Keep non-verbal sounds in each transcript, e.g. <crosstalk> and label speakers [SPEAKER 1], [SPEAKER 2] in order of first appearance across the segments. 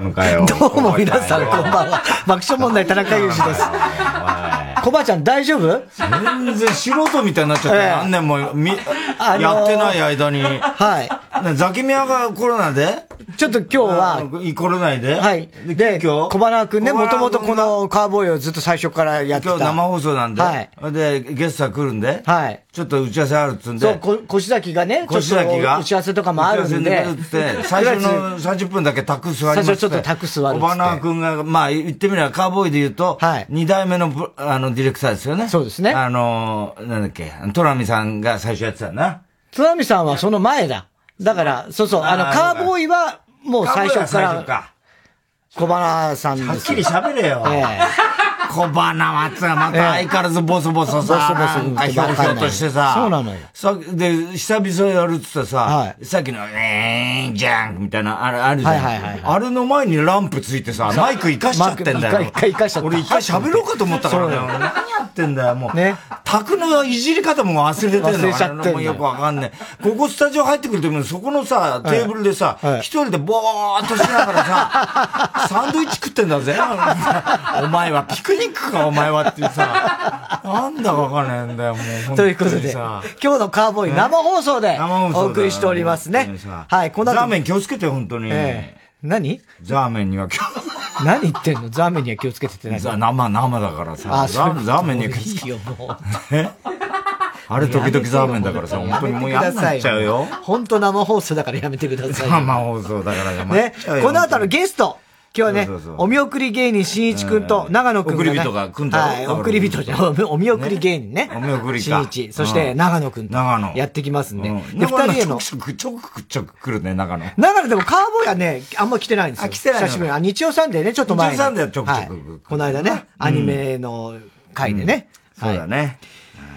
[SPEAKER 1] んかよ。
[SPEAKER 2] どうも皆さんこんばんは。爆笑問題田中裕二です。コバちゃん大丈夫
[SPEAKER 1] 全然素人みたいになっちゃって、
[SPEAKER 2] ええ
[SPEAKER 1] 何年もみ、
[SPEAKER 2] あのー
[SPEAKER 1] やってない間に。。
[SPEAKER 2] はい
[SPEAKER 1] ザキミヤがコロナで
[SPEAKER 2] ちょっと今日は、
[SPEAKER 1] は、コロナで
[SPEAKER 2] はい。で、小花くんね、もともとこのカーボーイをずっと最初からやって
[SPEAKER 1] 今日
[SPEAKER 2] た。
[SPEAKER 1] 生放送なんで。
[SPEAKER 2] はい。
[SPEAKER 1] で、ゲストが来るんで。
[SPEAKER 2] はい。
[SPEAKER 1] ちょっと打ち合わせあるっつうんで。
[SPEAKER 2] そう、こ、越崎がね、
[SPEAKER 1] 越崎が
[SPEAKER 2] ちょっと打ち合わせとかもあるんで
[SPEAKER 1] 打ち合わせに来るって、最初の30分だけタック座ります
[SPEAKER 2] 最初ちょっとタック座るっつっ
[SPEAKER 1] 小
[SPEAKER 2] て
[SPEAKER 1] 花君が、まあ言ってみればカーボーイで言うと、二2代目のプロあのディレクターですよね。そうですね。あの、なんだっけ、トラミさんが最初やってたな。
[SPEAKER 2] 津波さんはその前だ。だから、そうそう、あの、
[SPEAKER 1] あー
[SPEAKER 2] カーボーイはもう最初か
[SPEAKER 1] カーボーイは最初
[SPEAKER 2] ら、小花さんですよ
[SPEAKER 1] はっきり喋れよ。
[SPEAKER 2] ええ
[SPEAKER 1] 小花はつまた相変わらずボソボソさ、
[SPEAKER 2] ボソボソ
[SPEAKER 1] なんかひょうひょうとしてさ、
[SPEAKER 2] そうなのよ
[SPEAKER 1] さで、久々やるっつってさ、さっきの、えーん、じゃんみたいな、あれ、あるじゃん、
[SPEAKER 2] はいはいはい
[SPEAKER 1] あれの前にランプついてさ、
[SPEAKER 2] そう
[SPEAKER 1] マイク生かしちゃってんだよ。
[SPEAKER 2] マイク一回一回生かしちゃった
[SPEAKER 1] 俺一回喋ろうかと思ったからね。
[SPEAKER 2] そう
[SPEAKER 1] 俺何やってんだよ、もう。ね。卓のいじり方も忘れてるの
[SPEAKER 2] 忘れちゃってんだよ
[SPEAKER 1] あれもよくわかんねえ。ここスタジオ入ってくるときも、そこのさ、テーブルでさ、一、人でぼーっとしながら
[SPEAKER 2] <laughs>
[SPEAKER 1] さ、サンドイッチ食ってんだぜ。 <laughs> お前はピクニックか、お前はっていうさ、なんだかわかんないんだよ、もう本当
[SPEAKER 2] とい
[SPEAKER 1] に
[SPEAKER 2] う
[SPEAKER 1] さ。
[SPEAKER 2] ことで、今日のカーボーイ
[SPEAKER 1] ね
[SPEAKER 2] 生放送でお送りしておりますね。はい、この後。
[SPEAKER 1] ザーメン気をつけて、本当に。
[SPEAKER 2] ええ何
[SPEAKER 1] ザーメンには気を
[SPEAKER 2] 何言ってんのザーメンには気をつけてってない
[SPEAKER 1] ザ生、生だからさ、ザーメンザーメンには気をつけて。
[SPEAKER 2] いいよ、もう。
[SPEAKER 1] あれ時々ザーメンだからさ、本当にもうやんなっちゃうよ。
[SPEAKER 2] 本当生放送だからやめてください。
[SPEAKER 1] 生放送だからやま
[SPEAKER 2] ね
[SPEAKER 1] っちゃう、よ。
[SPEAKER 2] この後のゲスト、今日はね
[SPEAKER 1] そうそうそう、
[SPEAKER 2] お見送り芸人しんいちくんと長野くんがね。
[SPEAKER 1] 送り人が組んだよ
[SPEAKER 2] はい、送り人じゃん。お見送り芸人ね。お見送
[SPEAKER 1] りか
[SPEAKER 2] しんいち。そして
[SPEAKER 1] うん
[SPEAKER 2] 長野くんと
[SPEAKER 1] 長野。
[SPEAKER 2] やってきますんで。で、二
[SPEAKER 1] で、二
[SPEAKER 2] 人
[SPEAKER 1] 人
[SPEAKER 2] へ
[SPEAKER 1] への。
[SPEAKER 2] の。
[SPEAKER 1] ちょくちょくちょく来るね、長野。
[SPEAKER 2] 長野でもカーボーイはね、あんま来てないんですよ。
[SPEAKER 1] 来てないの
[SPEAKER 2] 久しぶりに。あ、日曜サンデーね、ちょっと前に。
[SPEAKER 1] 日曜サンデーはちょくちょく
[SPEAKER 2] はいこの間ね、アニメの回でね。
[SPEAKER 1] そうだね。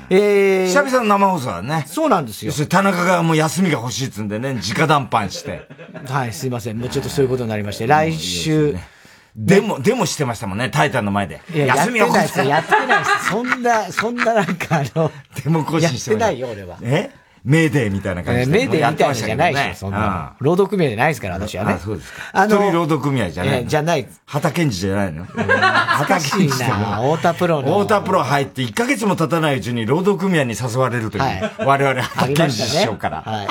[SPEAKER 2] えー、
[SPEAKER 1] 久々の生放送だね。
[SPEAKER 2] そうなんですよ
[SPEAKER 1] 要するに田中がもう休みが欲しいっつうんでね、直談判
[SPEAKER 2] <laughs>
[SPEAKER 1] して。
[SPEAKER 2] はい、すいません。もうちょっとそういうことになりまして、来週。
[SPEAKER 1] でも、でもしてましたもんね、タイタンの前で。
[SPEAKER 2] いや、やって
[SPEAKER 1] 休みが
[SPEAKER 2] ない
[SPEAKER 1] 欲
[SPEAKER 2] で
[SPEAKER 1] し
[SPEAKER 2] す。
[SPEAKER 1] い。
[SPEAKER 2] やってないです。そんな、そんななんかあ
[SPEAKER 1] <laughs>
[SPEAKER 2] の、
[SPEAKER 1] でも更
[SPEAKER 2] やっ
[SPEAKER 1] 新して
[SPEAKER 2] て
[SPEAKER 1] ました
[SPEAKER 2] ないよ、俺は。
[SPEAKER 1] えメーデーみたいな感
[SPEAKER 2] え
[SPEAKER 1] じ
[SPEAKER 2] ー
[SPEAKER 1] で。
[SPEAKER 2] メーデーみたいなのじゃないでしょ
[SPEAKER 1] やってま
[SPEAKER 2] そん
[SPEAKER 1] け
[SPEAKER 2] な
[SPEAKER 1] ど
[SPEAKER 2] の
[SPEAKER 1] ね
[SPEAKER 2] 労働組合じゃないですから、私はね。
[SPEAKER 1] あそうですか。
[SPEAKER 2] あ
[SPEAKER 1] 一
[SPEAKER 2] の
[SPEAKER 1] 人労働組合じゃない
[SPEAKER 2] えー
[SPEAKER 1] の。
[SPEAKER 2] じゃない。
[SPEAKER 1] 畑健二じゃ
[SPEAKER 2] <laughs>
[SPEAKER 1] ないの。
[SPEAKER 2] 難
[SPEAKER 1] 畑
[SPEAKER 2] しい
[SPEAKER 1] 健二って
[SPEAKER 2] な太田プロの。
[SPEAKER 1] 太田プロ入って1ヶ月も経たないうちに労働組合に誘われるという、我々
[SPEAKER 2] あ
[SPEAKER 1] 発
[SPEAKER 2] り
[SPEAKER 1] 見
[SPEAKER 2] ま
[SPEAKER 1] 師
[SPEAKER 2] したね
[SPEAKER 1] 匠から。
[SPEAKER 2] はい。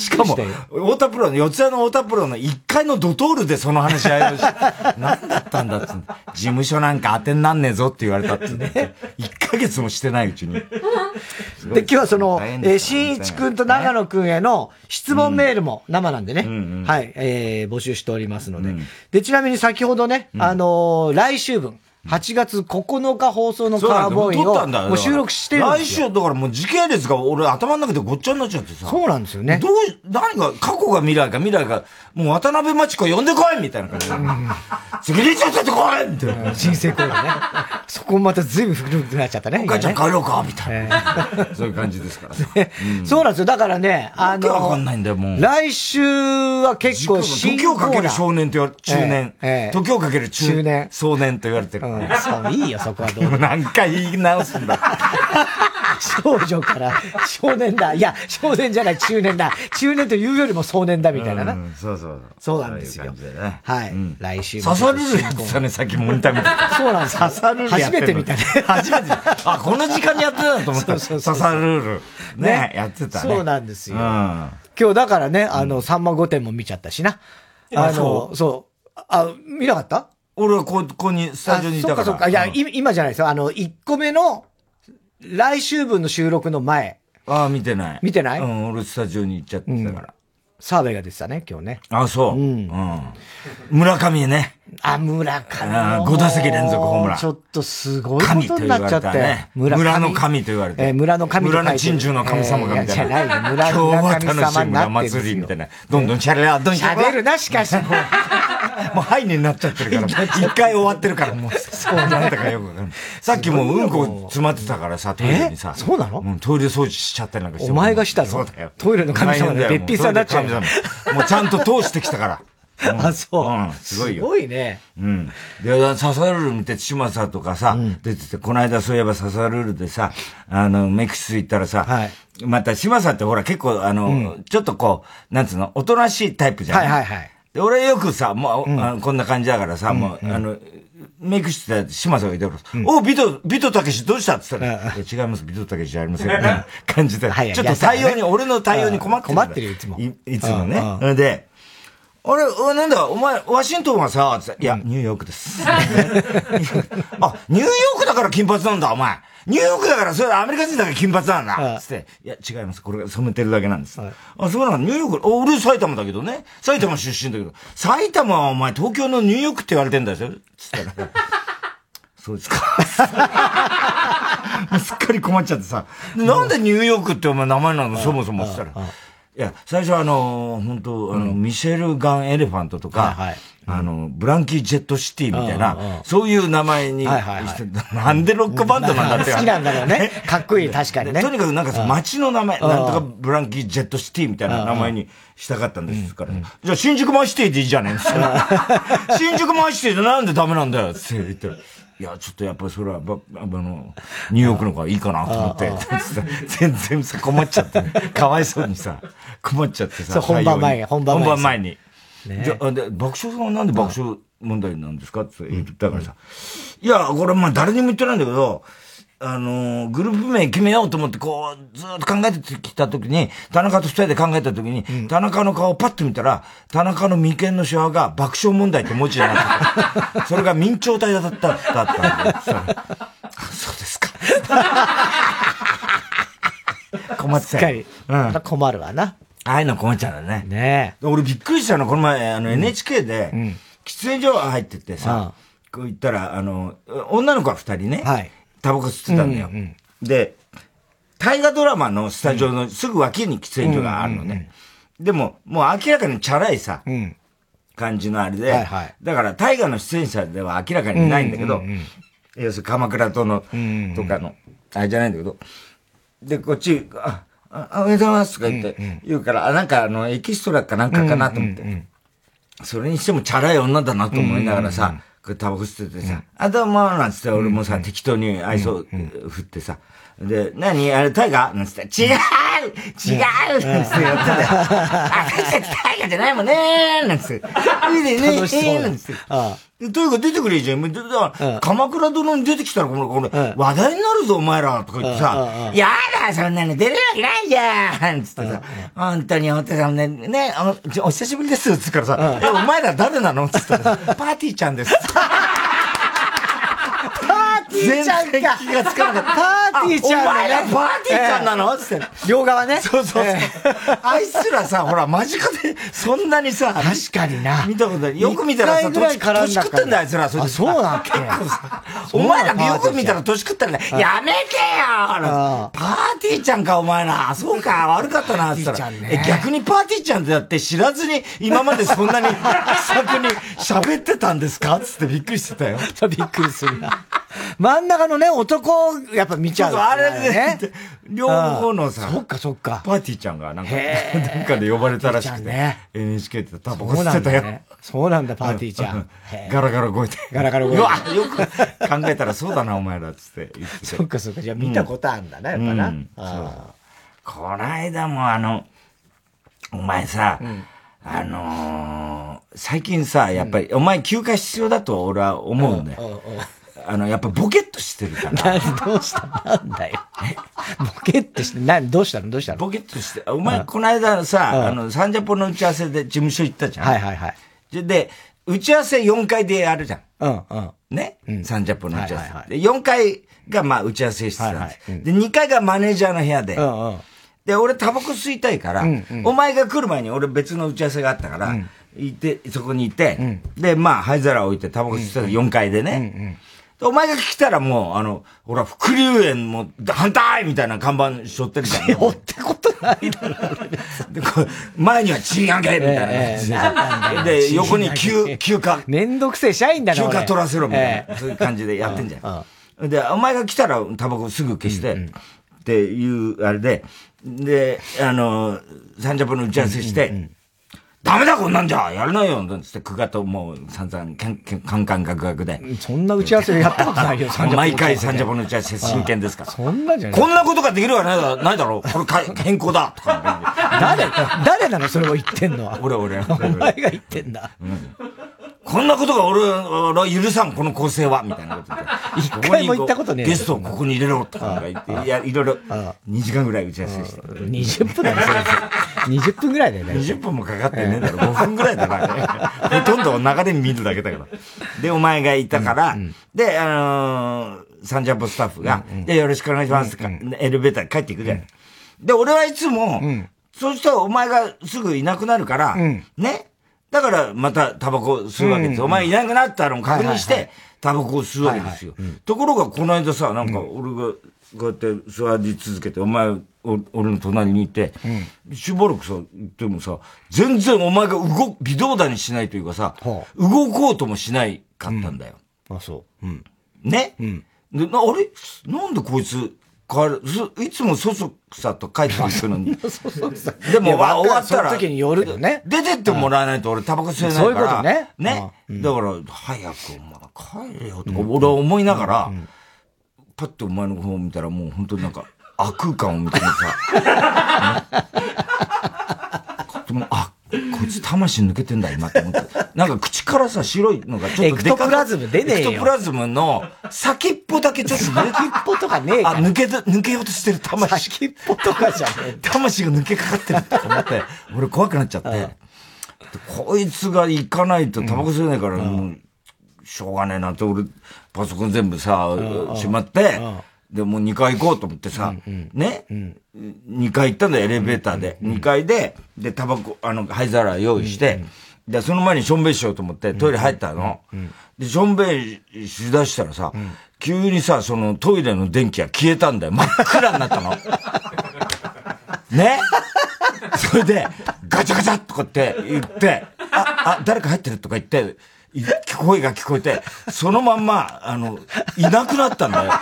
[SPEAKER 1] しかも、太田プロの、四谷の太田プロの1階のドトールでその話し合いをし、 <laughs> 何だったんだっつうんだ事務所なんか当てになんねえぞって言われたっつね。1ヶ月もしてないうちに。
[SPEAKER 2] で、今日はその、え
[SPEAKER 1] 大変
[SPEAKER 2] ー、
[SPEAKER 1] で
[SPEAKER 2] しんいちくんと長野くんへの質問メールも生なんでね、はい、えー、募集しておりますので。で、ちなみに先ほどね、あのー来週分、8月9日放送の
[SPEAKER 1] そうな
[SPEAKER 2] カ
[SPEAKER 1] ん
[SPEAKER 2] ー
[SPEAKER 1] だよも
[SPEAKER 2] ボ
[SPEAKER 1] う
[SPEAKER 2] ーイ
[SPEAKER 1] 撮った
[SPEAKER 2] を、
[SPEAKER 1] んだよ
[SPEAKER 2] もう収録してるんで
[SPEAKER 1] 来
[SPEAKER 2] すよ。
[SPEAKER 1] 週、だからもう時系列が俺頭の中でごっちゃになっちゃってさ。
[SPEAKER 2] そうなんですよね。
[SPEAKER 1] どう、何が、過去が未来か未来か、もう渡辺真知子呼んでこいみたいな感じで。責任者出てこいみたいな。
[SPEAKER 2] 人生公演ね。 <laughs> そこもまた随分古くなっちゃったね。
[SPEAKER 1] お母ちゃん
[SPEAKER 2] 今ね
[SPEAKER 1] 帰ろうかみたいな。そういう感じですから。
[SPEAKER 2] <laughs> そうなんですよ。だからね、あ
[SPEAKER 1] わけわか
[SPEAKER 2] の
[SPEAKER 1] んないんだよ、もう。
[SPEAKER 2] 来週は結構新
[SPEAKER 1] 時をかける少年と言われ、中年。
[SPEAKER 2] ええええ
[SPEAKER 1] 時をかける中
[SPEAKER 2] 中年
[SPEAKER 1] 壮年と言われてる。
[SPEAKER 2] うんそういいよ、そこはどうでも
[SPEAKER 1] もう何回言い直すん
[SPEAKER 2] <laughs>
[SPEAKER 1] だ。
[SPEAKER 2] 少女から少年だ。いや、少年じゃない、中年だ。中年というよりも少年だ、みたいなな。
[SPEAKER 1] うんそうそう。
[SPEAKER 2] そうなんですよ。
[SPEAKER 1] そういう感じでね
[SPEAKER 2] はい。来週も
[SPEAKER 1] 刺されるやつだね、さっきモニター見て。
[SPEAKER 2] そうなんですよ。
[SPEAKER 1] 刺さるルや
[SPEAKER 2] 初
[SPEAKER 1] ってん
[SPEAKER 2] め
[SPEAKER 1] の
[SPEAKER 2] て見たね。
[SPEAKER 1] 初めて。 <laughs> あ、この時間にやってたんだと思った。刺さるルール。ね
[SPEAKER 2] ね、
[SPEAKER 1] やってたね。
[SPEAKER 2] そうなんですよ
[SPEAKER 1] うん
[SPEAKER 2] 今日だからね、あの、さんま御殿も見ちゃったしな。
[SPEAKER 1] あ
[SPEAKER 2] あ
[SPEAKER 1] そ
[SPEAKER 2] の、そう。あ、見なかった
[SPEAKER 1] 俺はこここに、スタジオにいたから。
[SPEAKER 2] あそうかそうか。いや、
[SPEAKER 1] うん
[SPEAKER 2] い今じゃないですよ。あの、1個目の、来週分の収録の前、
[SPEAKER 1] ああ、見てない。
[SPEAKER 2] 見てない
[SPEAKER 1] うん、俺スタジオに行っちゃってたから。
[SPEAKER 2] 澤部が出てたね、今日ね。
[SPEAKER 1] ああ、そう。うん。村上ね。
[SPEAKER 2] あ、村
[SPEAKER 1] あ
[SPEAKER 2] 上。
[SPEAKER 1] あ5打席連続ホームラン
[SPEAKER 2] ちょっとすごいこ
[SPEAKER 1] 神
[SPEAKER 2] と
[SPEAKER 1] と言
[SPEAKER 2] にな
[SPEAKER 1] わ
[SPEAKER 2] っちゃ
[SPEAKER 1] れ
[SPEAKER 2] って
[SPEAKER 1] た。ね。村の神と言われて。
[SPEAKER 2] えー村の神と書い
[SPEAKER 1] 村
[SPEAKER 2] て
[SPEAKER 1] の珍獣の神様がみたいな。
[SPEAKER 2] えーいやじゃない村の
[SPEAKER 1] 今日
[SPEAKER 2] 神
[SPEAKER 1] は楽しい
[SPEAKER 2] 様
[SPEAKER 1] 村
[SPEAKER 2] になってるんですよ
[SPEAKER 1] 祭りみたいな。どんどんシャレラ、どんシャレ
[SPEAKER 2] 喋るな、しかし。もう
[SPEAKER 1] <laughs> もうハイになっちゃってるから、一回終わってるから、もう。そうなんだかよくわかんない。さっきもううんこ詰まってたからさ、トイレにさ。
[SPEAKER 2] そうなの
[SPEAKER 1] もうトイレ掃除しちゃったりなんかして。
[SPEAKER 2] お前がしたの
[SPEAKER 1] そうだよ。
[SPEAKER 2] トイレの神
[SPEAKER 1] 大
[SPEAKER 2] 様で
[SPEAKER 1] 変だよ
[SPEAKER 2] 別品さんになっちゃう
[SPEAKER 1] もトイレの神様もうちゃんと通してきたから。
[SPEAKER 2] <laughs> あ、そう。
[SPEAKER 1] うん、すごい
[SPEAKER 2] す
[SPEAKER 1] よ。
[SPEAKER 2] ごいね。
[SPEAKER 1] うん。で、ササルール見て、島さとかさ、出てて、この間そういえばササルールでさ、あの、メキシス行ったらさ、また島さってほら結構、あの、ちょっとこう、なんつうの、おとなしいタイプじゃん。
[SPEAKER 2] はいはいはい。
[SPEAKER 1] で俺よくさ、もう、あこんな感じだからさ、もう、あの、メイクしてた島さんがいたから、おう、ビト、ビトたけしどうしたって言ったら、いや違います、ビトたけしじゃありませんみたいな感じで、
[SPEAKER 2] <laughs> はいはい
[SPEAKER 1] ちょっと対応に、俺の対応に困ってるんだ。
[SPEAKER 2] 困ってるよいつも
[SPEAKER 1] いいつもね
[SPEAKER 2] うん。
[SPEAKER 1] で、俺、おなんだ、お前、ワシントンはさ、つっていや、ニューヨークです。 <laughs> あ、ニューヨークだから金髪なんだ、お前。ニューヨークだから、それアメリカ人だから金髪なんだ。つって、いや、違います。これが染めてるだけなんです。あ、そうなの、ニューヨーク、お俺埼玉だけどね。埼玉出身だけど、埼玉はお前、東京のニューヨークって言われてんだよ。つったら、そうですか。 <laughs> もうすっかり困っちゃってさ、でなんでニューヨークってお前名前なの、そもそもって言ったら。いや、最初はあのー、本当あの、ミシェル・ガン・エレファントとか、
[SPEAKER 2] はいはい
[SPEAKER 1] あの、ブランキー・ジェット・シティみたい
[SPEAKER 2] うんうんう
[SPEAKER 1] な、そういう名前に
[SPEAKER 2] はいはいはい
[SPEAKER 1] して、なんでロックバンドなんだ <laughs> って。
[SPEAKER 2] 好きなんだろうね。かっこいい、確かにね
[SPEAKER 1] と。にかくなんかさ、街の名前、なんとかブランキー・ジェット・シティみたいな名前にしたかったんですから、じゃあ新宿マイシティでいいじゃねえんですよ。新宿マイシティでなんでダメなんだよって言ったら。いや、ちょっとやっぱりそれは、ば、あの、ニューヨークの方がいいかなと思って、 <laughs> 全然さ、困っちゃって、かわいそうにさ、困っちゃって
[SPEAKER 2] そ
[SPEAKER 1] さ、
[SPEAKER 2] う本番前
[SPEAKER 1] 対応に
[SPEAKER 2] 本番前に
[SPEAKER 1] 本番前に。じゃあで爆笑さんはなんで爆笑問題なんですかって言ったからさ、いや、これまあ誰にも言ってないんだけど、あのーグループ名決めようと思って、こう、ずーっと考えてきたときに、田中と二人で考えたときに、田中の顔をパッと見たら、田中の眉間のシワが爆笑問題って文字じゃな
[SPEAKER 2] <laughs>
[SPEAKER 1] くて、それが明朝体だった、だったんでさ、
[SPEAKER 2] <laughs>
[SPEAKER 1] そうですか。 <laughs> 困って
[SPEAKER 2] すったか
[SPEAKER 1] よ
[SPEAKER 2] り。。
[SPEAKER 1] うん。あ
[SPEAKER 2] 困るわな。
[SPEAKER 1] あいうの困っちゃうんだね。
[SPEAKER 2] ね
[SPEAKER 1] 俺びっくりしたの、この前、あの NHK で、喫煙所入ってってさ、こう言ったら、あの、女の子は二人ね、
[SPEAKER 2] はい
[SPEAKER 1] タバコ吸ってたんだよ。で、大河ドラマのスタジオのすぐ脇に喫煙所があるのね。でも、もう明らかにチャラいさ、
[SPEAKER 2] え。うん。
[SPEAKER 1] 感じのあれで、
[SPEAKER 2] はいはい
[SPEAKER 1] だから大河の出演者では明らかにないんだけど、要するに鎌倉殿とかの、あれじゃないんだけど、で、こっち、あ、ああおめでとうございますとか言って、言うから、あ、なんかあの、エキストラかなんかかなと思って、それにしてもチャラい女だなと思いながらさ、これタバコ吸っててさ、あ、どうも、なんつって俺もさ、適当に愛想振ってさ、で、何あれ、タイガーなんつって、違う違うなんつってやってたよ。私たちタイガーじゃないもんねなんつって。いいでね
[SPEAKER 2] 楽しそう
[SPEAKER 1] え
[SPEAKER 2] だ
[SPEAKER 1] なんつって。
[SPEAKER 2] あ
[SPEAKER 1] というか出てくれじゃん。だから、鎌倉殿に出てきたら、これ、これ、
[SPEAKER 2] ん
[SPEAKER 1] 話題になるぞ、お前らとか言って
[SPEAKER 2] うんうん
[SPEAKER 1] さ
[SPEAKER 2] う、
[SPEAKER 1] やだ、そんなの出れるわけないじゃんつってさ、本当に、お手さんね、ね、あのちょお久しぶりですっつうからさ、え、お前ら誰なのつ
[SPEAKER 2] <laughs>
[SPEAKER 1] ったらさ、パーティーちゃんです。
[SPEAKER 2] パーティー
[SPEAKER 1] 全
[SPEAKER 2] ちゃん
[SPEAKER 1] 然気
[SPEAKER 2] か
[SPEAKER 1] がつかなかった。
[SPEAKER 2] パーティーちゃん
[SPEAKER 1] あお前らパーティーちゃんなのつって。
[SPEAKER 2] 両側ね。
[SPEAKER 1] そうそうそう
[SPEAKER 2] ええ。
[SPEAKER 1] あいつらさ、ほら、間近で、そんなにさ、
[SPEAKER 2] 確かにな。
[SPEAKER 1] 見たことない。よく見たらさ、
[SPEAKER 2] 一回ぐら
[SPEAKER 1] 年
[SPEAKER 2] い絡んだから
[SPEAKER 1] 年食ってんだよ、あいつら。れ
[SPEAKER 2] あ、
[SPEAKER 1] でさ
[SPEAKER 2] そうだっけ
[SPEAKER 1] お前らよく見たら年食ったらね、やめて
[SPEAKER 2] あ
[SPEAKER 1] よ
[SPEAKER 2] あ
[SPEAKER 1] パーティーちゃんかお前ら、あそうか、悪かったな、つった
[SPEAKER 2] パー
[SPEAKER 1] ら、
[SPEAKER 2] ティーちゃん
[SPEAKER 1] え
[SPEAKER 2] ね
[SPEAKER 1] 逆にパーティーちゃんってだって知らずに今までそんなに気さくに喋ってたんですかつってびっくりしてたよ。
[SPEAKER 2] びっくりするな。真ん中のね、男、やっぱ見ち
[SPEAKER 1] ちょ
[SPEAKER 2] ゃ
[SPEAKER 1] っ
[SPEAKER 2] う。
[SPEAKER 1] とあれで、ね、 <laughs> 両方のさ
[SPEAKER 2] あ、そっかそっか。
[SPEAKER 1] パーティーちゃんがなんか、
[SPEAKER 2] へえ
[SPEAKER 1] なんかで呼ばれたらし
[SPEAKER 2] パ
[SPEAKER 1] く
[SPEAKER 2] ーティーちゃん
[SPEAKER 1] て
[SPEAKER 2] ね、
[SPEAKER 1] NHK ってタバコ
[SPEAKER 2] そう
[SPEAKER 1] 吸っ
[SPEAKER 2] な
[SPEAKER 1] て
[SPEAKER 2] んだ
[SPEAKER 1] たよ。
[SPEAKER 2] ね。そうなんだ、パーティーちゃ
[SPEAKER 1] うんん。
[SPEAKER 2] へえ
[SPEAKER 1] ガラガラ声で。
[SPEAKER 2] ガラガラ声で
[SPEAKER 1] うわ、よく考えたらそうだな、お前ら、つって言ってて
[SPEAKER 2] そっかそっか。じゃあ見たことあるんだな、やっぱ
[SPEAKER 1] う。
[SPEAKER 2] なんあ
[SPEAKER 1] こないだもあの、お前さ、あのー最近さ、やっぱり、お前休暇必要だと俺は思うんだ
[SPEAKER 2] あ。お
[SPEAKER 1] よ。
[SPEAKER 2] うおう
[SPEAKER 1] あの、やっぱボケっとしてるから。
[SPEAKER 2] <laughs> 何どうしたなんだよ。ボケってして、何どうしたのどうしたの
[SPEAKER 1] ボケっとして、お前こないださ、あの、サンジャポの打ち合わせで事務所行ったじゃん。
[SPEAKER 2] はいはいはい。
[SPEAKER 1] でで、打ち合わせ4回でやるじゃん。
[SPEAKER 2] うんうん。
[SPEAKER 1] ね、サンジャポの打ち合わせ。
[SPEAKER 2] はいはいはい
[SPEAKER 1] で、4回がまあ打ち合わせ室なんです。
[SPEAKER 2] はいは
[SPEAKER 1] で、2回がマネージャーの部屋で。
[SPEAKER 2] うんうん。
[SPEAKER 1] で、俺タバコ吸いたいから、お前が来る前に俺別の打ち合わせがあったから、行って、そこにいて、で、まあ灰皿置いてタバコ吸ってた4階でね。でお前が来たらもう、あの、ほら、副流炎も反対みたいな看板しょってるじゃん。
[SPEAKER 2] 追ったこと <laughs> ないだろ。
[SPEAKER 1] でこう前にはチン上げみたいな感じで
[SPEAKER 2] ええええなんなんだよ
[SPEAKER 1] で、横に
[SPEAKER 2] チン上
[SPEAKER 1] 休、
[SPEAKER 2] げ
[SPEAKER 1] 休暇、
[SPEAKER 2] めんどくせえ社員だな、
[SPEAKER 1] 休
[SPEAKER 2] 俺
[SPEAKER 1] 暇取らせろみたい
[SPEAKER 2] ええ
[SPEAKER 1] な、そういう感じでやってんじゃん。で、お前が来たらタバコすぐ消して、っていうあれで、で、あの、サンジャポの打ち合わせして、ダメだこんなんじゃやらないよなんつって、久我ともう散々、けんけんカンカンガクガクで。
[SPEAKER 2] そんな打ち合わせやったことないよ、
[SPEAKER 1] 毎回サンジャポの打ち合わせ真剣ですから。
[SPEAKER 2] そんなじゃ
[SPEAKER 1] こんなことができるわけないだないだろう。これか変更だとか。
[SPEAKER 2] 誰、誰なのそれを言ってんの <laughs> は。
[SPEAKER 1] 俺、 <laughs> 俺。
[SPEAKER 2] お前が言ってんだ。うん
[SPEAKER 1] こんなことが俺は許さん、この構成は、みたいなことで。
[SPEAKER 2] 一回も行ったことね
[SPEAKER 1] え。ゲストをここに入れろ、とか言って、いや、いろいろ、2時間ぐらい打ち合わせして。
[SPEAKER 2] 20分だね、それ。20分ぐらいだよね。
[SPEAKER 1] 20分もかかってねえだろ、5分ぐらいだな。ほとんど流れ見るだけだから。で、お前がいたから、で、あのサンジャポスタッフが、で、よろしくお願いします、エレベーター帰っていくじゃない。で、俺はいつも、そうしたらお前がすぐいなくなるから、ね、だから、またタバコ吸うわけです。お前いなくなったのを確認して、タバコを吸うわけですよ。ところが、この間さ、なんか、俺が、こうやって座り続けて、お前、俺の隣にいて、しばらくさ、でもさ、全然お前が動、微動だにしないというかさ、動こうともしないかったんだよ。
[SPEAKER 2] あ、そう。うん。
[SPEAKER 1] ねで、な、あれなんでこいつ、いつもそそくさと帰ってくるの <laughs> に。でも、終わったら、
[SPEAKER 2] 出て
[SPEAKER 1] ってもらわないと俺タバコ吸えないから。ね。ね。だから、早くお前帰れよとか、俺は思いながら、パッとお前の方を見たらもう本当になんか、悪空間を見てさ。あ、こいつ魂抜けてんだ今って思って。なんか口からさ、白いのがちょっと
[SPEAKER 2] でかエクトプラズム出ねえ
[SPEAKER 1] エクトプラズムの先っぽだけちょっと抜
[SPEAKER 2] け。先っぽとかねえ
[SPEAKER 1] あ、抜け、抜けようとしてる魂。
[SPEAKER 2] 先っぽとかじゃねえ。
[SPEAKER 1] <laughs> 魂が抜けかかってると思って、俺怖くなっちゃって。こいつが行かないとタバコ吸えないから、もう、しょうがねえなって、俺、パソコン全部さ、しまって、で、もう2階行こうと思ってさ、ね、2階行ったんだよ、エレベーターで。2階で、で、タバコ、あの、灰皿用意して、で、その前にしょんべいしようと思ってトイレ入ったの。で、しょんべいしだしたらさ、急にさ、そのトイレの電気が消えたんだよ。真っ暗にな <laughs> ったの。ね <laughs> それで、ガチャガチャとかって言って、あ、あ、誰か入ってるとか言って、声が聞こえて、そのまんま、あの、いなくなったんだよ。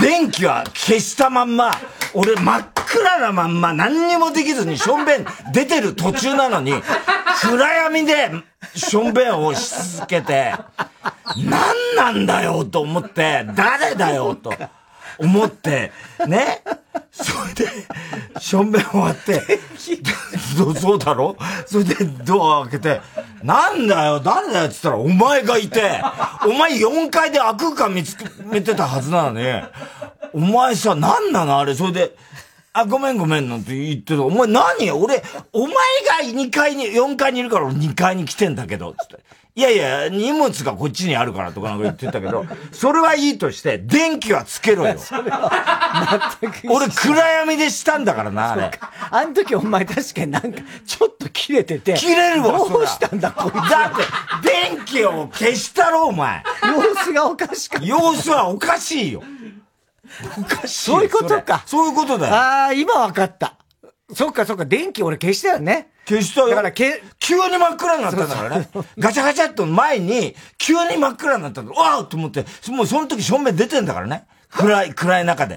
[SPEAKER 1] で、電気は消したまんま、俺真っ暗なまんま何にもできずに、しょんべん出てる途中なのに、暗闇でしょんべんをし続けて、何なんだよと思って、誰だよと思って、ね。それで、しょんべん終わって、 <laughs> そうだろそれでドア開けて、なんだよ、誰だよって言ったら、お前がいて、お前4階で悪空間見つめてたはずなのに、お前さ、なんなのあれ、それで、あ、ごめんごめんなんて言ってた。お前何俺、お前が2階に、4階にいるから俺2階に来てんだけど、つって。いやいや、荷物がこっちにあるからとかなんか言ってたけど、それはいいとして、電気はつけろ
[SPEAKER 2] <laughs>
[SPEAKER 1] よ。俺、暗闇でしたんだからな、あれ。
[SPEAKER 2] あの時お前確かになんか、ちょっと切れてて。
[SPEAKER 1] 切れるわ、
[SPEAKER 2] どうしたんだ、こいつ。
[SPEAKER 1] だって、電気を消したろ、お前。
[SPEAKER 2] 様子がおかしかった。
[SPEAKER 1] 様子はおかしいよ。
[SPEAKER 2] おかしい。そういうことか。
[SPEAKER 1] そういうことだよ。
[SPEAKER 2] ああ、今わかった。そっかそっか、電気俺消したよね。
[SPEAKER 1] 消したよ。
[SPEAKER 2] だからけ、
[SPEAKER 1] 急に真っ暗になったんだからね。ガチャガチャっと前に、急に真っ暗になったんだ。わーと思って、もうその時正面出てんだからね。暗い、暗い中で。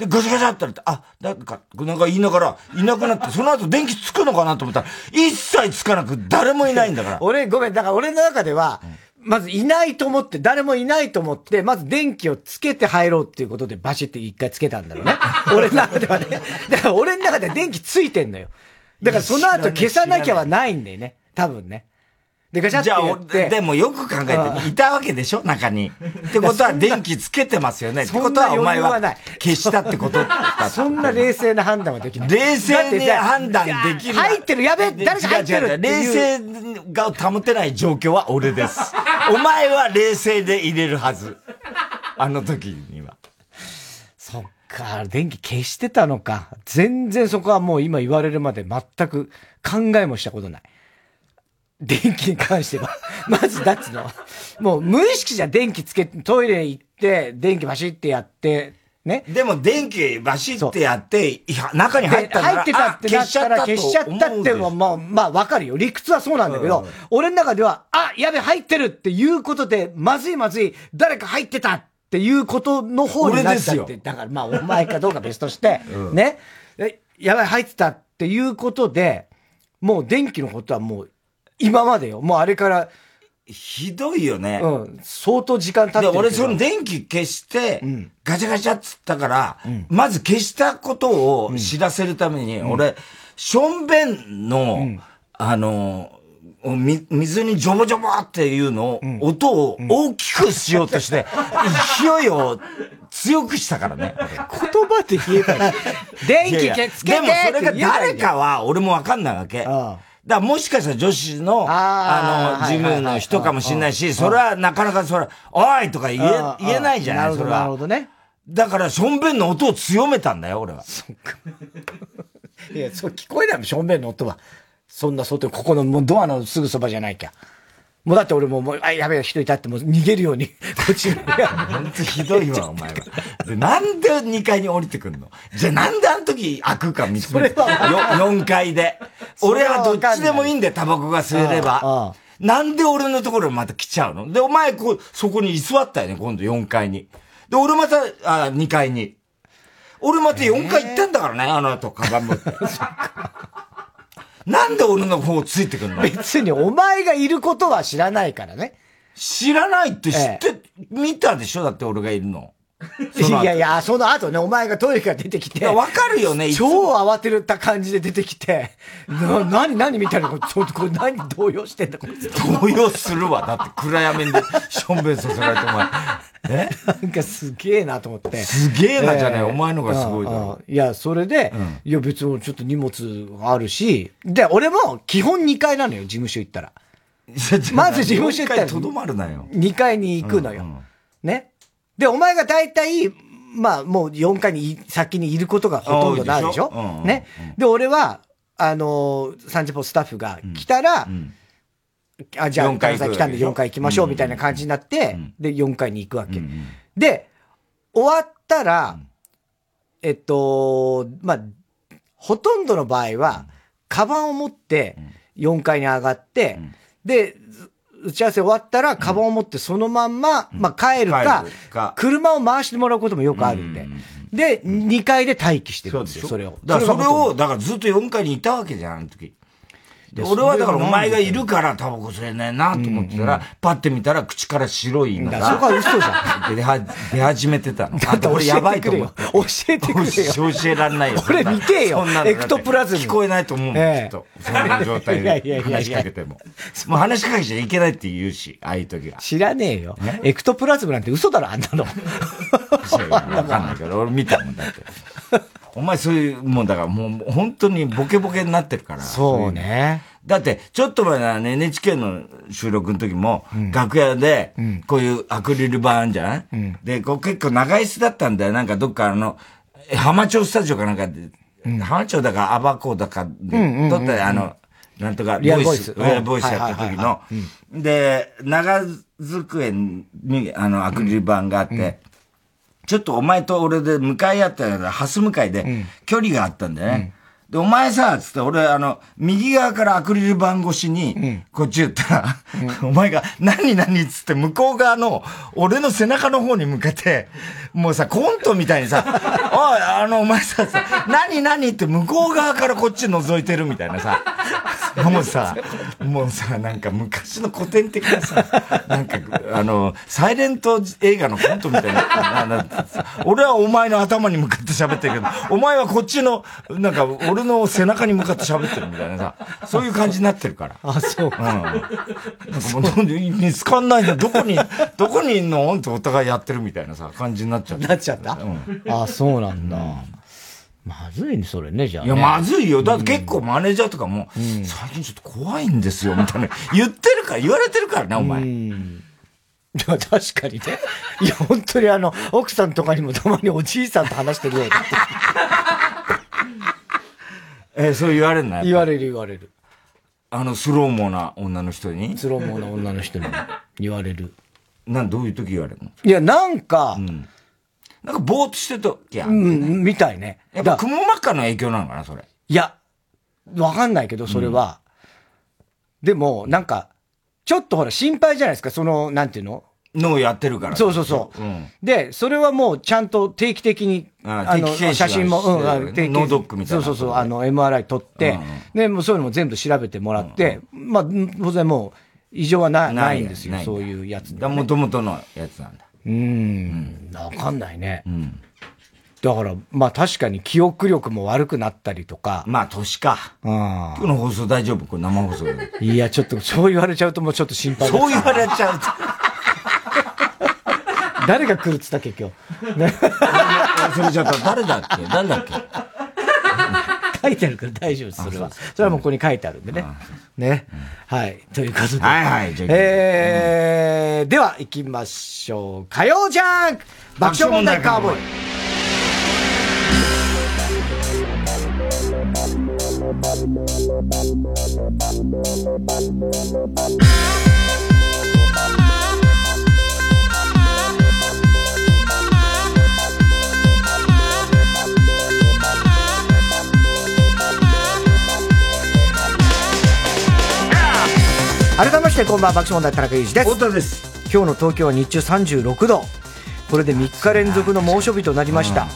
[SPEAKER 1] で、ガチャガチャってなって、あ、なんか、なんか言いながら、いなくなって、その後電気つくのかなと思ったら、一切つかなく、誰もいないんだから。
[SPEAKER 2] 俺、ごめん、だから俺の中では、うんまずいないと思って、誰もいないと思って、まず電気をつけて入ろうっていうことでバシって一回つけたんだ
[SPEAKER 1] <laughs>
[SPEAKER 2] ろうね。俺の中ではね。だから俺の中で電気ついてんのよ。だからその後消さなきゃはないんだよね。多分ね。で、ガチャってやって
[SPEAKER 1] じゃあ、でもよく考えて、いたわけでしょ中に。ってことは電気つけてますよね。ってことはお前は消したってこと
[SPEAKER 2] そんな冷静な判断はできない。
[SPEAKER 1] 冷静に判断できる。
[SPEAKER 2] 入ってるやべ誰か入ってる
[SPEAKER 1] 冷静が保てない状況は俺です。
[SPEAKER 2] <laughs>
[SPEAKER 1] お前は冷静で入れるはず。あの時には。
[SPEAKER 2] そっか、電気消してたのか。全然そこはもう今言われるまで全く考えもしたことない。電気に関しては。 <laughs> まず、だっつの。もう、無意識じゃ電気つけ、トイレ行って、電気バシってやって、ね。
[SPEAKER 1] でも、電気バシってやって、いや、中に入った
[SPEAKER 2] 入ってたってなったら、消しちゃったっても、まあ、まあ、わかるよ。理屈はそうなんだけど、俺の中では、あ、やべ、入ってるっていうことで、まずいまずい、誰か入ってたっていうことの方になっちゃって。だから、まあ、
[SPEAKER 1] <laughs>
[SPEAKER 2] お前かどうか別として、ね。やばい、入ってたっていうことで、もう電気のことはもう、今までよ。もうあれから、
[SPEAKER 1] ひどいよね。
[SPEAKER 2] うん。相当時間経って
[SPEAKER 1] で、
[SPEAKER 2] るけど。
[SPEAKER 1] 俺、その電気消して、ガチャガチャっつったから、まず消したことを知らせるために、俺、ションベンの、あの、み水にジョボジョボっていうのを、音を大きくしようと
[SPEAKER 2] <laughs>
[SPEAKER 1] して、勢いを強くしたからね。
[SPEAKER 2] 言葉で言えばい
[SPEAKER 1] <laughs>
[SPEAKER 2] い電気消つけ
[SPEAKER 1] で
[SPEAKER 2] て
[SPEAKER 1] もそれが
[SPEAKER 2] って言えばいい
[SPEAKER 1] 誰
[SPEAKER 2] んだよ
[SPEAKER 1] かは俺もわかんないわけ。
[SPEAKER 2] ああ
[SPEAKER 1] だからもしかしたら女子の、
[SPEAKER 2] あ
[SPEAKER 1] あの、
[SPEAKER 2] あはい
[SPEAKER 1] 事
[SPEAKER 2] はいはい
[SPEAKER 1] 務の人かもしれないし、それはなかなかそれ、おいとか言え
[SPEAKER 2] ああ、
[SPEAKER 1] 言えないじゃな
[SPEAKER 2] ああ
[SPEAKER 1] い、
[SPEAKER 2] る
[SPEAKER 1] そ
[SPEAKER 2] ほ
[SPEAKER 1] れ
[SPEAKER 2] ど、なる
[SPEAKER 1] は
[SPEAKER 2] ほ。どね。
[SPEAKER 1] だから、ションベンの音を強めたんだよ、俺は。
[SPEAKER 2] いや、そう聞こえないもん、正面の音は。そんな外、ここのもうドアのすぐそばじゃないきゃ。もうだって俺もう、もう、あ、やべえ、人いたってもう逃げるように、 <laughs> こっちに。いや
[SPEAKER 1] 本当ひどいわ、お前は。でなんで2階に降りてくんのじゃあなんであの時開くか見つめて。
[SPEAKER 2] それ
[SPEAKER 1] 4階で。
[SPEAKER 2] それ
[SPEAKER 1] 俺
[SPEAKER 2] はわ
[SPEAKER 1] は
[SPEAKER 2] か
[SPEAKER 1] ど
[SPEAKER 2] んな
[SPEAKER 1] っ
[SPEAKER 2] い
[SPEAKER 1] ちでもいいんだよ、タバコが吸えれ
[SPEAKER 2] ああああ
[SPEAKER 1] ば。なんで俺のところにまた来ちゃうので、お前こう、そこに居座ったよね、今度4階に。で、俺また、あ2階に。俺また4階行ったんだからね、あの後、カバン持って。 <laughs> なんで俺の方ついてくんの
[SPEAKER 2] 別にお前がいることは知らないからね。
[SPEAKER 1] 知らないって知って、見たでしょだって俺がいるの。その後
[SPEAKER 2] いやいや、その後ね、お前がトイレから出てき
[SPEAKER 1] い
[SPEAKER 2] て
[SPEAKER 1] や、。わかるよね、いつ
[SPEAKER 2] 超
[SPEAKER 1] も
[SPEAKER 2] 慌てた感じで出てきて、な、なになにみたいな、ちょっとこれ何動揺してんだ、こいつ。
[SPEAKER 1] 動揺するわ。だって暗闇で <laughs> しょんべんさせられてお前。え
[SPEAKER 2] なんかすげえなと思って。
[SPEAKER 1] すげえなじゃない、
[SPEAKER 2] えー
[SPEAKER 1] お前のがすごいだ
[SPEAKER 2] うんう
[SPEAKER 1] ろ。
[SPEAKER 2] んいや、それで、いや別にちょっと荷物あるし、で、俺も基本2階なのよ、事務所行ったら。まず事務所行ったら
[SPEAKER 1] 一回とどまるなよ。
[SPEAKER 2] 2階に行くのよ。ね。で、お前が大体、まあもう4階にい先にいることがほとんどないでしょ
[SPEAKER 1] 多いでしょうんうん
[SPEAKER 2] ね。で、俺は、あのー、サンジポスタッフが来たら、あじゃあ、
[SPEAKER 1] 4階
[SPEAKER 2] 岡田さん来たんで
[SPEAKER 1] 行くわけでしょ
[SPEAKER 2] 4階行きましょうみたいな感じになって、で、4階に行くわけ。で、終わったら、えっと、まあ、ほとんどの場合は、カバンを持って4階に上がって、で、ず打ち合わせ終わったら、カバンを持ってそのまんま、まあ、帰るか
[SPEAKER 1] 帰るか
[SPEAKER 2] 車を回してもらうこともよくあるんで。で、2階で待機してるんですよ、それを。
[SPEAKER 1] だからそれ
[SPEAKER 2] がほ
[SPEAKER 1] を、
[SPEAKER 2] とんど、
[SPEAKER 1] だからずっと4階にいたわけじゃん、あの時。で
[SPEAKER 2] いや
[SPEAKER 1] 俺はだから
[SPEAKER 2] それはなんで
[SPEAKER 1] お前がいるからタバコ吸えないなと思ってたら、パッて見たら口から白いの
[SPEAKER 2] だからそこ
[SPEAKER 1] が
[SPEAKER 2] は嘘じゃん。
[SPEAKER 1] 出は出始めてたの。
[SPEAKER 2] だ
[SPEAKER 1] <laughs> あ
[SPEAKER 2] って
[SPEAKER 1] と
[SPEAKER 2] 教
[SPEAKER 1] 俺やば
[SPEAKER 2] えて
[SPEAKER 1] いと
[SPEAKER 2] くれ
[SPEAKER 1] 思っ
[SPEAKER 2] よ
[SPEAKER 1] て。。
[SPEAKER 2] 教えてくれよ。
[SPEAKER 1] <laughs> 教えられないよ。
[SPEAKER 2] これ見てよ
[SPEAKER 1] そんなの
[SPEAKER 2] エクトプラズム
[SPEAKER 1] 聞こえないと思うもん、
[SPEAKER 2] ええ
[SPEAKER 1] きっと。そんな状態
[SPEAKER 2] いやいやいや
[SPEAKER 1] で
[SPEAKER 2] いや
[SPEAKER 1] 話しかけても。もう話しかけちゃいけないって言うし、ああいう時は。
[SPEAKER 2] 知らねえよ。エクトプラズムなんて嘘だろ、あんな
[SPEAKER 1] <laughs>
[SPEAKER 2] の。
[SPEAKER 1] わかんないから、俺見たもんだって。お前そういうもんだから、もう本当にボケボケになってるから。
[SPEAKER 2] そうね。
[SPEAKER 1] だって、ちょっと前のあの NHK の収録の時も、楽屋で、こういうアクリル板あんじゃない、で、こう結構長椅子だったんだよ。なんかどっかあの、え浜町スタジオかなんかで、浜町だか、アバコだかで、撮ったあの、なんとか、
[SPEAKER 2] リアル
[SPEAKER 1] ボイス、
[SPEAKER 2] ボイ
[SPEAKER 1] リ
[SPEAKER 2] ス
[SPEAKER 1] アルボイスやった時の、で、長机に、あの、アクリル板があって、ちょっとお前と俺で向かい合ったような、ハス向かいで、距離があったんだよね。で、お前さ、つって、俺、あの、右側からアクリル板越しに、こっち言ったら、お前が、何何っつって、向こう側の、俺の背中の方に向けて、もうさ、コントみたいにさ、 <laughs> おい、あの、お前さ、さ何何って向こう側からこっち覗いてるみたいなさ、 <laughs> もうさ、もうさ、なんか昔の古典的なさ、なんか、あの、サイレント映画のコントみたいな。なな俺はお前の頭に向かって喋ってるけど、お前はこっちの、なんか、俺の背中に向かって喋ってるみたいなさ、そういう感じになってるから。
[SPEAKER 2] あ、そう
[SPEAKER 1] うん。なんかもうどんどん見つかんないの、どこに、どこにいんのってお互いやってるみたいなさ、感じになっちゃって。
[SPEAKER 2] なっちゃった
[SPEAKER 1] うん
[SPEAKER 2] あ、そうなんだ。まずいね、それね、じゃあ
[SPEAKER 1] い
[SPEAKER 2] ね。
[SPEAKER 1] や、まずいよ。だって結構マネージャーとかも、最近ちょっと怖いんですよ、みたいな。言ってるから、言われてるからね、お前。
[SPEAKER 2] いや、確かにね。いや、本当にあの、奥さんとかにもたまにおじいさんと話してるようだって
[SPEAKER 1] えーそう言われんな
[SPEAKER 2] 言
[SPEAKER 1] い
[SPEAKER 2] われる言われる。
[SPEAKER 1] あの、スローモーな女の人に
[SPEAKER 2] スローモーの女の人にも言われる。
[SPEAKER 1] なん、どういう時言われるの
[SPEAKER 2] いや、なんか、
[SPEAKER 1] なんか、ぼーっとしてるときや。
[SPEAKER 2] うん、みたいね。
[SPEAKER 1] やっ
[SPEAKER 2] だ
[SPEAKER 1] ぱ、雲真っ赤の影響なのかな、それ。
[SPEAKER 2] いや、わかんないけど、それは。でも、なんか、ちょっとほら、心配じゃないですか、その、なんていうの
[SPEAKER 1] のをやってるから。
[SPEAKER 2] そうそうそう。うん、で、それはもうちゃんと定期的に、
[SPEAKER 1] あの、、
[SPEAKER 2] 写真も、うん
[SPEAKER 1] 定期ノードックみたい
[SPEAKER 2] な。そうそうそう、あの、MRI 撮って、で、もうそういうのも全部調べてもらって、まあ、当然もう、異常はないないんですよ、そういうやつ、
[SPEAKER 1] ね。もともとのやつなんだ。
[SPEAKER 2] うん、わかんないね。うんだから、まあ確かに記憶力も悪くなったりとか。
[SPEAKER 1] まあ年か。うん。今日の放送大丈夫これ生放送で。
[SPEAKER 2] <laughs> いや、ちょっとそう言われちゃうともうちょっと心配
[SPEAKER 1] そう言われちゃうと。
[SPEAKER 2] 誰が来るっつったっけ今日。
[SPEAKER 1] <laughs> 忘れちゃった。誰だっけ誰だっけ
[SPEAKER 2] 書いてあるから大丈夫です、それは。それはもうここに書いてあるんでね。ね。はい。ということで。
[SPEAKER 1] はいはい。
[SPEAKER 2] えー、では行きましょう。火曜ジャンク爆笑問題カーボーイ改めましてこんばんは爆笑問題田中裕二です
[SPEAKER 1] 太田です
[SPEAKER 2] 今日の東京は日中36度これで3日連続の猛暑日となりました、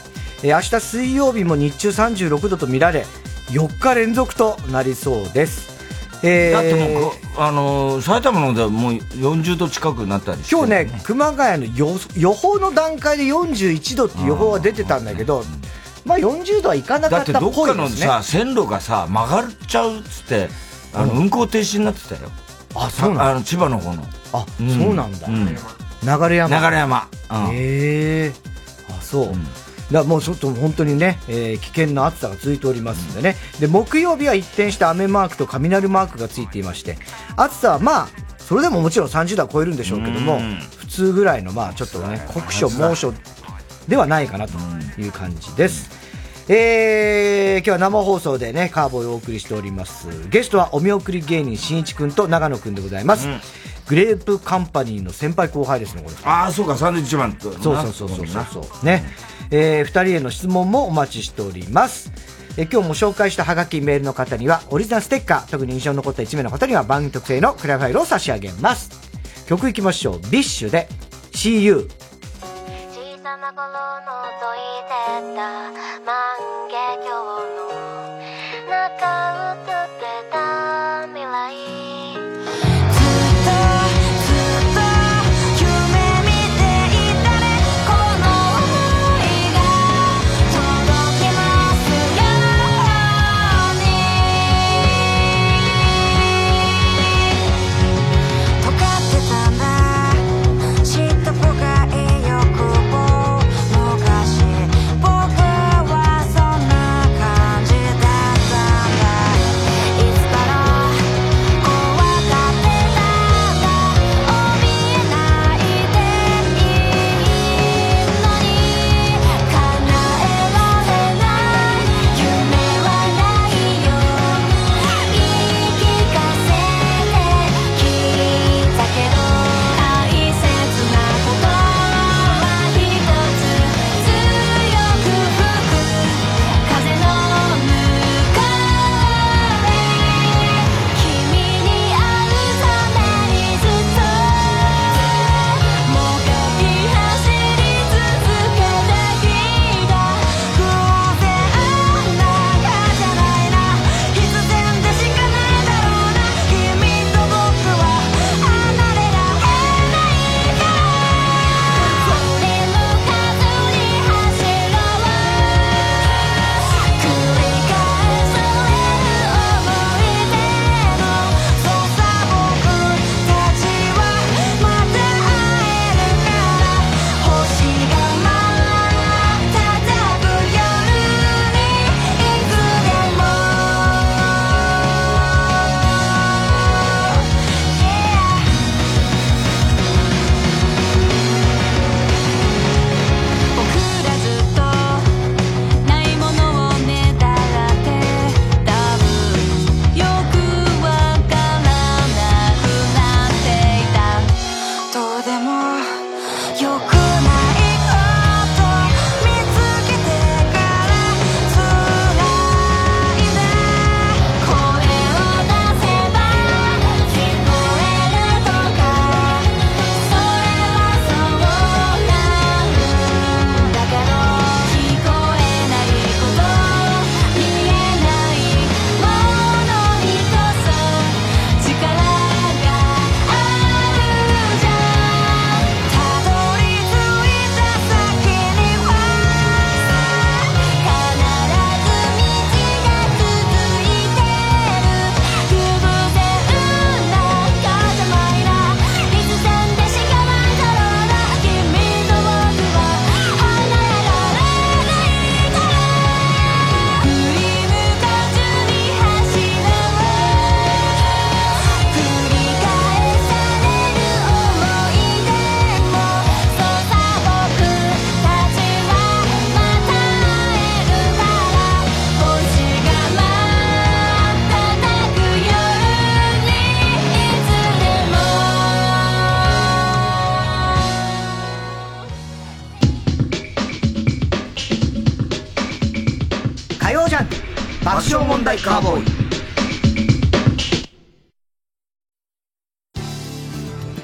[SPEAKER 2] え明日水曜日も日中36度と見られ4日連続となりそうです。
[SPEAKER 1] えー、だってもうあのー、埼玉の方ではもう40度近くなったり
[SPEAKER 2] して、ね、今日ね、熊谷の予予報の段階で41度って予報は出てたんだけど、まあ40度はいかなかったっぽいですね。
[SPEAKER 1] だってどっかのさ線路がさ曲がっちゃうっつってあの運行停止になってたよ。
[SPEAKER 2] うん、あそうなん
[SPEAKER 1] あの千葉の方の。
[SPEAKER 2] あ、うん、そうなんだ。うん、流
[SPEAKER 1] 山。流山。
[SPEAKER 2] へ、うん、えー、あそう。だもうちょっと本当にね、えー、危険な暑さが続いておりますんでね、で木曜日は一転して雨マークと雷マークがついていまして暑さはまあそれでももちろん30度は超えるんでしょうけども普通ぐらいのまあちょっとね酷暑猛暑ではないかなという感じです。えー、今日は生放送でね、カーボーイをお送りしております。ゲストはお見送り芸人しんいちくんと長野くんでございます。うん、グレープカンパニーの先輩後輩ですね、これ。
[SPEAKER 1] ああ、そうか、サンドイッチマン
[SPEAKER 2] と。そうそうそうそうそう。ね。えー、2人への質問もお待ちしております。えー、今日も紹介したハガキメールの方には、オリジナルステッカー、特に印象に残った1名の方には番組特製のクラファイルを差し上げます。曲いきましょう。ビッシュで、See You。小さな頃の解いてた万華鏡の中映ってた未来火曜ジャンク爆笑問題カーボーイ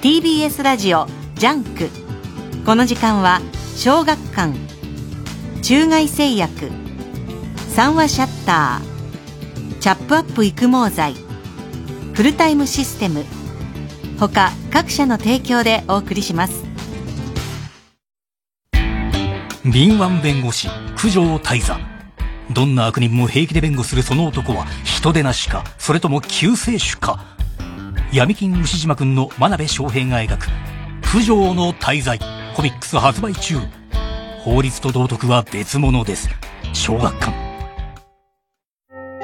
[SPEAKER 3] TBS ラジオジャンクこの時間は小学館中外製薬三話シャッターチャップアップ育毛剤フルタイムシステム他各社の提供でお送りします
[SPEAKER 4] 敏腕弁護士九条大座どんな悪人も平気で弁護するその男は人でなしかそれとも救世主か闇金牛島くんの真鍋翔平が描く九条の滞在コミックス発売中法律と道徳は別物です小学館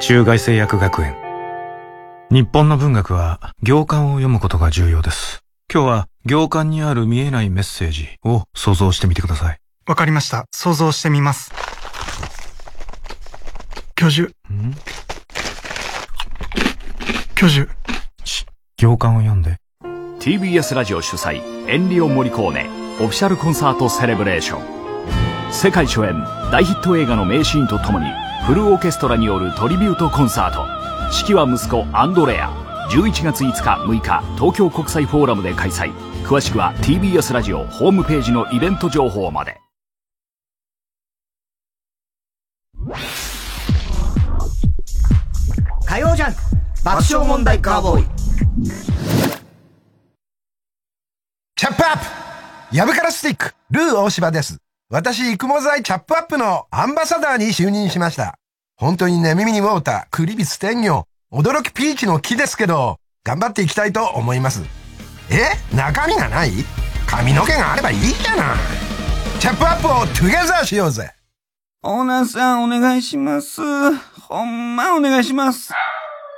[SPEAKER 5] 中外製薬学園日本の文学は行間を読むことが重要です今日は行間にある見えないメッセージを想像してみてください
[SPEAKER 6] わかりました。想像してみます。教授。教授。
[SPEAKER 5] 行間を読んで
[SPEAKER 7] TBS ラジオ主催エンリオ・モリコーネオフィシャルコンサートセレブレーション世界初演大ヒット映画の名シーンとともにフルオーケストラによるトリビュートコンサート指揮は息子アンドレア11月5日6日東京国際フォーラムで開催詳しくは TBS ラジオホームページのイベント情報まで
[SPEAKER 2] 火曜ジャンク爆笑問題カーボーイ
[SPEAKER 8] チャップアップヤブカラスティックルー大柴です。私、育毛剤チャップアップのアンバサダーに就任しました。本当にね、耳にウォーター、クリビス天魚、驚きピーチの木ですけど、頑張っていきたいと思います。え中身がない髪の毛があればいいじゃない。チャップアップをトゥゲザーしようぜ
[SPEAKER 9] オーナーさん、お願いします。ほんま、お願いします。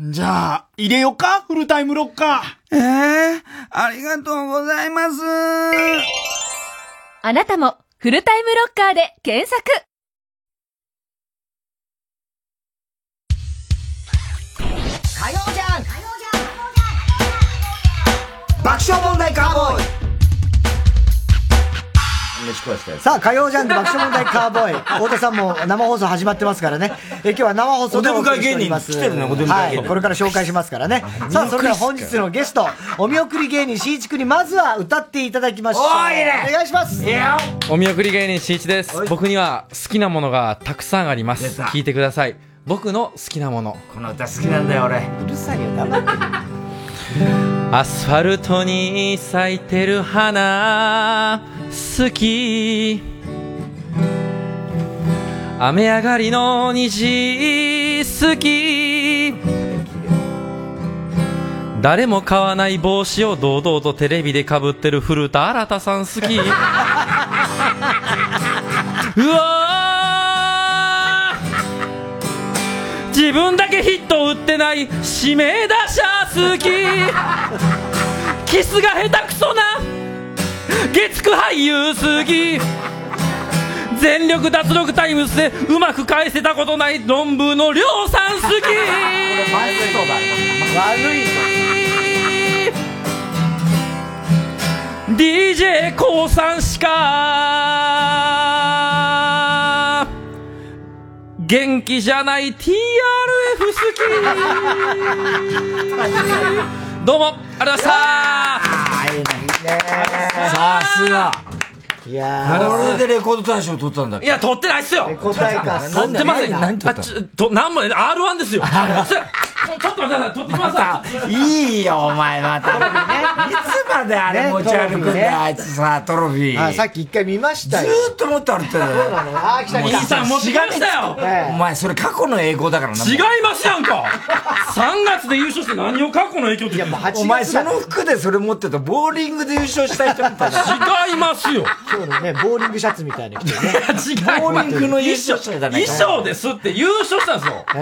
[SPEAKER 10] じゃあ、入れようかフルタイムロッカー。
[SPEAKER 9] ええありがとうございます。
[SPEAKER 11] あなたもフルタイムロッカーで検索
[SPEAKER 2] 火曜ジャンク爆笑問題カーボーイ
[SPEAKER 12] 飯食わしたやつ
[SPEAKER 2] さあ、火曜ジャンク爆笑問題カーボーイ。太田さんも生放送始まってますからね。え今日は生放送でお送りしております
[SPEAKER 1] お出迎え芸人来てるねお出迎え芸人
[SPEAKER 2] はい、これから紹介しますからね。さあ、それでは本日のゲスト、お見送り芸人しいちくんにまずは歌っていただきましょう。お願いします。
[SPEAKER 13] お見送り芸人しんいちです僕には好きなものがたくさんあります聞いてください僕の好きなものこの歌好きなんだよ俺
[SPEAKER 2] うるさいよ、黙って。
[SPEAKER 13] アスファルトに咲いてる花好き雨上がりの虹好き誰も買わない帽子を堂々とテレビでかぶってる古田新太さん好き <laughs> うわー自分だけヒット打ってない指名打者好きキスが下手くそな月9俳優好き全力脱力タイムスでうまく返せたことない論文のりょうさん好き
[SPEAKER 2] 悪い
[SPEAKER 13] d j k o さんしか元気じゃない TRF 好きどうもありがとうございました
[SPEAKER 1] さすが。
[SPEAKER 2] いや
[SPEAKER 1] これでレコード大賞取ったんだっけ
[SPEAKER 13] いや取ってないっすよ
[SPEAKER 2] 答えか。
[SPEAKER 13] 取ってません
[SPEAKER 1] 何取ったの
[SPEAKER 13] あちょとなんも R1 ですよそれちょっと待ってください取ってきますわ
[SPEAKER 1] いいよ、お前また。いつなんだよ、あれ
[SPEAKER 2] ね
[SPEAKER 1] 持ち歩くん
[SPEAKER 2] トロフィーね
[SPEAKER 1] だよ、あいつさ、トロフィー。
[SPEAKER 2] あさっき一回見ました
[SPEAKER 1] ず
[SPEAKER 2] よ。
[SPEAKER 1] ーっと持って歩いてた
[SPEAKER 2] そうなのあー来た来た
[SPEAKER 1] しがみつく
[SPEAKER 13] 持ってきましたよええ
[SPEAKER 1] お前、それ過去の栄光だからな。
[SPEAKER 13] 違いますやんか !3 月で優勝して何を過去の影響って言ってんの
[SPEAKER 1] お前、その服でそれ持ってたボーリングで優勝した人みたい <laughs> な。
[SPEAKER 13] 違いますよ。
[SPEAKER 2] 今日のね、ボーリングシャツみたいな着
[SPEAKER 1] <laughs>
[SPEAKER 2] てね。
[SPEAKER 13] 違う
[SPEAKER 1] ボーリングの優勝者じゃない
[SPEAKER 13] 衣
[SPEAKER 1] か
[SPEAKER 13] 装ですって優勝したんですよ。あん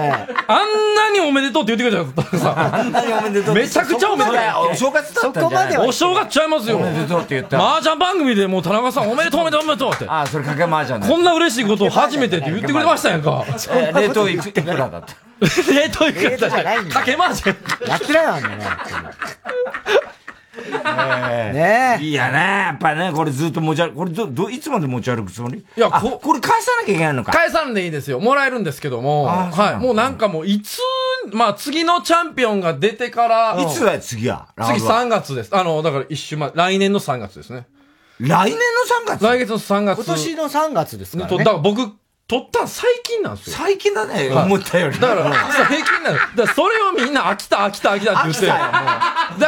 [SPEAKER 13] なにおめでとうって言ってくれたんですよ。あんなにおめでとうめちゃくちゃおめでとう。
[SPEAKER 1] お正月だったんじゃない
[SPEAKER 13] お正月ちゃいますよ。
[SPEAKER 1] おめでとうって言った
[SPEAKER 13] 麻雀番組でもう田中さんおめでとうおめでとうおめでとうって。
[SPEAKER 1] あ、それかけ麻雀だ
[SPEAKER 13] こんな嬉しいことを初めてって言ってくれましたやん <laughs> か。
[SPEAKER 1] えー冷凍いくいくらだった
[SPEAKER 13] 冷凍いくらだった <laughs>
[SPEAKER 1] 冷凍じゃないんだよ
[SPEAKER 13] かけ麻雀。
[SPEAKER 2] やってないわね。 <laughs>
[SPEAKER 1] ねえ。いいやね、やっぱね、これずっと持ち歩く。これど、ど、いつまで持ち歩くつもりいや、ここれ返さなきゃいけないの
[SPEAKER 13] <laughs>
[SPEAKER 1] か。
[SPEAKER 13] 返さんでいいですよ。もらえるんですけども。
[SPEAKER 1] あそう
[SPEAKER 13] はい。もうなんかもう、いつ、まあ次のチャンピオンが出てから。
[SPEAKER 1] いつだよ、次は。
[SPEAKER 13] 次
[SPEAKER 1] ラウン
[SPEAKER 13] 3月です。あの、だから一週前、来年の3月ですね。
[SPEAKER 1] 来年の3月
[SPEAKER 13] 来月の3月。
[SPEAKER 2] 今年の3月ですから
[SPEAKER 13] と
[SPEAKER 2] ね
[SPEAKER 13] だ。から僕、取ったん最近なんですよ。
[SPEAKER 1] 最近だね思ったより
[SPEAKER 13] だから、平均 <laughs> なんですだからそれをみんな飽きた、飽きた、飽きたって言って。だ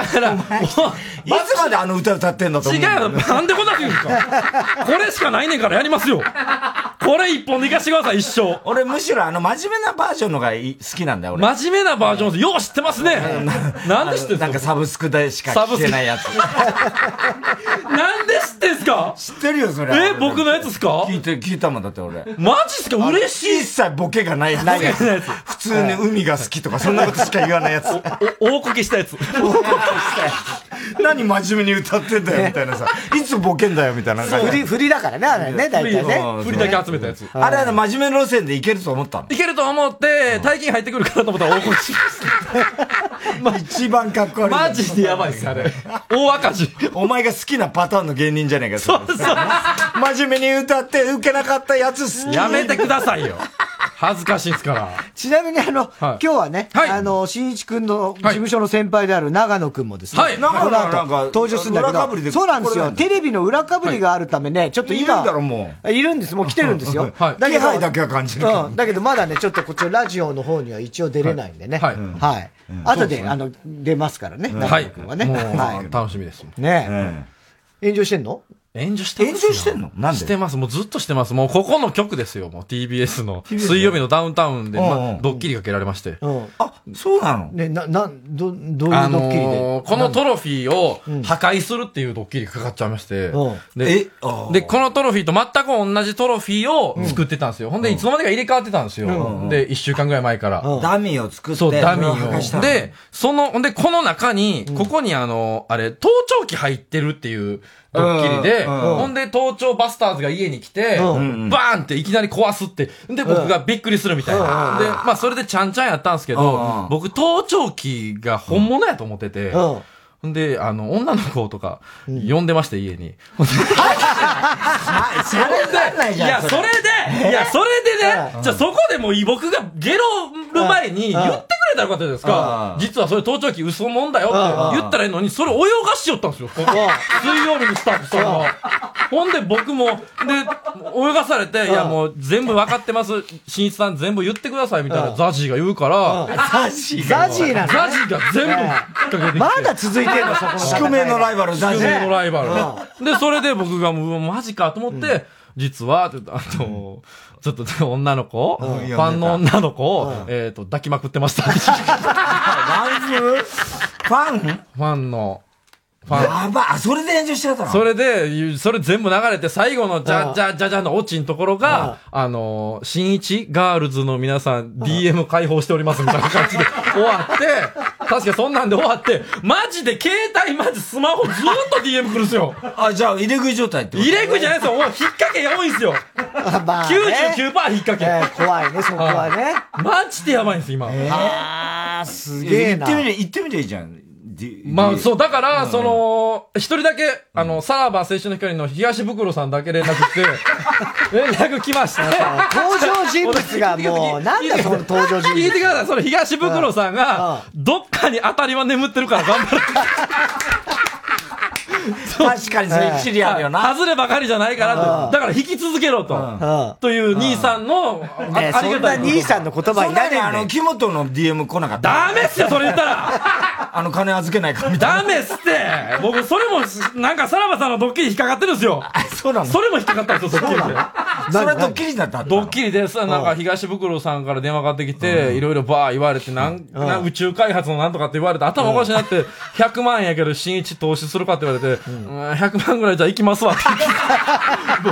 [SPEAKER 13] から、もう、
[SPEAKER 1] ドいつまであの歌歌ってんだと思
[SPEAKER 13] 違
[SPEAKER 1] う
[SPEAKER 13] うん
[SPEAKER 1] だ
[SPEAKER 13] よ。なんでこんなこと言うんですか。これしかないねんからやりますよ。これ一本でいかしてください、一生。
[SPEAKER 1] 俺むしろあの真面目なバージョンのがい好きなんだよ、俺。
[SPEAKER 13] 真面目なバージョンです。よう知ってますね。なんで知ってんす
[SPEAKER 1] なんかサブスクでしか聞けないやつ。
[SPEAKER 13] なんで知ってんすか
[SPEAKER 1] 知ってるよ、それ。
[SPEAKER 13] え僕のやつっすか
[SPEAKER 1] 聞いて、聞いたもんだって俺。
[SPEAKER 13] マジっすか嬉しい。
[SPEAKER 1] 一切ボケがないやつ。
[SPEAKER 13] ボケがないやつ
[SPEAKER 1] 普通に海が好きとか、そんなことしか言わないやつ。 <laughs>
[SPEAKER 13] 大こけしたやつ。
[SPEAKER 1] 何真面目に歌ってんだよ、みたいなさ。いつボケんだよ、みたいな感じ。
[SPEAKER 2] 振り、振りだからね、あれね、大体ね。
[SPEAKER 13] 振りだけ集めたやつ。
[SPEAKER 1] あれはね真面目路線でいけると思ったの。
[SPEAKER 13] いけると思って、大金入ってくるかなと思ったら大こけし
[SPEAKER 1] <laughs> 一番かっこ悪い。
[SPEAKER 13] マジでやばいっす、あれ。大赤字。
[SPEAKER 1] お前が好きなパターンの芸人じゃねえか、そうそう。真面目に歌って受けなかったやつ好き。
[SPEAKER 13] やめてくださいよ。恥ずかしいですから。
[SPEAKER 2] ちなみにあの、今日はね、あの、新一くんの事務所の先輩である長野くんもですね、
[SPEAKER 13] はい
[SPEAKER 2] この
[SPEAKER 1] 長野はなんか
[SPEAKER 2] 後登場するんだけ
[SPEAKER 1] 裏かぶりで
[SPEAKER 2] ど、そうなんです
[SPEAKER 1] これな
[SPEAKER 2] よ。
[SPEAKER 1] んだ
[SPEAKER 2] テレビの裏かぶりがあるためね、ちょっと
[SPEAKER 1] いる
[SPEAKER 2] 今
[SPEAKER 1] んだろ、も
[SPEAKER 2] いるんです、もう来てるんですよ。
[SPEAKER 13] はい
[SPEAKER 1] 気配だけは感じるけど
[SPEAKER 2] うん、だけどまだね、ちょっとこっちのラジオの方には一応出れないんでね。
[SPEAKER 13] は
[SPEAKER 2] はいい。
[SPEAKER 13] うん
[SPEAKER 2] はい後で、あの、出ますからね、
[SPEAKER 13] は
[SPEAKER 2] 長野
[SPEAKER 13] い
[SPEAKER 2] くんは。ね。
[SPEAKER 13] も
[SPEAKER 2] は
[SPEAKER 13] う、楽しみです。
[SPEAKER 2] い。ねえ炎上してんの
[SPEAKER 13] 炎上して
[SPEAKER 1] う。
[SPEAKER 13] ま
[SPEAKER 1] 炎
[SPEAKER 13] すよ
[SPEAKER 1] 上してんのなん
[SPEAKER 13] して
[SPEAKER 1] で
[SPEAKER 13] ます。もうずっとしてます。もうここの曲ですよ。もう TBS の水曜日のダウンタウンで、
[SPEAKER 1] うん
[SPEAKER 13] まあドッキリかけられまして。
[SPEAKER 2] うん。
[SPEAKER 1] あ、そうなの
[SPEAKER 2] ね、な、なん、ど、どうい
[SPEAKER 13] あ
[SPEAKER 2] うドッキリ
[SPEAKER 13] のー
[SPEAKER 2] で。
[SPEAKER 13] このトロフィーを破壊するっていうドッキリかかっちゃいまして
[SPEAKER 2] うん。
[SPEAKER 13] で
[SPEAKER 1] えあー
[SPEAKER 13] で、このトロフィーと全く同じトロフィーを作ってたんですよ。ほんで、いつの間にか入れ替わってたんですよ。で、1週間ぐらい前から。
[SPEAKER 1] ダミーを作って。
[SPEAKER 13] そう、ダミ
[SPEAKER 1] それを剥がし
[SPEAKER 13] ー
[SPEAKER 1] た
[SPEAKER 13] を。
[SPEAKER 1] の
[SPEAKER 13] で、、その、ほんで、この中に、ここにあの、あれ、盗聴器入ってるっていうドッキリで、
[SPEAKER 1] うん
[SPEAKER 13] ほんで、盗聴バスターズが家に来て、バ
[SPEAKER 1] ん
[SPEAKER 13] ーンっていきなり壊すって、で、僕がびっくりするみたいな。で、まあ、それでちゃんちゃんやったんですけ
[SPEAKER 1] う
[SPEAKER 13] ど
[SPEAKER 1] ん、
[SPEAKER 13] 僕、盗聴器が本物やと思ってて、
[SPEAKER 2] うん。
[SPEAKER 13] ほんで、あの、女の子とか、呼んでまして、家に。
[SPEAKER 1] それなんない
[SPEAKER 13] い
[SPEAKER 1] じゃ
[SPEAKER 13] や、
[SPEAKER 1] ん。
[SPEAKER 13] それで、いや、それでね、じゃあそこでもう僕がゲロる前に言ってくれたらよかったじゃないですか
[SPEAKER 1] う。ん
[SPEAKER 13] 実はそれ盗聴器嘘もんだよって言ったらいいのに、それ泳がしよったんですよ。この水曜日にスタッフさんが。ほんで僕も、で、泳がされて、いやもう全部分かってます。新一さん全部言ってくださいみたいなザジーが言うから、
[SPEAKER 1] ザジー
[SPEAKER 2] ザジーなの
[SPEAKER 13] ザジーが全部引っ掛けてきて。
[SPEAKER 2] まだ続いてんの、そこの戦い
[SPEAKER 1] 宿命のライバル、ザ
[SPEAKER 13] 運
[SPEAKER 1] ジ
[SPEAKER 13] 命
[SPEAKER 1] ー。
[SPEAKER 13] のライバル。で、それで僕が、もう、マジかと思って、実は、ちょっと、あの、ちょっと、女の子、フ
[SPEAKER 1] ん
[SPEAKER 13] ァンの女の子を、えっと、抱きまくってました。フ
[SPEAKER 1] ライブファン
[SPEAKER 13] ァンの、ファン。
[SPEAKER 1] やばい。あ、それで炎上してたの
[SPEAKER 13] それで、それ全部流れて、最後のじゃじゃじゃじゃのオチのところが、あの、新一ガールズの皆さん、DM 解放しておりますみたいな感じで終わって、確かそんなんで終わって、マジで携帯、マジスマホずーっと DM 来るんですよ。
[SPEAKER 1] あ、じゃあ入れ食い状態ってこと
[SPEAKER 13] 入れ食いじゃないですよ。もう引っ掛けが多いん
[SPEAKER 2] <laughs>
[SPEAKER 13] ですよ。
[SPEAKER 2] あまあね
[SPEAKER 13] 99%引っ掛
[SPEAKER 2] え
[SPEAKER 13] け。
[SPEAKER 2] ー怖いね、そこはね。
[SPEAKER 13] マジでやばいんです、今。
[SPEAKER 2] あ、すげえ
[SPEAKER 1] 行
[SPEAKER 2] な。
[SPEAKER 1] ってみりゃ、行ってみりゃいいじゃん。D-
[SPEAKER 13] まあ、そう、
[SPEAKER 1] う。
[SPEAKER 13] だから、その、一人だけ、あの、さらば青春の光の東袋さんだけ連絡来
[SPEAKER 2] <laughs>
[SPEAKER 13] て、連絡来まして、
[SPEAKER 2] 登場人物がもう、なんだよその登場人
[SPEAKER 13] 聞いてく
[SPEAKER 2] 物。
[SPEAKER 13] ださい、その東袋さん
[SPEAKER 2] うんうん
[SPEAKER 13] が、どっかに当たりは眠ってるから頑張る。
[SPEAKER 1] 確かにそれ一
[SPEAKER 2] <laughs>
[SPEAKER 1] 理あるよな。
[SPEAKER 13] 外ればかりじゃないからと、だから引き続けろと。
[SPEAKER 2] うん。
[SPEAKER 13] という兄さんの、あありが
[SPEAKER 2] ねそんな
[SPEAKER 13] たいこと
[SPEAKER 2] 兄さんの言葉
[SPEAKER 1] そ
[SPEAKER 2] い
[SPEAKER 1] んな
[SPEAKER 2] ら
[SPEAKER 1] にあ
[SPEAKER 2] ねえ
[SPEAKER 1] の、
[SPEAKER 2] んだよ。
[SPEAKER 1] 木本の DM 来なかった。
[SPEAKER 13] ダメっすよ、それ言ったら
[SPEAKER 1] あの金預けないかみたいな。
[SPEAKER 13] ダメっすって僕、それもし、なんか、さらばさんのドッキリ引っかかってるんですよ。
[SPEAKER 1] そうなの
[SPEAKER 13] それも引っかかったんですよ、ドッキリで。
[SPEAKER 1] それはドッキリだった
[SPEAKER 13] ドッキリでさ、なんか、東袋さんから電話かかってきて、いろいろばー言われて、なん、な宇宙開発のなんとかって言われて、頭おかしいなって、100万円やけど、新一投資するかって言われて、うん100万ぐらいじゃ行きますわって言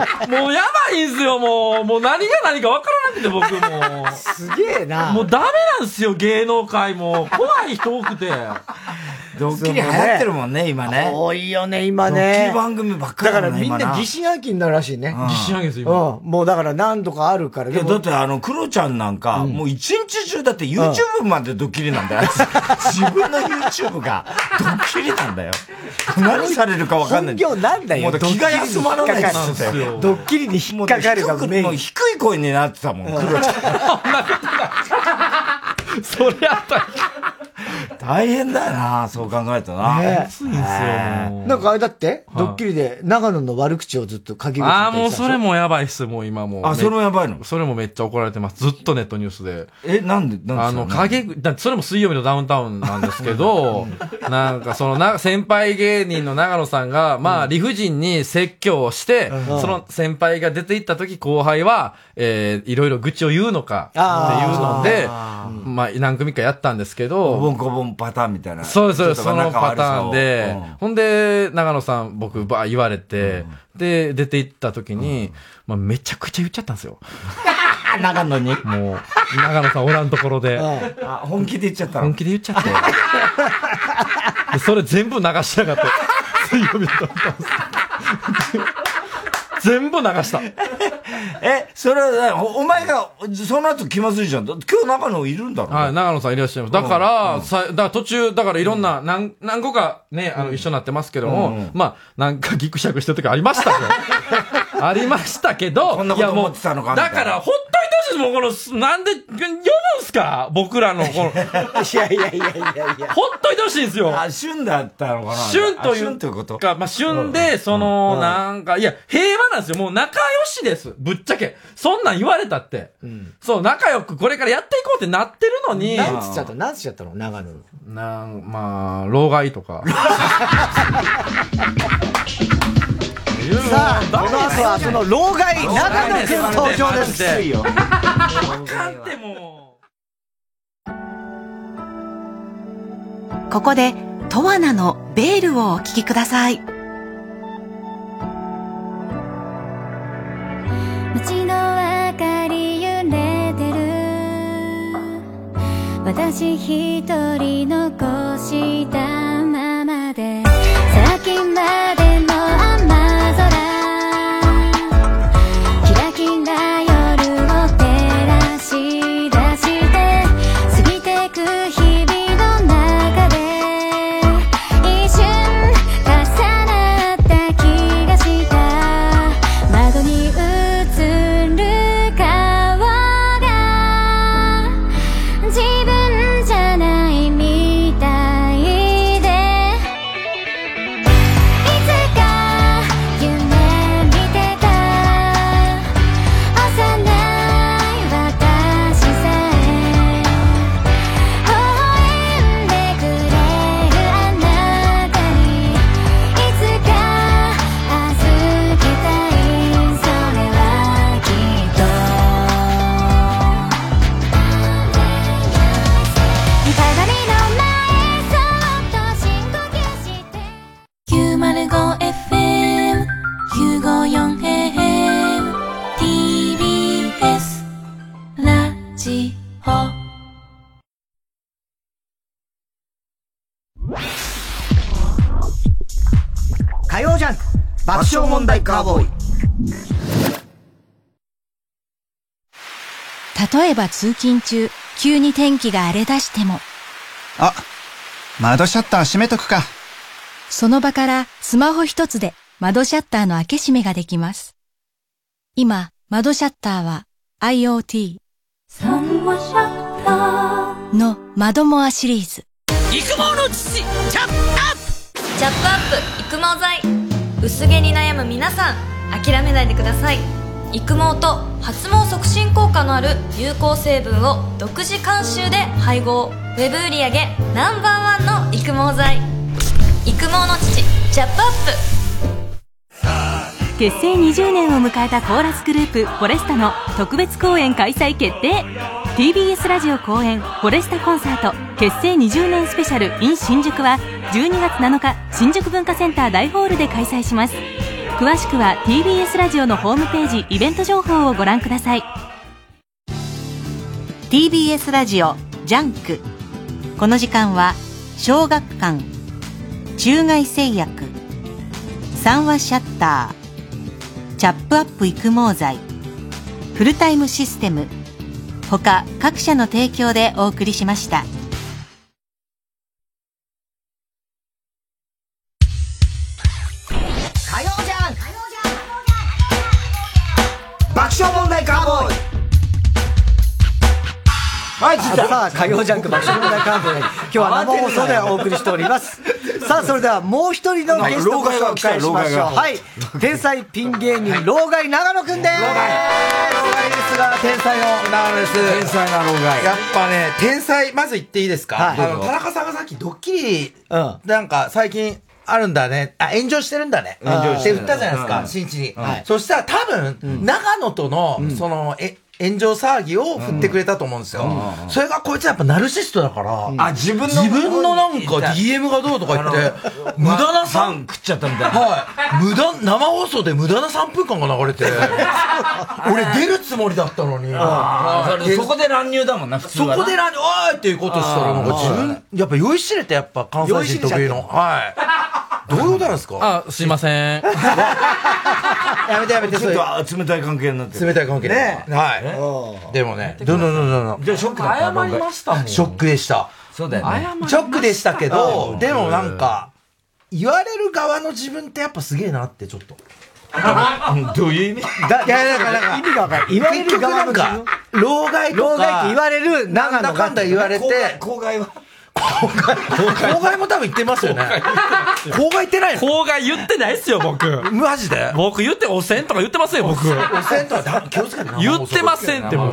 [SPEAKER 13] ってもう、もうやばいんすよ、もう。もう何が何か分からなくて、僕も
[SPEAKER 2] <laughs>
[SPEAKER 13] う。す
[SPEAKER 2] げえな。
[SPEAKER 13] もうダメなんですよ、芸能界も。怖い人多くて。
[SPEAKER 1] ドッキリ流行ってるもんね、今ね。
[SPEAKER 2] 多いよね、今ね。
[SPEAKER 1] ドッキリ番組ばっかり
[SPEAKER 2] だ
[SPEAKER 1] だ
[SPEAKER 2] からみんな疑心暗鬼になるらしいね。
[SPEAKER 1] 疑心暗鬼です
[SPEAKER 2] よ、うん。もうだから何度かあるから。
[SPEAKER 1] いや、だってあの、クロちゃんなんか、もう一日中だって YouTube までドッキリなん
[SPEAKER 2] <laughs>
[SPEAKER 1] だよ。自分の YouTube がドッキリなん
[SPEAKER 2] <laughs>
[SPEAKER 1] だよ。何されるかわかんない。
[SPEAKER 2] 本業なんだよ
[SPEAKER 1] もう気が休まらないっつってたよ。
[SPEAKER 2] ドッキリに引っかかるが
[SPEAKER 1] もう
[SPEAKER 2] メイン。
[SPEAKER 1] 低い声になってたもん、クロちゃ
[SPEAKER 13] ん。そりゃあった
[SPEAKER 1] 大変だよな、そう考えた
[SPEAKER 2] ね
[SPEAKER 1] ら。
[SPEAKER 2] 暑いんすよなんかあれだって、ドッキリで長野の悪口をずっと鍵口に
[SPEAKER 13] ああ、もうそれもやばいっす、もう今もう。
[SPEAKER 1] あそれもやばい
[SPEAKER 13] のそれもめっちゃ怒られてます。ずっとネットニュースで。
[SPEAKER 1] え、なんで、なんで
[SPEAKER 13] あの、影、だそれも水曜日のダウンタウンなんですけ
[SPEAKER 1] <laughs>
[SPEAKER 13] ど、なんかそのな、先輩芸人の長野さんが、まあ、理不尽に説教をして、
[SPEAKER 2] うん
[SPEAKER 13] その先輩が出て行った時、後輩は、えー、いろいろ愚痴を言うのか、っていうので、まあ、何組かやったんですけど、
[SPEAKER 1] ボンコボンパターンみたいな。
[SPEAKER 13] そうです、そうです、
[SPEAKER 1] ちょ
[SPEAKER 13] そ
[SPEAKER 1] っと
[SPEAKER 13] の
[SPEAKER 1] 仲悪
[SPEAKER 13] パタ
[SPEAKER 1] さ
[SPEAKER 13] ーン
[SPEAKER 1] を
[SPEAKER 13] で
[SPEAKER 1] うん、
[SPEAKER 13] ほんで、長野さん、僕、ばー言われて、で、出て行った時に、まあ、めちゃくちゃ言っちゃったんですよ。
[SPEAKER 1] 長野
[SPEAKER 2] <laughs>
[SPEAKER 1] に
[SPEAKER 13] もう、長野さんおらんところで。
[SPEAKER 1] あ、本気で言っちゃったの
[SPEAKER 13] 本気で言っちゃって。でそれ全部流しやがって。
[SPEAKER 1] <laughs>
[SPEAKER 13] 水曜日のダウンタウンさん全部流した。
[SPEAKER 1] え、それは、おお前が、その後気まずいじゃん。だって今日長野いるんだろ
[SPEAKER 13] はい、長野さんいらっしゃいます。だから、さだから途中、だからいろんな、何、何個かね、あの、一緒になってますけども、
[SPEAKER 1] うんうん
[SPEAKER 13] まあ、なんかギクシャクしてる時ありましたよ。
[SPEAKER 1] <laughs>
[SPEAKER 13] ありましたけど、こん
[SPEAKER 1] なこと思ってたのかみたい
[SPEAKER 13] だ
[SPEAKER 1] な
[SPEAKER 13] から、ほっといてほしいですもうこのす、なんで、呼ぶんすか僕らの、
[SPEAKER 1] <laughs>
[SPEAKER 13] この、
[SPEAKER 2] <laughs> いやいやいやいやいや。
[SPEAKER 13] ほっといてほしいんですよ。
[SPEAKER 1] あ、旬だったのかな
[SPEAKER 13] 旬という
[SPEAKER 1] あ旬ということ
[SPEAKER 13] か、まあ、旬で、その、
[SPEAKER 1] うん
[SPEAKER 13] なんか、いや、平和なんですよ。もう仲良しです。ぶっちゃけ。そんなん言われたって。そう、仲良くこれからやっていこうってなってるのに、
[SPEAKER 2] 何つっちゃった何つっちゃったの長野の。
[SPEAKER 13] なん、まあ、老害とか。
[SPEAKER 2] さあ、この後はその老害、長野くん登場です。
[SPEAKER 13] 老害ですよ
[SPEAKER 14] ここで、トワナのベールをお聞きください。
[SPEAKER 10] 街の明かり揺れてる私一人残したままでさっきまでの雨空キラキラ夜を照らし出して過ぎてく日々の中で一瞬重なった気がした窓に映る顔が自分じゃないみたいでいつか夢見てた幼い私さえ微笑んでくれるあなたにいつか預けたいそれはきっと鏡の前そっと深呼吸して
[SPEAKER 15] 905FM 954AM TBS ラジオ
[SPEAKER 2] 火曜ジャンク爆笑問題カーボーイ。
[SPEAKER 16] 例えば通勤中、急に天気が荒れ出しても、
[SPEAKER 6] あ、窓シャッター閉めとくか。
[SPEAKER 16] その場からスマホ一つで窓シャッターの開け閉めができます。今、窓シャッターは IoT の窓モアシリーズ。
[SPEAKER 17] 育毛の父チャップアップチャップアップ育毛剤薄毛に悩む皆さん諦めないでください育毛と発毛促進効果のある有効成分を独自監修で配合ウェブ売上ナンバーワンの育毛
[SPEAKER 18] 毛剤育毛の父チャップアップ
[SPEAKER 14] 結成20年を迎えたコーラスグループフォレスタの特別公演開催決定 TBS ラジオ公演「フォレスタコンサート結成20年スペシャル in 新宿」は12月7日新宿文化センター大ホールで開催します詳しくは TBS ラジオのホームページイベント情報をご覧ください
[SPEAKER 3] TBS ラジオジャンクこの時間は小学館中外製薬三話シャッターチャップアップ育毛剤フルタイムシステム他各社の提供でお送りしました。
[SPEAKER 10] 火曜じゃん
[SPEAKER 1] 爆笑問題カーボーイ
[SPEAKER 2] はい、さあ、火曜ジャンク爆笑問題カーボーイ今日は生放送でお送りしております。さあ、それではもう一人のゲストをご紹介しましょう。はい、天才ピン芸人、老害長野くんです。
[SPEAKER 5] ですが天才の長野です天才な老害やっぱね天才まず言っていいですか、
[SPEAKER 2] はい
[SPEAKER 5] あの田中さんがさっきドッキリ、なんか最近あるんだねあ炎上してるんだね
[SPEAKER 13] 炎上してる
[SPEAKER 5] って言ったじゃないですか、
[SPEAKER 13] うん
[SPEAKER 5] 新地に、
[SPEAKER 13] はい
[SPEAKER 5] そしたら多分、長野との、そのえ炎上騒ぎを振ってくれたと思うんですよ、
[SPEAKER 13] うん
[SPEAKER 5] それがこいつやっぱナルシストだから、
[SPEAKER 13] あ自分の
[SPEAKER 5] 自分のなんか DM がどうとか言って無駄なさ食っちゃったみたいなはい無駄生放送で無駄な3分間が流れ
[SPEAKER 9] <laughs>
[SPEAKER 5] て俺出るつもりだったのに。
[SPEAKER 1] あー
[SPEAKER 5] で
[SPEAKER 1] そこで乱入だもんな、普通
[SPEAKER 5] そ
[SPEAKER 1] はな。
[SPEAKER 5] こでなんで、おーいっていうことしたら、なんか自分、やっぱ酔いしれて、やっぱ関西人得意
[SPEAKER 13] 酔いしれちゃ
[SPEAKER 5] の。はい。どういうことなんですか
[SPEAKER 13] あ、すいません。
[SPEAKER 5] やめてやめて
[SPEAKER 1] ちょっと冷たい関係になってる
[SPEAKER 5] 冷たい関係
[SPEAKER 1] ね
[SPEAKER 5] はい。でもね、どんどんどんどんどん。
[SPEAKER 1] じゃあショックだった
[SPEAKER 5] 謝りましたもん。ショックでした。
[SPEAKER 1] そうだよね謝りま
[SPEAKER 5] ショックでしたけ
[SPEAKER 1] う
[SPEAKER 5] ど
[SPEAKER 1] ん、
[SPEAKER 5] でもなんか、言われる側の自分ってやっぱすげえなって、ちょっと。
[SPEAKER 1] どういう意味
[SPEAKER 5] だいや、だからなんか、
[SPEAKER 2] 意味がわかんない言われる側
[SPEAKER 5] 結局なん
[SPEAKER 2] の自分
[SPEAKER 5] か老害とか。
[SPEAKER 2] 老害って言われる長野が
[SPEAKER 5] なんだかんだ言われて。
[SPEAKER 1] 公害は
[SPEAKER 5] 公害も多分言ってますよね。公害言ってないの
[SPEAKER 19] 公害言ってないっすよ、
[SPEAKER 13] <laughs>
[SPEAKER 19] 僕。
[SPEAKER 5] マジで
[SPEAKER 19] 僕言って、汚染とか言ってますよ、僕。
[SPEAKER 5] 汚染とか気をつけてな
[SPEAKER 19] 言ってませんって、僕。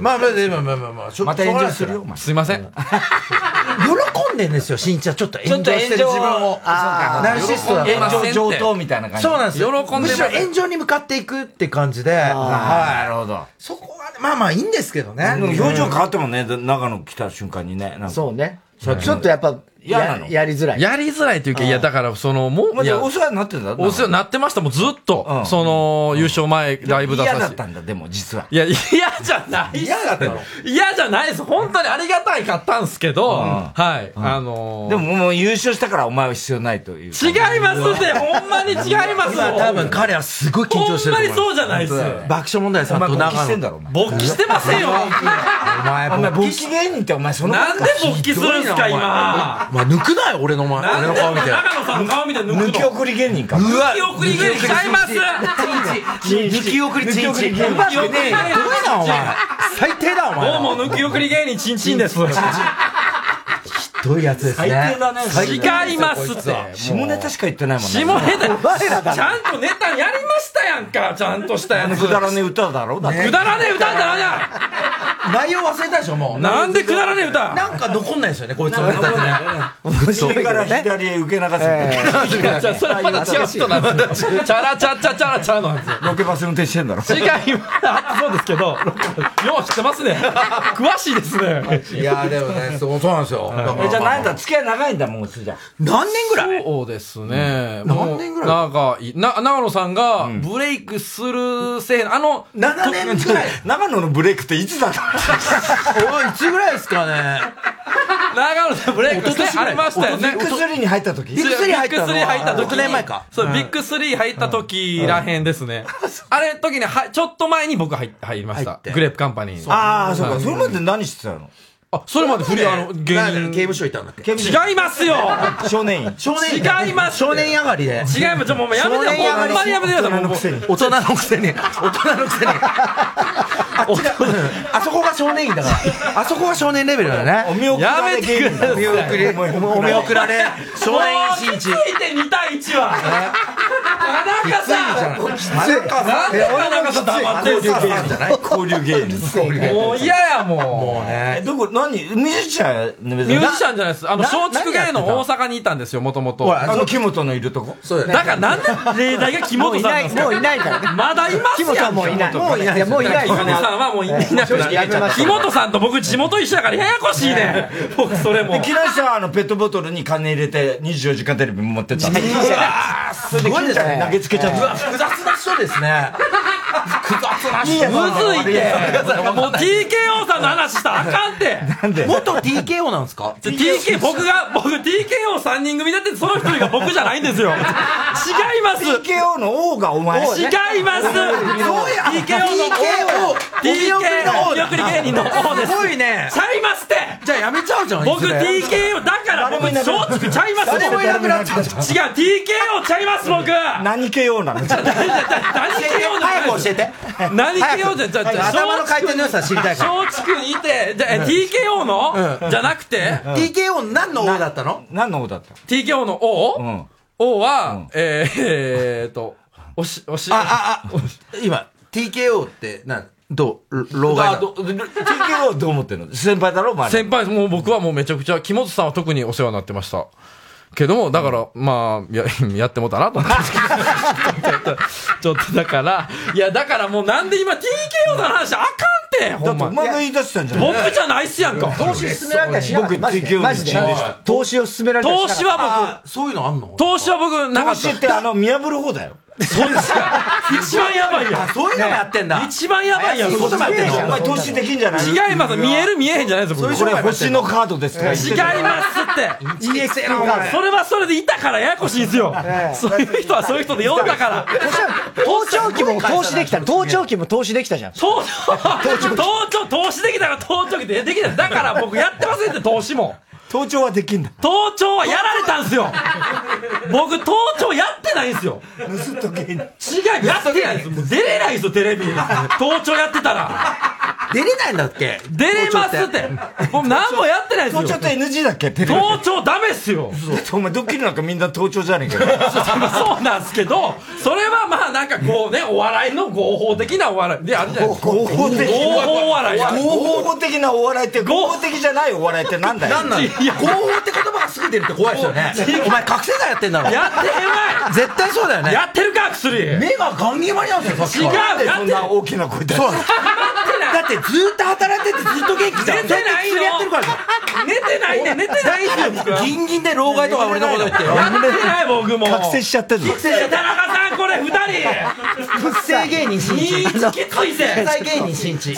[SPEAKER 5] まあまあまあまあまあまあ、しょ
[SPEAKER 19] また炎上するよ
[SPEAKER 5] しょうがないです
[SPEAKER 19] いません。
[SPEAKER 5] から喜んでんですよ、新一は。ちょっと炎上してる自分を。
[SPEAKER 1] あー
[SPEAKER 5] ナルシストだから
[SPEAKER 1] 炎上上等みたいな感じ。
[SPEAKER 5] そうなんですよ。
[SPEAKER 1] 喜ん
[SPEAKER 5] む
[SPEAKER 1] で
[SPEAKER 5] しろ炎上に向かっていくって感じで。
[SPEAKER 1] な
[SPEAKER 5] は
[SPEAKER 1] るほど。
[SPEAKER 5] い。そこはね、まあまあいいんですけどね。
[SPEAKER 1] でも表情変わってもんね、長野来た瞬間にね。そう
[SPEAKER 2] ね。
[SPEAKER 1] ちょ
[SPEAKER 2] ちょっとやっぱ、
[SPEAKER 1] 嫌なの
[SPEAKER 2] やりづらい。
[SPEAKER 13] やりづらいというか、いや、だから、その、もう、
[SPEAKER 1] まあ
[SPEAKER 13] い
[SPEAKER 1] で
[SPEAKER 13] や
[SPEAKER 1] もお世話になってんだ
[SPEAKER 13] お世話になってました、もうずっと。その、優勝前、ライブ出させて。
[SPEAKER 1] 嫌だったんだ、でも実は。
[SPEAKER 13] いや、嫌じゃないっす
[SPEAKER 1] 嫌だったの
[SPEAKER 13] 嫌じゃないです。本当にありがたいかったんですけど、はい。あのー
[SPEAKER 1] でももう優勝したからお前は必要ないという。
[SPEAKER 13] 違いますって、ほんまに違います
[SPEAKER 5] 今多分彼はすごい緊張してると思います。
[SPEAKER 13] ほんまにそうじゃないっすよ
[SPEAKER 5] 爆笑問題さんと長野。
[SPEAKER 13] 勃起してませんよ。
[SPEAKER 5] お前
[SPEAKER 1] お前、
[SPEAKER 5] 勃
[SPEAKER 1] 勃
[SPEAKER 5] 起
[SPEAKER 1] 起芸人ってお前その
[SPEAKER 13] なんで勃起するんすか、今。
[SPEAKER 5] まあ抜くなよ、俺の前。
[SPEAKER 13] な
[SPEAKER 5] 俺
[SPEAKER 13] ん
[SPEAKER 5] の
[SPEAKER 13] で
[SPEAKER 5] 顔見て。
[SPEAKER 13] 長野さんの顔見て抜くの
[SPEAKER 1] 抜き送り芸人か。
[SPEAKER 5] うわ
[SPEAKER 13] 抜き送り芸人ちゃいます
[SPEAKER 5] 抜き送りチンチン。
[SPEAKER 13] 抜き送り芸人
[SPEAKER 5] すごいな、お前。最低だ、お前。
[SPEAKER 13] どうも抜き送り芸人ちんちんです。
[SPEAKER 5] ちんちんひどいやつですね。
[SPEAKER 13] 最低だね違いますって
[SPEAKER 1] 下ネタしか言ってないもんね。
[SPEAKER 13] 下ネタ、
[SPEAKER 1] 前らだ
[SPEAKER 13] ちゃんとネタやりましたやんか、ちゃんとしたや
[SPEAKER 1] あの
[SPEAKER 13] つ。
[SPEAKER 1] くだらねえ歌だろだって
[SPEAKER 13] くだらねえ歌だな
[SPEAKER 5] 内容忘れたでしょ、もう。
[SPEAKER 13] なんでくだらねえ歌
[SPEAKER 5] なんか残んないですよね、こいつの歌ってね。
[SPEAKER 1] 右から左へ受け流すみたいな。
[SPEAKER 13] いやじゃあそれはまだ違う人なんですよ。チャラチャチャチャラチャのやつ。
[SPEAKER 1] ロケバス運転してんだろ。
[SPEAKER 13] 違います。そうですけど、よう知ってますね。詳しいですね。
[SPEAKER 5] いやでもね、そうそうなんですよ。
[SPEAKER 1] えじゃあ何だ、付き合い長いんだ、もうすじゃ。
[SPEAKER 5] 何年ぐらい
[SPEAKER 13] そうですね。何年ぐらいなんか、な、長野さんがブレイクするせい、あの、
[SPEAKER 5] 7年ぐらい。
[SPEAKER 1] <laughs> 長野のブレイクっていつだ <laughs> った
[SPEAKER 5] おい、いつぐらいですかね。
[SPEAKER 13] <laughs> 長野さんブレイクしてありましたよね。
[SPEAKER 1] ビッグスリーに入った時
[SPEAKER 13] ビッグスリー入っ
[SPEAKER 5] ビ
[SPEAKER 13] た
[SPEAKER 5] ッグスリー入ったのは
[SPEAKER 13] 時
[SPEAKER 5] 6年前か
[SPEAKER 13] そう、ビッグスリー入った時らへんですね。あれ時に、は、ちょっと前に僕入っ入りました。グレープカンパニーに。
[SPEAKER 1] ああ、そう
[SPEAKER 13] は
[SPEAKER 1] か。
[SPEAKER 13] い
[SPEAKER 1] それまで何してたの
[SPEAKER 13] あ、それまでフリー、あの、芸
[SPEAKER 5] なん
[SPEAKER 13] 人
[SPEAKER 5] で。刑務所いたんだっけ
[SPEAKER 13] 違いますよ
[SPEAKER 1] 少年院。
[SPEAKER 5] 少年
[SPEAKER 13] 違います
[SPEAKER 5] 少年上がりで。
[SPEAKER 13] 違います。ちょ、もうやめてよ。ほんまにやめてください。もう
[SPEAKER 5] 大人のくせに。大人のくせに。 <laughs> あっちだあそこが少年院だ <laughs> から。あそこが少年レベルだよね。
[SPEAKER 1] お見送られ芸人だ
[SPEAKER 5] お見送り、お見送られ、少年院新地。
[SPEAKER 13] もうきついて2対1は。田中さん
[SPEAKER 5] きついじゃ
[SPEAKER 13] な
[SPEAKER 5] ない
[SPEAKER 13] んで田中さん黙ってる
[SPEAKER 1] 交流芸人。交流芸人。
[SPEAKER 13] もう嫌やもん。
[SPEAKER 1] もうね。どこ、何ミュージシャンミ
[SPEAKER 13] ミュージシャンじゃないです。あの、松竹芸能大阪にいたんですよ、もともと。
[SPEAKER 1] あの、木本のいるとこ。
[SPEAKER 13] そうだからなんで例題が木本さんなんですか
[SPEAKER 2] もういないもういないからね
[SPEAKER 13] まだいますやん
[SPEAKER 2] 木本はもういない
[SPEAKER 13] もういない
[SPEAKER 2] いやもういない
[SPEAKER 13] 木本
[SPEAKER 5] <laughs>
[SPEAKER 13] さんはもういなくなっ
[SPEAKER 2] 正直やめま
[SPEAKER 13] た
[SPEAKER 2] しょ
[SPEAKER 13] 木
[SPEAKER 2] う
[SPEAKER 13] 本さんと僕地元一緒やからややこしいねん僕それも
[SPEAKER 1] で木梨さんはあのペットボトルに金入れて24時間テレビ持ってた。それで金ちゃんに投げつけちゃった。
[SPEAKER 5] 複雑な人ですね。複雑な人。
[SPEAKER 13] むずいってもう TKO さんの話したらあかんって
[SPEAKER 5] なんで元 TKO なんですか
[SPEAKER 13] じゃ TK 僕が僕 TKO3 人組だってその一人が僕じゃないんですよ違います
[SPEAKER 1] TKO の王がお前
[SPEAKER 13] 違います TKO の王 TKO お見送り芸人の王です
[SPEAKER 5] すごいね
[SPEAKER 13] ちゃいますって
[SPEAKER 5] じゃあやめちゃうじゃん。
[SPEAKER 13] 僕
[SPEAKER 5] いずれ
[SPEAKER 13] TKO だから僕松竹ちゃいます
[SPEAKER 5] 誰もいなくなっちゃう
[SPEAKER 13] 違う TKO ちゃいます僕
[SPEAKER 1] 何 KO なの
[SPEAKER 13] 何 KO なの
[SPEAKER 5] 早く教えて
[SPEAKER 13] 何 KO じゃじゃじゃ
[SPEAKER 5] 頭の回転の良さ知りたいから
[SPEAKER 13] 松竹にいてじゃえ TKO のじゃなくて
[SPEAKER 5] TKO 何の王だったの
[SPEAKER 1] 何の王だった
[SPEAKER 13] TKO の王王はえーえーとおしおし
[SPEAKER 5] あ、あ、あ、今、TKO って、なん、どう、老害
[SPEAKER 13] あ
[SPEAKER 5] なの
[SPEAKER 13] ど
[SPEAKER 1] TKO どう思ってるの先輩だろお前ら
[SPEAKER 13] 先輩もう僕はもうめちゃくちゃ木本さんは特にお世話になってましたけどもだから、まあや <laughs> やってもうたなと思ってちょっとちょっとだからいやだからもうなんで今 TKO の話あかんってほんま
[SPEAKER 1] お前が言い出したんじゃない
[SPEAKER 13] 僕じゃないっすやんか
[SPEAKER 2] 投資進められたりしなかった
[SPEAKER 1] 僕 TKO の一員でした
[SPEAKER 2] 投資を進められたりし
[SPEAKER 13] 投
[SPEAKER 2] なかった
[SPEAKER 13] 資は
[SPEAKER 5] 僕そういうのあんの
[SPEAKER 13] 僕投資は僕なか
[SPEAKER 1] 投
[SPEAKER 13] っ
[SPEAKER 1] 資
[SPEAKER 13] た
[SPEAKER 1] ってあの見破る方だよ
[SPEAKER 13] 一番やばいやん
[SPEAKER 5] あそういうのもやってんだ。
[SPEAKER 13] 一番やばいやん
[SPEAKER 5] そういうこともやってんの
[SPEAKER 1] お前投資できんじゃない
[SPEAKER 13] 違います見える見えへんじゃないですよ僕
[SPEAKER 1] これ星のカードですとか
[SPEAKER 13] 違いますってそれはそれでいたからややこしいんですよ、そういう人はそういう人で呼んだから
[SPEAKER 2] 盗聴器も投資できたの盗聴器も投資できたじゃん
[SPEAKER 13] 投投投投資できたら投資できたらだから僕やってませんって投資も
[SPEAKER 1] 盗聴はできんだ
[SPEAKER 13] 盗聴はやられたんですよ僕盗聴やってないんですよ
[SPEAKER 1] 盗っとけ
[SPEAKER 13] 違うやってないんですもう出れないんですよテレビに盗聴やってたら
[SPEAKER 5] 出れないんだっけ
[SPEAKER 13] 出れますってもう何もやってないです
[SPEAKER 1] 盗
[SPEAKER 13] よ
[SPEAKER 1] 聴って NG だっけテレビ
[SPEAKER 13] 盗聴ダメっすよ
[SPEAKER 1] だってお前ドッキリなんかみんな盗聴じゃねえかよ
[SPEAKER 13] そうなんですけど、それはまあなんかこうね、お笑いの合法的なお笑いであるじゃないですか。
[SPEAKER 1] 合法的
[SPEAKER 13] 合法お笑い。
[SPEAKER 1] 合法的なお笑いって合法的じゃないお笑いってなんだよ
[SPEAKER 5] なんなん
[SPEAKER 13] いや
[SPEAKER 5] 合法って言葉がすぐ出るって怖いですよね。お前、覚醒剤やってんだろ。
[SPEAKER 13] やってへんわ
[SPEAKER 5] 絶対そうだよ
[SPEAKER 13] い
[SPEAKER 5] ね。
[SPEAKER 13] やってるか、薬違う
[SPEAKER 5] 目がガンギマにあるんですよ、さっきから。
[SPEAKER 1] なんで
[SPEAKER 13] や
[SPEAKER 1] そ
[SPEAKER 13] っ
[SPEAKER 1] ん
[SPEAKER 13] て
[SPEAKER 1] な大きな声出
[SPEAKER 5] そう
[SPEAKER 1] す
[SPEAKER 5] だってずっと働いててずっと元気じゃん。
[SPEAKER 13] 出てないよ
[SPEAKER 5] やってるからじゃん
[SPEAKER 13] 寝てないね、寝てないですよ、僕は。
[SPEAKER 5] ギンギンで老害とか俺のこと言ってよ。
[SPEAKER 13] やってない、僕も。
[SPEAKER 1] 覚醒しちゃってんの
[SPEAKER 13] 田中さん、これ
[SPEAKER 5] <laughs>
[SPEAKER 13] 二
[SPEAKER 2] 不正芸人
[SPEAKER 13] 人。
[SPEAKER 2] 新
[SPEAKER 13] に
[SPEAKER 2] 一
[SPEAKER 13] つきつい
[SPEAKER 5] <laughs>
[SPEAKER 13] ぜ。
[SPEAKER 5] 大芸人新地。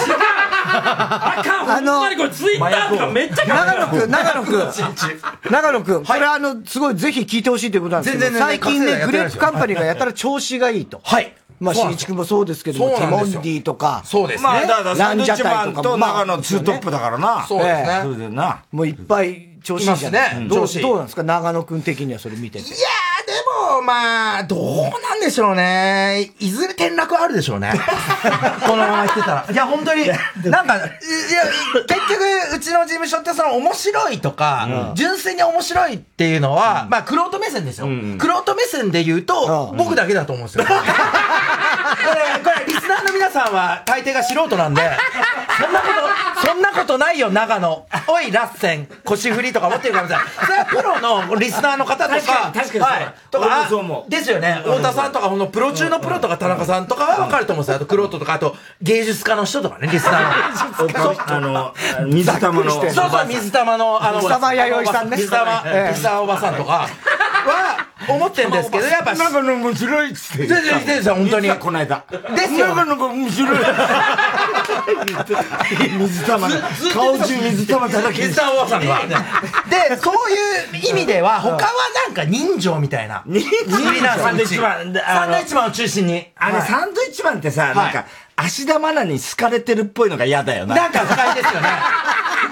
[SPEAKER 13] あかん、ほんまにこれツイッターとかめっちゃ書くから
[SPEAKER 2] 長野くん、長
[SPEAKER 5] <laughs>
[SPEAKER 2] 野くん、長野くん、これあの、すごいぜひ聞いてほしいということなんですけ
[SPEAKER 5] 全
[SPEAKER 2] ど、
[SPEAKER 5] 然全
[SPEAKER 2] 最
[SPEAKER 5] 然
[SPEAKER 2] 近ね、
[SPEAKER 5] 覚
[SPEAKER 2] グ
[SPEAKER 5] 醒剤
[SPEAKER 2] レ
[SPEAKER 5] やってない
[SPEAKER 2] ー
[SPEAKER 5] です
[SPEAKER 2] プ
[SPEAKER 5] よ
[SPEAKER 2] カンパニーがやたら調子がいいと。
[SPEAKER 5] はい。
[SPEAKER 2] まあ、
[SPEAKER 5] そうなん
[SPEAKER 2] 新
[SPEAKER 5] です
[SPEAKER 2] 一君もそうですけど
[SPEAKER 5] そ
[SPEAKER 2] も、
[SPEAKER 5] う
[SPEAKER 2] ティ
[SPEAKER 5] なん
[SPEAKER 2] モ
[SPEAKER 5] で
[SPEAKER 2] ン
[SPEAKER 5] す
[SPEAKER 2] デ
[SPEAKER 5] よ
[SPEAKER 2] ィとか、
[SPEAKER 5] そうですね
[SPEAKER 1] まあだからサ
[SPEAKER 2] ラ
[SPEAKER 1] ン
[SPEAKER 2] ン
[SPEAKER 1] ドウ
[SPEAKER 2] ジ
[SPEAKER 1] ィッ
[SPEAKER 2] ャ
[SPEAKER 1] チマ
[SPEAKER 2] タイと
[SPEAKER 1] ン
[SPEAKER 2] か
[SPEAKER 1] と
[SPEAKER 2] も、ま
[SPEAKER 1] 長
[SPEAKER 2] あ、
[SPEAKER 1] 野ツートップだからな
[SPEAKER 5] そうですね。
[SPEAKER 1] それでな
[SPEAKER 2] もういっぱい調子いいじゃない
[SPEAKER 5] いますね
[SPEAKER 2] ど
[SPEAKER 5] 調
[SPEAKER 2] う
[SPEAKER 5] 子いい
[SPEAKER 2] どうなんですか長野くん的にはそれ見てて。
[SPEAKER 5] いやー、でも、まあ、どうなんでしょうね。いずれ転落あるでしょう
[SPEAKER 13] <laughs>
[SPEAKER 5] ね。このまま来てたら。いや、本当に、なんか、いや、結局、うちの事務所ってその面白いとか、純粋に面白いっていうのは、まあ、クロ目線ですよ。クロ目線で言うと、僕だけだと思うんです
[SPEAKER 1] <laughs>
[SPEAKER 5] よ。これ、これ、リスナーの皆さんは、大抵が素人なんで、そんなこと、そんなことないよ、長野。おい、ラッセン、腰振りとか持ってるからさ、それはプロのリスナーの方とか、
[SPEAKER 1] 確かに確かにそう
[SPEAKER 5] はい、と
[SPEAKER 1] 俺
[SPEAKER 5] か
[SPEAKER 1] もそう思う
[SPEAKER 5] あですよね太田さんとかこのプロ中のプロとか田中さんとかは分かると思うんですよあとクロートとかあと芸術家の人とかねリスナーの
[SPEAKER 1] おかあの水玉の
[SPEAKER 5] そうそう水玉のあの
[SPEAKER 2] 水玉弥生さんね
[SPEAKER 5] 水玉
[SPEAKER 2] ええ
[SPEAKER 5] 水玉おばさんと
[SPEAKER 1] <laughs>
[SPEAKER 5] かは思ってるんですけどやっぱ
[SPEAKER 1] 長野面白いっつって
[SPEAKER 5] 全然全然本当に
[SPEAKER 1] 実はこの間
[SPEAKER 5] ですよ
[SPEAKER 1] 長野が
[SPEAKER 5] <laughs>
[SPEAKER 1] 面白い水玉ね顔中水玉だらけ
[SPEAKER 5] 水玉おばさんがでそういう意味では他はなんか人情みたいな人情な
[SPEAKER 1] サ
[SPEAKER 5] ん
[SPEAKER 1] ンド
[SPEAKER 5] で
[SPEAKER 1] イ
[SPEAKER 5] す
[SPEAKER 1] ッチ
[SPEAKER 5] よ
[SPEAKER 1] マンであ
[SPEAKER 5] サン
[SPEAKER 1] の
[SPEAKER 5] ドイッチマンを中心に
[SPEAKER 1] あ
[SPEAKER 5] は
[SPEAKER 1] れ、
[SPEAKER 5] い
[SPEAKER 1] サンドイッチマンってさ、なん
[SPEAKER 5] は
[SPEAKER 1] か、芦田愛菜に好かれてるっぽいのが嫌だよな。
[SPEAKER 5] なんか不快ですよね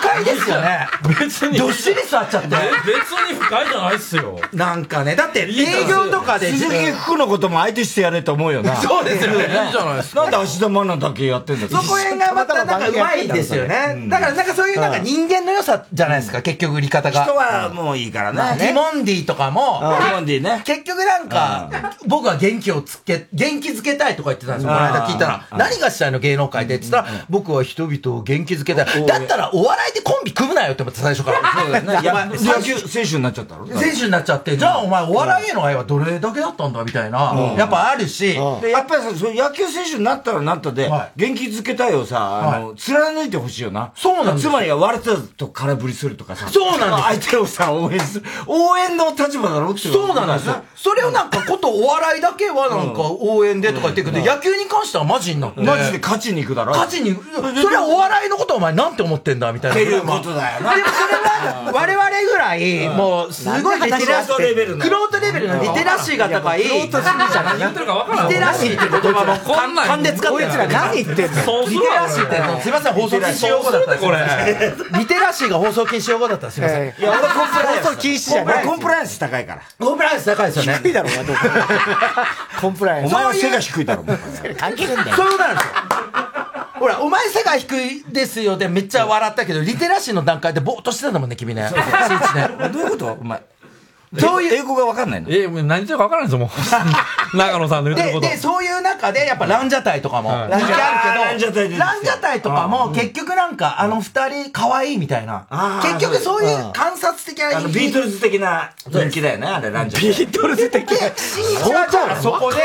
[SPEAKER 5] 不快ですよね
[SPEAKER 13] 別に、
[SPEAKER 5] どっしり座っちゃって
[SPEAKER 13] 別に深いじゃないっすよ。
[SPEAKER 5] なんかね、だって営業とかで、
[SPEAKER 1] 鈴木福のことも相手してやれと思うよな。
[SPEAKER 5] そうですよね。
[SPEAKER 13] いいじゃないっすか
[SPEAKER 1] なんで芦田愛菜だけやってんだ
[SPEAKER 5] そこへがまたなんかうまいですよ
[SPEAKER 1] う
[SPEAKER 5] ね
[SPEAKER 1] ん。
[SPEAKER 5] だからなんかそういうなんか人間の良さじゃないですか、結局売り方が。
[SPEAKER 1] 人はもういいから
[SPEAKER 5] まあ
[SPEAKER 1] ね。
[SPEAKER 5] ティモンディとかも、
[SPEAKER 1] うんティモンディね。
[SPEAKER 5] 結局なんか、僕は元気をつけ、元気づけたいとか言ってたんですよ。
[SPEAKER 1] うん
[SPEAKER 5] この間聞いたら、
[SPEAKER 1] うん
[SPEAKER 5] 何がしたいの芸能界でって言ったら、僕は人々を元気づけたい。だったらお笑いでコンビ組むなよって思って最初から。
[SPEAKER 1] そうだよね。
[SPEAKER 5] やば
[SPEAKER 1] や
[SPEAKER 5] い
[SPEAKER 1] 野球選手になっちゃったろ
[SPEAKER 5] 選手になっちゃって、じゃあお前お笑いへの愛はどれだけだったんだみたいな
[SPEAKER 1] う、ん
[SPEAKER 5] やっぱあるし、
[SPEAKER 1] でやっぱりさそう野球選手になったらなったで、元気づけたいをさ、あの、貫いてほしいよな。そう
[SPEAKER 5] なんです
[SPEAKER 1] つまりは割れたと空振りするとかさ。
[SPEAKER 5] そうなんです
[SPEAKER 1] 相手をさ、応援する。応援の立場だろってい
[SPEAKER 5] そうなんですよ。それをなんかことお笑いだけはなんか応援でとか言ってくけど、野球に関してはマジになって。
[SPEAKER 1] マジで勝ちに行くだろ
[SPEAKER 5] 勝ちに、それはお笑いのことお前なんて思ってんだみたいな。
[SPEAKER 1] っていうことだよな
[SPEAKER 5] でもそれは我々ぐらい、もうすごいリテラシ
[SPEAKER 1] なんで話し合ってレベル
[SPEAKER 5] ー、
[SPEAKER 1] なの
[SPEAKER 5] クロートレベルのリテラシーが高い、
[SPEAKER 1] いやもう玄人すぎじゃない
[SPEAKER 5] リテラシーって言葉も勘勘で使ってる
[SPEAKER 1] こいつら何言ってんの
[SPEAKER 5] リテラシーって、すいません、放送禁止用語だったんですよ
[SPEAKER 1] そうするね
[SPEAKER 5] リテラシーが放送禁止用語だったらすいません。
[SPEAKER 1] いや、俺コンプライアンス。
[SPEAKER 5] 放送禁止じゃない
[SPEAKER 1] コンプライアンス高いから。
[SPEAKER 5] コンプライアンス高いですよね。低いだろ、
[SPEAKER 1] コンプライア
[SPEAKER 5] ンス
[SPEAKER 1] お前は背が低いだろ。
[SPEAKER 5] 関係ないんだよ。そういうことなんですよ。ほら、お前背が低いですよでめっちゃ笑ったけど、リテラシーの段階でぼーっとしてたんだもんね、君ね。
[SPEAKER 1] そうそう
[SPEAKER 5] スイッチね。
[SPEAKER 1] どういうことお前。
[SPEAKER 5] そういう。
[SPEAKER 1] 英語がわかんないの
[SPEAKER 13] え、もう何言ってるか分からないですよ、もう。長野さんの言って
[SPEAKER 5] で、
[SPEAKER 13] ること。
[SPEAKER 5] で、そういう中で、やっぱランジャタイとかも、
[SPEAKER 13] はい
[SPEAKER 5] 人気あるけど、
[SPEAKER 1] ランジャタイですよ
[SPEAKER 5] ランジャタイとかも、結局なんか、あの二人、可愛いみたいな
[SPEAKER 1] あ。ー
[SPEAKER 5] 結局そういう
[SPEAKER 1] うん
[SPEAKER 5] 観察的
[SPEAKER 1] あ
[SPEAKER 5] な
[SPEAKER 1] の、ビートルズ的な人気だよね、あれ、ランジャタイ。ビートルズ的
[SPEAKER 5] 新一はじゃあそこ
[SPEAKER 1] も
[SPEAKER 5] で、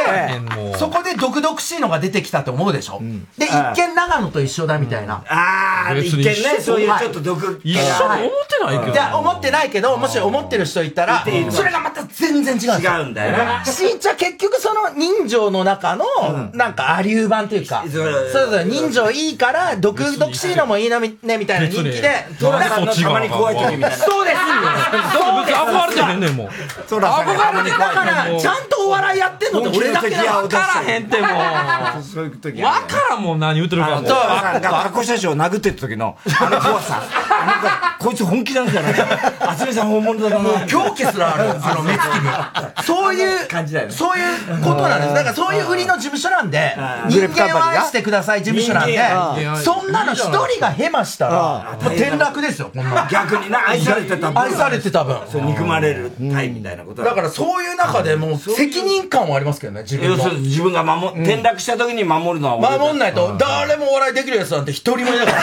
[SPEAKER 1] う
[SPEAKER 5] そこで毒々しいのが出てきたと思うでしょ。で、一見長野と一緒だみたいな。あ
[SPEAKER 1] あー一見ね、そういうちょっと毒。
[SPEAKER 5] 一緒と思って
[SPEAKER 1] ないけど
[SPEAKER 5] じゃあ思ってないけど、もし思ってる人いたら、
[SPEAKER 1] いている
[SPEAKER 5] それがまた全然違うんですよ。
[SPEAKER 1] 違うんだよな
[SPEAKER 5] しんちゃん結局その人情の中の、なんかありゅう版というか、そうそう、人情いいから、毒々しいのもいいのみね、みたいな人気で、
[SPEAKER 1] トラさんのたまに怖い時みたいな。
[SPEAKER 5] そうですそうです
[SPEAKER 13] 憧れてへんねん、もう。
[SPEAKER 1] トラさんがたま
[SPEAKER 5] 憧
[SPEAKER 1] に
[SPEAKER 5] れ
[SPEAKER 1] 怖
[SPEAKER 5] て
[SPEAKER 1] い
[SPEAKER 5] だから、ちゃんとお笑いやってんのって俺だけなの
[SPEAKER 13] 分からへんって、もう。
[SPEAKER 1] そういう
[SPEAKER 13] 分
[SPEAKER 1] 時
[SPEAKER 13] からんもん、何言ってるかも。
[SPEAKER 1] そう、なんか、学校車掌を殴ってった時の、あの怖さ。なんか、こいつ本気なんじゃないか。厚みさん本物だな。も <laughs> う
[SPEAKER 5] 狂気すらあるあの目つきに。そういう、
[SPEAKER 1] 感じだよね。
[SPEAKER 5] そういうことなんです。だからそういう売りの事務所なんで、
[SPEAKER 1] うん
[SPEAKER 5] 人間を愛してください事務所なん
[SPEAKER 1] 人間
[SPEAKER 5] で
[SPEAKER 1] う、ん
[SPEAKER 5] そんなの一人がヘマしたら、もう転落ですよ、こんなの
[SPEAKER 1] 逆にな、愛されてた分。
[SPEAKER 5] 愛されてた分。
[SPEAKER 1] そう、憎まれるタイみたいなこと
[SPEAKER 5] だからそういう中でもう責任感はありますけどね、自分
[SPEAKER 1] 要
[SPEAKER 5] の
[SPEAKER 1] す。るに自分が守、転落した時に守るのは俺だ
[SPEAKER 5] 守んないと、誰もお笑いできるやつなんて一人もいないから。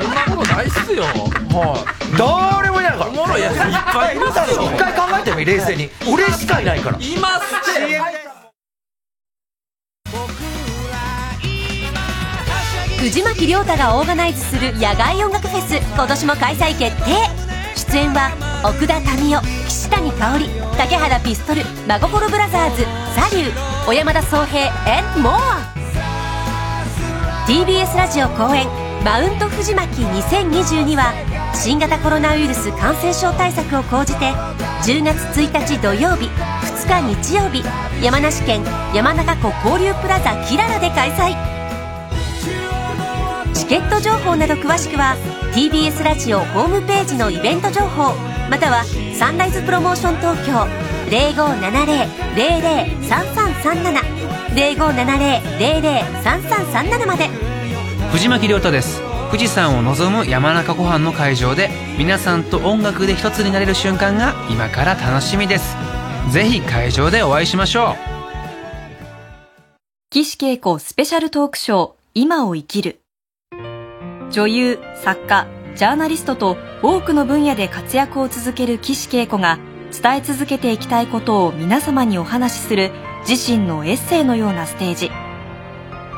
[SPEAKER 13] そんなことないっすよ。
[SPEAKER 5] はい。誰もいないから。おも
[SPEAKER 13] ろいやついっぱいいますよ
[SPEAKER 5] 一回考えてみ、冷静に。俺しかいないから。
[SPEAKER 13] いますって。
[SPEAKER 14] 藤巻亮太がオーガナイズする野外音楽フェス今年も開催決定出演は奥田民生岸谷香織竹原ピストル真心ブラザーズサリュー小山田宗平 and more TBS ラジオ公演「マウント藤巻2022」は新型コロナウイルス感染症対策を講じて10月1日土曜日2日日曜日山梨県山中湖交流プラザキララで開催チケット情報など詳しくは TBS ラジオホームページのイベント情報またはサンライズプロモーション東京0570-003337 0570-003337まで
[SPEAKER 20] 藤巻亮太です富士山を望む山中湖畔の会場で皆さんと音楽で一つになれる瞬間が今から楽しみですぜひ会場でお会いしましょう
[SPEAKER 14] 岸恵子スペシャルトークショー今を生きる女優作家ジャーナリストと多くの分野で活躍を続ける岸恵子が伝え続けていきたいことを皆様にお話しする自身のエッセイのようなステージ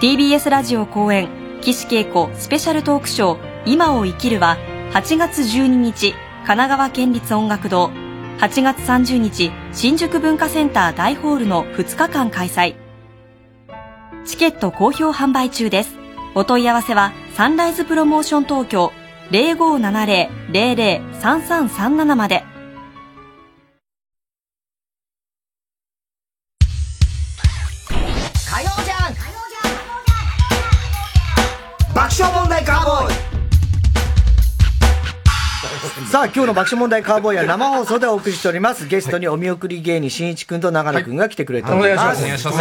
[SPEAKER 14] TBS ラジオ公演岸恵子スペシャルトークショー今を生きるは8月12日神奈川県立音楽堂8月30日新宿文化センター大ホールの2日間開催チケット好評販売中です。お問い合わせはサンライズプロモーション東京0570-003337まで。
[SPEAKER 10] 火曜じゃん
[SPEAKER 1] 爆笑問題カーボーイ
[SPEAKER 2] さあ、今日の爆笑問題カーボーイは生放送でお送りしております。ゲストにお見送り芸人、しんいちくんと長野くんが来てくれております。
[SPEAKER 13] お願いします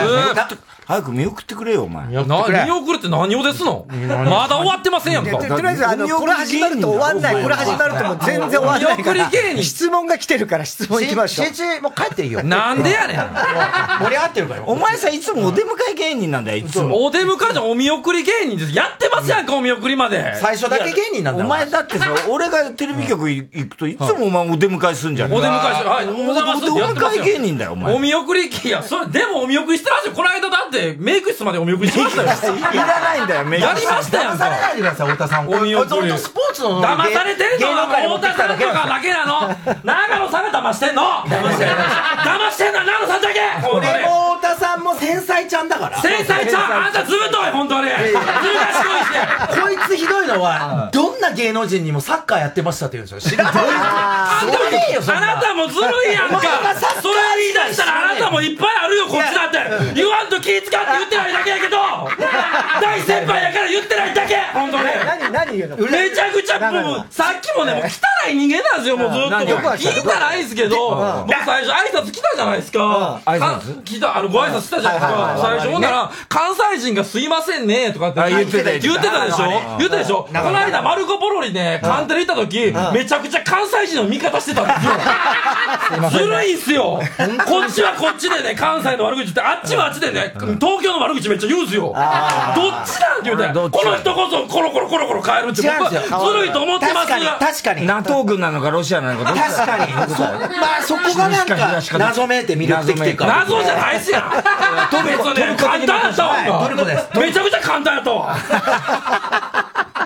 [SPEAKER 1] 早く見送ってくれよ、お前。見
[SPEAKER 13] な見送るって何をですのまだ終わってませんやんか。
[SPEAKER 2] いやととりあえず、あの、これ始まると終わんない。これ始まるともう全然終わんないから。
[SPEAKER 13] 見送り芸人
[SPEAKER 2] 質問が来てるから、質問行きましょう。
[SPEAKER 5] しんいちもう帰っていいよ
[SPEAKER 13] なんでやねん。
[SPEAKER 5] 盛り上がってるからよ。
[SPEAKER 1] お前さ、いつもお出迎え芸人なんだよ、いつも。
[SPEAKER 13] お出迎えじゃんお見送り芸人です。やってますやんか、お見送りまで。
[SPEAKER 1] お前だってさ、俺がテレビ局い行くといつもお前お出迎えすんじゃん。
[SPEAKER 13] お出迎えして、はい、おはようございますってや
[SPEAKER 1] お
[SPEAKER 13] っ
[SPEAKER 1] 出
[SPEAKER 13] てます
[SPEAKER 1] 迎え芸人だよ、お前。
[SPEAKER 13] お見送り、いや、それ、でもお見送りしてますよ。この間だって、メイク室までお見送りしました
[SPEAKER 1] <laughs>
[SPEAKER 13] よ。
[SPEAKER 1] いらないんだよ、メイク
[SPEAKER 13] やりましたやんか。
[SPEAKER 5] 騙されないでください、太田さん。
[SPEAKER 13] お見
[SPEAKER 5] こ
[SPEAKER 13] 送り
[SPEAKER 5] いつ本当スポーツの
[SPEAKER 13] 騙されてんの
[SPEAKER 5] 芸能界に持
[SPEAKER 13] 太
[SPEAKER 5] って
[SPEAKER 13] 田
[SPEAKER 5] きた
[SPEAKER 13] さ
[SPEAKER 5] だ
[SPEAKER 13] ん
[SPEAKER 5] け
[SPEAKER 13] と
[SPEAKER 5] だ
[SPEAKER 13] かだけなの長野さんが騙してんの騙してんの騙してんのは長野さんだけ
[SPEAKER 5] 俺
[SPEAKER 1] <laughs>
[SPEAKER 13] 本当に
[SPEAKER 5] も太田さんも繊細ちゃんだから。
[SPEAKER 13] 繊細ちゃんあんたずぶとい本当にずる賢いし
[SPEAKER 5] こいつひどいのは、どんな芸能人にもサッカーやってましたって言うんですよ。知らない。
[SPEAKER 13] あん
[SPEAKER 5] 知らねえよ、そん
[SPEAKER 13] たも
[SPEAKER 5] な
[SPEAKER 13] あなたもずるいやんか
[SPEAKER 5] お前がサッカー
[SPEAKER 13] それ言い出したらあなたもいっぱいあるよこっちだって言わんと気使って言ってないだけやけ
[SPEAKER 5] <laughs>
[SPEAKER 13] ど大先輩やから言ってないだけ本当に
[SPEAKER 2] 何、何言うの
[SPEAKER 13] めちゃくちゃもうさっきもねもう汚い人間なんですよもうずっ
[SPEAKER 2] 何
[SPEAKER 13] と
[SPEAKER 2] よくは
[SPEAKER 13] 聞いたらないですけど
[SPEAKER 2] うん
[SPEAKER 13] もう最初挨拶来たじゃないですか
[SPEAKER 2] うん挨拶
[SPEAKER 13] か来たあのご挨拶したじゃないです
[SPEAKER 2] はいはいは
[SPEAKER 13] か
[SPEAKER 2] いはい
[SPEAKER 13] 最初ほんなら関西人がすいませんねとかって
[SPEAKER 1] あ言ってた
[SPEAKER 13] 言ってたでしょ
[SPEAKER 1] あ
[SPEAKER 13] 言ってたでしょこの間マルコ・ポロリねカンテレ行った時めちゃくちゃ関西人の味方してたんですよずるいんすよこっちはこっちでね関西の悪口言ってあっちはあっちでね東京の悪口めっちゃ言うんすよどっちなんて言うてこの人こそコロコロコロコロ変えるって僕
[SPEAKER 5] 違うんですよ
[SPEAKER 13] はずるいと思ってます
[SPEAKER 5] 確かに、確かに。
[SPEAKER 1] ナトー軍なのかロシアなのかどっち
[SPEAKER 5] 確
[SPEAKER 1] だ
[SPEAKER 5] かに。そまあ、そこがなんか、謎めいて魅力的っていうか。
[SPEAKER 13] 謎じゃないっすやん
[SPEAKER 5] トルコ
[SPEAKER 13] 別に
[SPEAKER 5] トルコ
[SPEAKER 13] 簡
[SPEAKER 5] 的
[SPEAKER 13] 単
[SPEAKER 5] な
[SPEAKER 13] やったわ
[SPEAKER 5] はいトルコです
[SPEAKER 13] めちゃくちゃ簡単やったわ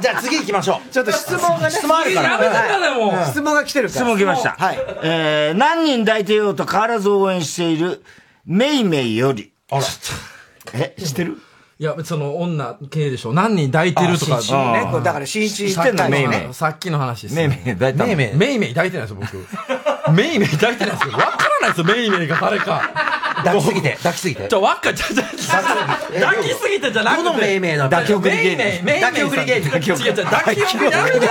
[SPEAKER 5] じゃあ次行きましょう。
[SPEAKER 2] ちょっと質問がね、
[SPEAKER 5] 質問あるから
[SPEAKER 13] やめてたでも
[SPEAKER 2] 質問が来てるか
[SPEAKER 1] 質
[SPEAKER 2] ら。
[SPEAKER 1] 問来ました。
[SPEAKER 2] はい。
[SPEAKER 1] えー、何人抱いてようと変わらず応援している、メイメイより。
[SPEAKER 13] あら
[SPEAKER 1] え、知ってる
[SPEAKER 13] いやその女系でしょ何人抱いてるとか
[SPEAKER 1] あしんしんね
[SPEAKER 13] うん
[SPEAKER 2] こうだから、新一
[SPEAKER 1] 知ってんの、メイメイ。
[SPEAKER 13] さっきの話です
[SPEAKER 1] メイメイ抱いた
[SPEAKER 13] メイ
[SPEAKER 1] の
[SPEAKER 13] メイメイメイ抱いてないですよ僕メイメイ抱いてないですよわからないですよメイメイが誰か
[SPEAKER 5] 抱きすぎて、抱きすぎて
[SPEAKER 13] じ。ゃわっかじゃじゃ抱きすぎてじゃなく
[SPEAKER 5] ど
[SPEAKER 13] て
[SPEAKER 5] の命名なの
[SPEAKER 1] 抱き送り
[SPEAKER 13] メ
[SPEAKER 1] 芸
[SPEAKER 13] イメイ
[SPEAKER 1] 人。
[SPEAKER 13] メイメイ
[SPEAKER 5] 抱き送り芸人
[SPEAKER 13] さん違う違う抱き送りやめても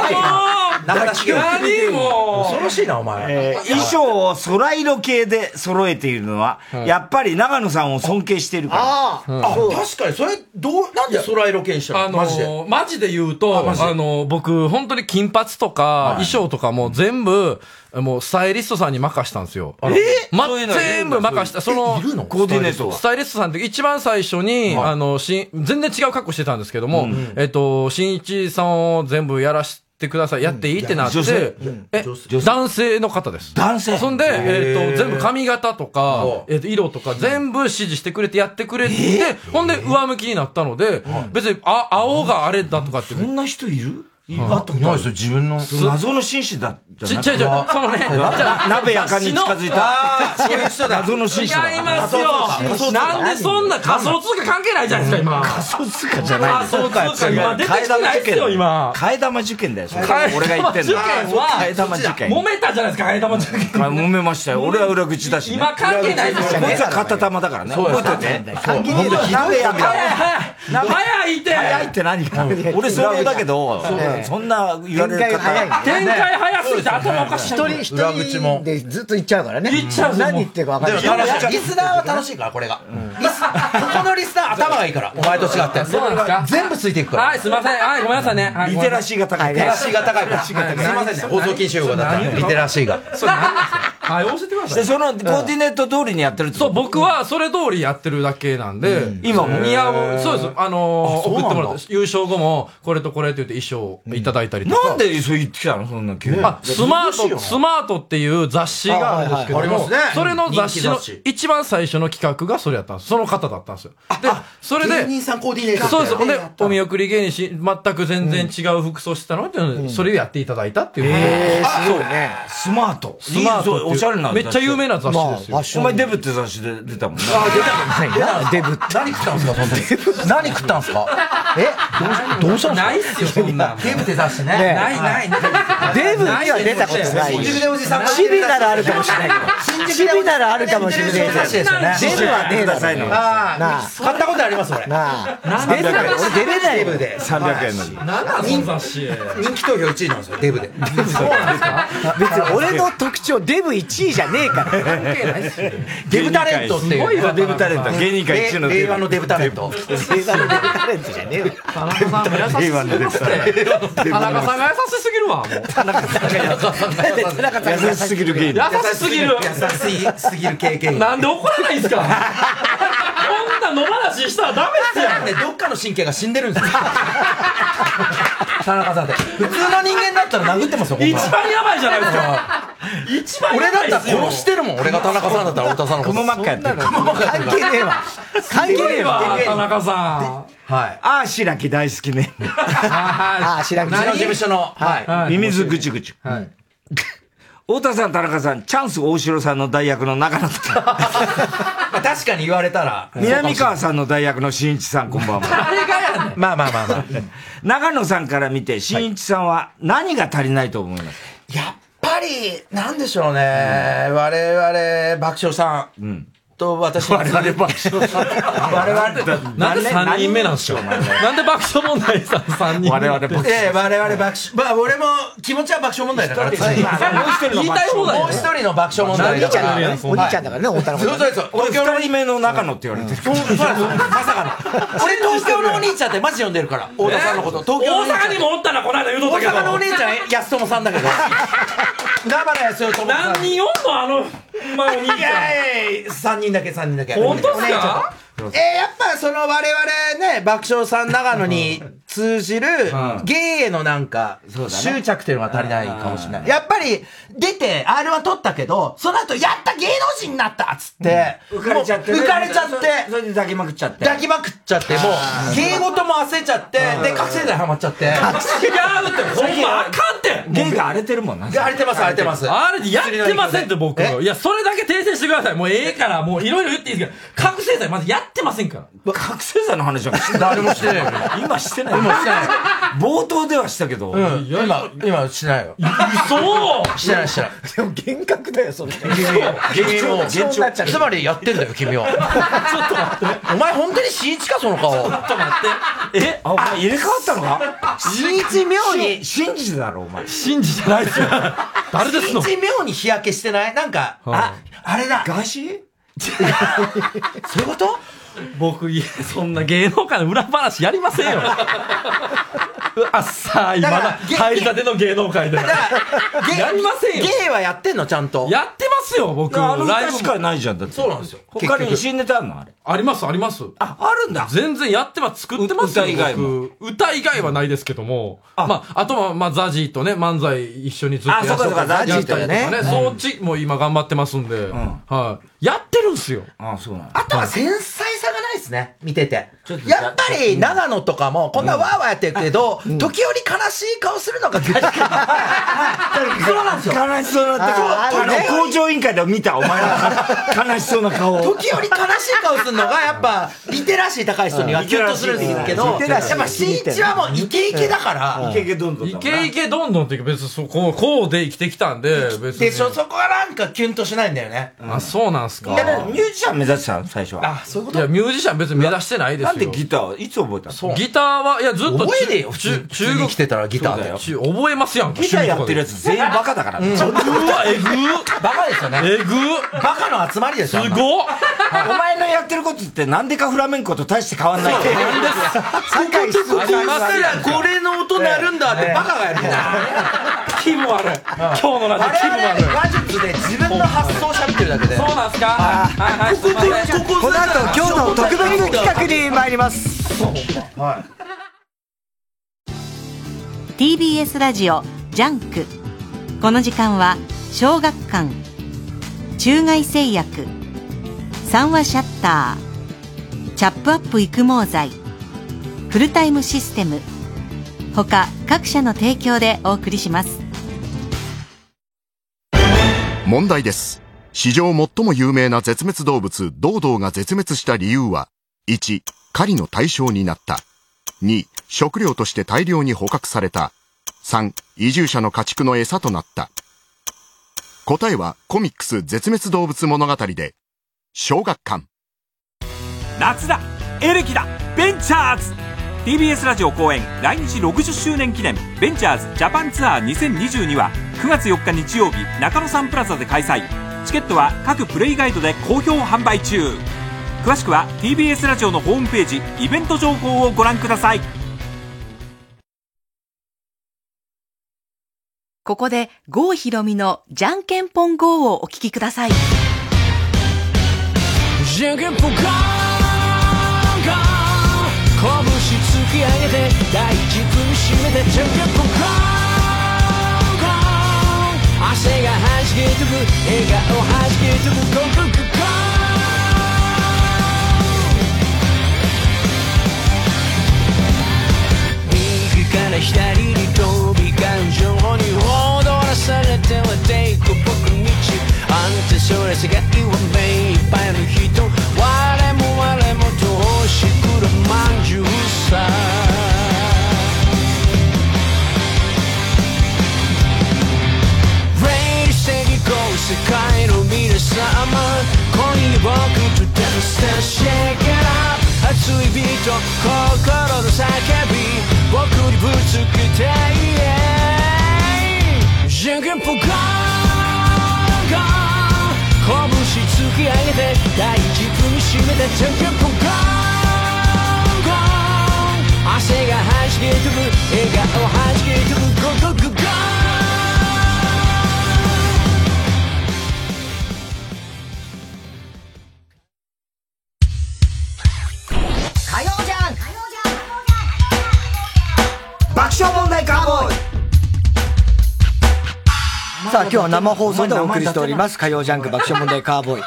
[SPEAKER 13] う
[SPEAKER 5] 中田茂
[SPEAKER 13] 何も
[SPEAKER 5] 恐ろしいな、お前。
[SPEAKER 1] えー衣装を空色系で揃えているのは、やっぱり長野さんを尊敬しているから。
[SPEAKER 2] ああ、
[SPEAKER 5] あ、確かに、それ、どう、なんで空色系にしたの
[SPEAKER 13] あの
[SPEAKER 5] マジで。
[SPEAKER 13] ー、マジで言うと、あのー、僕、本当に金髪とか、衣装とかも全部、もう、スタイリストさんに任したんですよ。えま、全部任した。その、
[SPEAKER 1] コーディネートは
[SPEAKER 13] ス。タイリストさんって一番最初に、あの、しん、全然違う格好してたんですけども、えっと、新一さんを全部やらしてください、やっていいってなって、
[SPEAKER 1] 女性
[SPEAKER 13] え、男性の方です。
[SPEAKER 1] 男性
[SPEAKER 13] そんで、えっと、全部髪型とか、えっと、色とか全部指示してくれてやってくれて、ほんで、上向きになったので、別に、あ、青があれだとかって、
[SPEAKER 1] こんな人いる
[SPEAKER 5] あと、ないですよ、自分の。
[SPEAKER 1] 謎の紳士だ、
[SPEAKER 13] ち
[SPEAKER 1] じゃ
[SPEAKER 13] っ
[SPEAKER 1] な
[SPEAKER 13] ちゃ
[SPEAKER 1] く
[SPEAKER 13] いじゃん、そのね、じゃあ
[SPEAKER 1] 鍋やかに近づいた。謎の
[SPEAKER 13] 違
[SPEAKER 1] 紳士だ。
[SPEAKER 13] いますよ。なんでそんな仮想通貨関係ないじゃないですか、今。
[SPEAKER 1] 仮想通貨じゃない
[SPEAKER 13] 仮想通貨今出てきてないですよ、今。
[SPEAKER 1] 替え玉受験だよ、それ。
[SPEAKER 13] 替え玉
[SPEAKER 1] 俺が言ってん
[SPEAKER 13] 受
[SPEAKER 1] だ。
[SPEAKER 13] 験は
[SPEAKER 1] 替え玉受験。
[SPEAKER 13] 揉めたじゃないですか、替え玉受験。
[SPEAKER 1] あ揉めましたよ。俺は裏口だしね。
[SPEAKER 13] 今関係ないですよ。
[SPEAKER 1] こいつは片玉だからね。覚えてて。関係ない。鍋や
[SPEAKER 13] 早い
[SPEAKER 1] か。
[SPEAKER 13] 早い早いって
[SPEAKER 1] 早いって何か。俺そういうだけど、そんな言われ
[SPEAKER 2] 展開
[SPEAKER 1] る
[SPEAKER 2] が早いね
[SPEAKER 1] 方。。
[SPEAKER 13] 展開早すぎて頭おかしい。
[SPEAKER 2] 一人一人でずっと行っちゃうからね。
[SPEAKER 13] 行っちゃう
[SPEAKER 2] 何言ってるか分かんない。
[SPEAKER 5] リスナーは楽しいから、これが。リス、ここのリスナー頭がいいから、お前と違って。
[SPEAKER 13] そうなんですか
[SPEAKER 5] 全部ついていくから。
[SPEAKER 13] はい、すいません。はい、ごめんなさいね。はい
[SPEAKER 1] リテラシーが高い。
[SPEAKER 5] リテラシーが高いから。すいませんね、放送禁止用語だったんでリテラシーが。
[SPEAKER 13] はい、教えてくださ
[SPEAKER 1] で、
[SPEAKER 13] い。
[SPEAKER 1] そのコーディネート通りにやってるって
[SPEAKER 13] そう、
[SPEAKER 1] こと
[SPEAKER 13] 僕はそれ通りやってるだけなんで、今も。いや、もうそうです。あのー、送ってもらった。優勝後も、これとこれって言って衣装いただいたりとか。
[SPEAKER 1] なんでそう言ってきたのそんな急に。
[SPEAKER 13] あ、スマート、スマートっていう雑誌があるんですけど
[SPEAKER 5] はいはい
[SPEAKER 13] も
[SPEAKER 5] ありますね、
[SPEAKER 13] それの雑誌の
[SPEAKER 5] 人気雑誌
[SPEAKER 13] 一番最初の企画がそれやったんです。その方だったんですよ。で、それで
[SPEAKER 5] 芸、人さんコーディネート。
[SPEAKER 13] そうです。ほんで、お見送り芸人し、全く全然違う服装してたのっていうので、それをやっていただいたっていう。
[SPEAKER 1] えー、すごいね。スマート。
[SPEAKER 13] スマートっていう。
[SPEAKER 1] おしゃれな。
[SPEAKER 13] めっちゃ有名な雑誌ですよ。
[SPEAKER 1] お前デブって雑誌で出たもんね。
[SPEAKER 5] デブ何食ったんすか、その時。何食ったんすか。えどうしたどうしたんすか
[SPEAKER 13] ないっすよ、そんなん。
[SPEAKER 5] デブって雑誌ね。
[SPEAKER 2] ね
[SPEAKER 13] ないないない。
[SPEAKER 2] デブには出たことない。
[SPEAKER 5] おじさん
[SPEAKER 2] チビならあるかもしれないけど。
[SPEAKER 5] 新
[SPEAKER 2] 渋谷ならあるかもしれないけど
[SPEAKER 5] 全
[SPEAKER 2] 全
[SPEAKER 5] 部
[SPEAKER 2] 部
[SPEAKER 5] は
[SPEAKER 2] は
[SPEAKER 5] ね
[SPEAKER 2] ね
[SPEAKER 5] え
[SPEAKER 2] え
[SPEAKER 5] だ
[SPEAKER 2] だ
[SPEAKER 5] ろ
[SPEAKER 2] ろ
[SPEAKER 5] な
[SPEAKER 2] な
[SPEAKER 5] あ
[SPEAKER 2] あ
[SPEAKER 5] 買ったことあります俺
[SPEAKER 2] な
[SPEAKER 5] な
[SPEAKER 2] あ
[SPEAKER 5] あ
[SPEAKER 2] 出れない俺出れない
[SPEAKER 5] デ
[SPEAKER 2] よ
[SPEAKER 5] ブで
[SPEAKER 1] 300円のに
[SPEAKER 5] なんだその雑誌人気投票1位なんですよデブで
[SPEAKER 2] 別に俺の特徴デブ1位じゃねえから
[SPEAKER 5] デブタレントっていう
[SPEAKER 2] すごいわデブタレント
[SPEAKER 1] 芸人界一の
[SPEAKER 5] 令令和のデブタレント
[SPEAKER 2] 令和のデブタレントじゃねえわ
[SPEAKER 13] 田中さんが優しすぎますね田中さんが優しすぎるわもう田中さんが
[SPEAKER 1] 優しすぎる芸人
[SPEAKER 13] 優しすぎる
[SPEAKER 5] 優しすぎる経験
[SPEAKER 13] なんで怒らないんすかこんな野放ししたらダメっすよ
[SPEAKER 5] ねどっかの神経が死んでるんですよ <laughs> 田中さんって普通の人間だったら殴ってますよこん
[SPEAKER 13] 一
[SPEAKER 5] なの
[SPEAKER 13] 番やばいじゃないですか一番
[SPEAKER 5] 俺
[SPEAKER 13] や
[SPEAKER 5] だ
[SPEAKER 13] ばい
[SPEAKER 5] っ
[SPEAKER 13] っ
[SPEAKER 5] た
[SPEAKER 13] すよ
[SPEAKER 5] ら殺してるもん俺が田中さんだったら太田さんのこと
[SPEAKER 1] 雲真っ赤やってる
[SPEAKER 5] そんなの
[SPEAKER 2] 関係ねえわ関係
[SPEAKER 13] すご
[SPEAKER 2] ね
[SPEAKER 13] い
[SPEAKER 2] えわ
[SPEAKER 13] わ田中さ
[SPEAKER 5] はい
[SPEAKER 1] ああ、白木大好きね。
[SPEAKER 2] ああ白木
[SPEAKER 5] うちの事務所のはい
[SPEAKER 13] はい
[SPEAKER 1] ミミズぐちゅぐちゅ。 <laughs> 太田さん、田中さん、チャンス大城さんの代役の中野さん、
[SPEAKER 5] まあ <laughs> 確かに言われたら
[SPEAKER 1] 南川さんの代役の新一さん、こんばんは。
[SPEAKER 5] 誰がやねんまあまあまあまあ
[SPEAKER 1] 長野さんから見て、新一さんは何が足りないと思います
[SPEAKER 5] やっぱり、なんでしょうね、我々、爆笑さん。と私我々爆笑さん。我々
[SPEAKER 13] んなんで3人目なんすよなんで爆笑問題さん3人目
[SPEAKER 1] 我々爆
[SPEAKER 5] いやいや我々爆笑。まあ俺も気持ちは爆笑問題だから。
[SPEAKER 1] 一人まあもう一人の
[SPEAKER 5] 言いたい放題もう一人の爆笑問題だから。
[SPEAKER 2] お兄ちゃんだからねお兄ちゃんだからね太田の
[SPEAKER 5] そうそうそう。
[SPEAKER 1] 俺、二人目の中野って言われてる。
[SPEAKER 5] そうそうそうまさかの。俺東京のお兄ちゃんってマジ呼んでるから。太田さんのこと。東京のお兄ちゃ
[SPEAKER 19] 大
[SPEAKER 5] ん
[SPEAKER 19] 阪にもおったなこの間言うとったけど
[SPEAKER 5] 大阪のお姉ちゃん、安友さんだけど。生田安友さん。
[SPEAKER 19] 何人おんのあのお前お兄ちゃん
[SPEAKER 5] いやいや3人だけ3人だけ
[SPEAKER 19] 本当っすか
[SPEAKER 5] お姉ちゃんとえーやっぱその我々ね爆笑さん長野に通じる芸へのなんか執着っていうのが足りないかもしれないやっぱり出て r は取ったけどその後やった芸能人になったっつって
[SPEAKER 1] 浮かれちゃってね
[SPEAKER 5] もう浮かれちゃって
[SPEAKER 1] そそれで抱きまくっちゃって。
[SPEAKER 5] 抱きまくっちゃってもう芸事も焦っちゃってで覚醒剤ハマっちゃって
[SPEAKER 13] ん違うってほんまあかんって
[SPEAKER 1] 芸が荒れてるもんな。
[SPEAKER 5] 荒れてます荒れてます
[SPEAKER 13] あれやってませんって僕
[SPEAKER 5] え
[SPEAKER 13] いやそれだけ訂正してくださいもうええからもういろいろ言っていいですけど覚醒剤まずやってませんから
[SPEAKER 1] 覚醒剤の <laughs> 話はしてない
[SPEAKER 5] 誰もしてないよ
[SPEAKER 1] 今してない。
[SPEAKER 5] 今してない
[SPEAKER 1] 冒頭ではしたけど、
[SPEAKER 5] うん今今してないよ
[SPEAKER 13] 嘘
[SPEAKER 5] してないしてない
[SPEAKER 2] でも幻覚だよその人
[SPEAKER 5] 現状
[SPEAKER 2] 現状になっちゃう
[SPEAKER 5] つまりやってんだよ君はちょっと待ってお前本当に新一かその顔
[SPEAKER 13] ちょっと待ってえ
[SPEAKER 1] あ、お前入れ替わったのか
[SPEAKER 5] 新一妙に
[SPEAKER 1] し信じてだろ、お前。
[SPEAKER 13] 信じてないですよ誰です
[SPEAKER 5] 新
[SPEAKER 13] の
[SPEAKER 5] 一妙に日焼けしてないなんかああれだ
[SPEAKER 1] ガシ
[SPEAKER 5] そういうこと
[SPEAKER 13] 僕いやそんな芸能界の裏話やりませ
[SPEAKER 5] <laughs>
[SPEAKER 13] んよあっさあ今
[SPEAKER 5] だ
[SPEAKER 13] だ
[SPEAKER 5] からげ
[SPEAKER 13] 入りたての芸能界でや
[SPEAKER 5] だからゲ
[SPEAKER 13] やりませんよ
[SPEAKER 5] 芸はやってんのちゃんと
[SPEAKER 13] ってますよ僕
[SPEAKER 1] あの
[SPEAKER 13] ライ
[SPEAKER 1] 歌
[SPEAKER 13] ブ
[SPEAKER 1] し
[SPEAKER 13] も
[SPEAKER 1] かないじゃん、だって。
[SPEAKER 5] そうなんですよ
[SPEAKER 1] 他
[SPEAKER 5] 結
[SPEAKER 1] に
[SPEAKER 5] 局
[SPEAKER 1] 新ネタあるのあれ。
[SPEAKER 13] ありますあります
[SPEAKER 1] あ、あるんだ。
[SPEAKER 13] 全然やっては作ってますよ
[SPEAKER 1] う歌以外も
[SPEAKER 13] 僕歌以外はないですけども、まあ、あとは、まあ、ザジーとね、漫才一緒にずっとやって
[SPEAKER 1] あそうかそうか
[SPEAKER 13] やったり
[SPEAKER 1] ザジーとね
[SPEAKER 13] やったりとかね、そっちも今頑張ってますんで、はい。やってるんすよ。
[SPEAKER 1] あ、そうなん
[SPEAKER 5] あ
[SPEAKER 1] だ。
[SPEAKER 5] とは繊細さがないですね見てて
[SPEAKER 1] ちょっと
[SPEAKER 5] やっぱり長野とかもこんなわーわーやってるけど時折悲しい顔するのが芸そうなんですよ
[SPEAKER 1] 悲しそうなって
[SPEAKER 5] あーあるね
[SPEAKER 1] 校長委員会で見た、お前の悲しそうな顔。
[SPEAKER 5] 時折悲しい顔するのが、やっぱ、リテラシー高い人にはキュンとするんですけど、や
[SPEAKER 1] リテラシー
[SPEAKER 5] っぱ、新一はもうイケイケだから、
[SPEAKER 1] イケイケどんどん
[SPEAKER 13] イ
[SPEAKER 1] だもんな。
[SPEAKER 13] ケイケどんどんっていうか別にそこ、こうで生きてきたんで、別に。
[SPEAKER 5] でしょ、そこがなんかキュンとしないんだよね。
[SPEAKER 13] あ、そうなんすか。
[SPEAKER 1] だからミュージシャン目指してたの最初は。
[SPEAKER 5] あ、そういうこ
[SPEAKER 13] いや、ミュージシャン別に目指してないですよ。
[SPEAKER 1] なんでギター、いつ覚えたの
[SPEAKER 13] ギターは、いや、ずっ
[SPEAKER 5] と
[SPEAKER 13] と中。
[SPEAKER 5] 覚えねえよ、普
[SPEAKER 13] 中
[SPEAKER 5] 通
[SPEAKER 13] 中
[SPEAKER 5] 中
[SPEAKER 13] 国
[SPEAKER 5] 国来てたらギターだよ。
[SPEAKER 13] 中覚えますやんか。
[SPEAKER 1] ギターやってるや
[SPEAKER 13] つ。
[SPEAKER 1] つ全員バカだから。
[SPEAKER 13] うわ、えぐ
[SPEAKER 5] バカですよね。
[SPEAKER 13] えぐ
[SPEAKER 5] バカの集まりでしょ。
[SPEAKER 13] すごっ
[SPEAKER 1] お前のやってることってなんでかフラメンコと大して変わんないんだよ
[SPEAKER 2] 酒井すごい
[SPEAKER 5] まさやこれの音鳴るんだって、バカがやるんだ。
[SPEAKER 13] 気も悪い。今日のラジオ
[SPEAKER 5] 我
[SPEAKER 13] 気も悪い。
[SPEAKER 5] 々話術で自分の発想を喋ってるだけで。
[SPEAKER 13] そうなんすかはいはい、すいません。
[SPEAKER 2] この後今日の特別企画に参ります
[SPEAKER 5] はい
[SPEAKER 3] TBS ラジオジャンクこの時間は小学館中外製薬三話シャッターチャップアップ育毛剤フルタイムシステム他各社の提供でお送りします
[SPEAKER 21] 問題です。史上最も有名な絶滅動物、ドードーが絶滅した理由は、1、狩りの対象になった。2、食料として大量に捕獲された。3、移住者の家畜の餌となった。答えはコミックス絶滅動物物語で、小学館。
[SPEAKER 4] 夏だエレキだベンチャーズ TBS ラジオ公演来日60周年記念ベンチャーズジャパンツアー2022は9月4日日曜日中野サンプラザで開催チケットは各プレイガイドで好評販売中詳しくは TBS ラジオのホームページイベント情報をご覧ください
[SPEAKER 22] ここで郷ひろみのじゃんけんぽん GO をお聞きください。
[SPEAKER 23] じゃんけんぽんガンガン拳突き上げて大地踏みしめてじゃんけんぽんガンガン汗がはじけ飛ぶ笑顔はじけ飛ぶゴンゴンゴンゴン右から左に飛び感情に踊らされてはていく僕にあんたそれ世界は目いっぱいの人我も我もと星黒まんじゅうさレイステに行こう世界の皆様今夜僕とダンスだ Shake it up 熱いビート心の叫び僕にぶつけて yeah じゃんけんぽん拳突き上げて大地踏みしめてじゃんけんぽんゴンゴン汗がはじけ飛ぶ笑顔はじけ飛ぶゴンゴンゴンゴン
[SPEAKER 24] 火曜じゃん爆笑問題カーボーイ
[SPEAKER 2] さあ、今日は生放送でお送りしております。火曜ジャンク爆笑問題カーボーイ。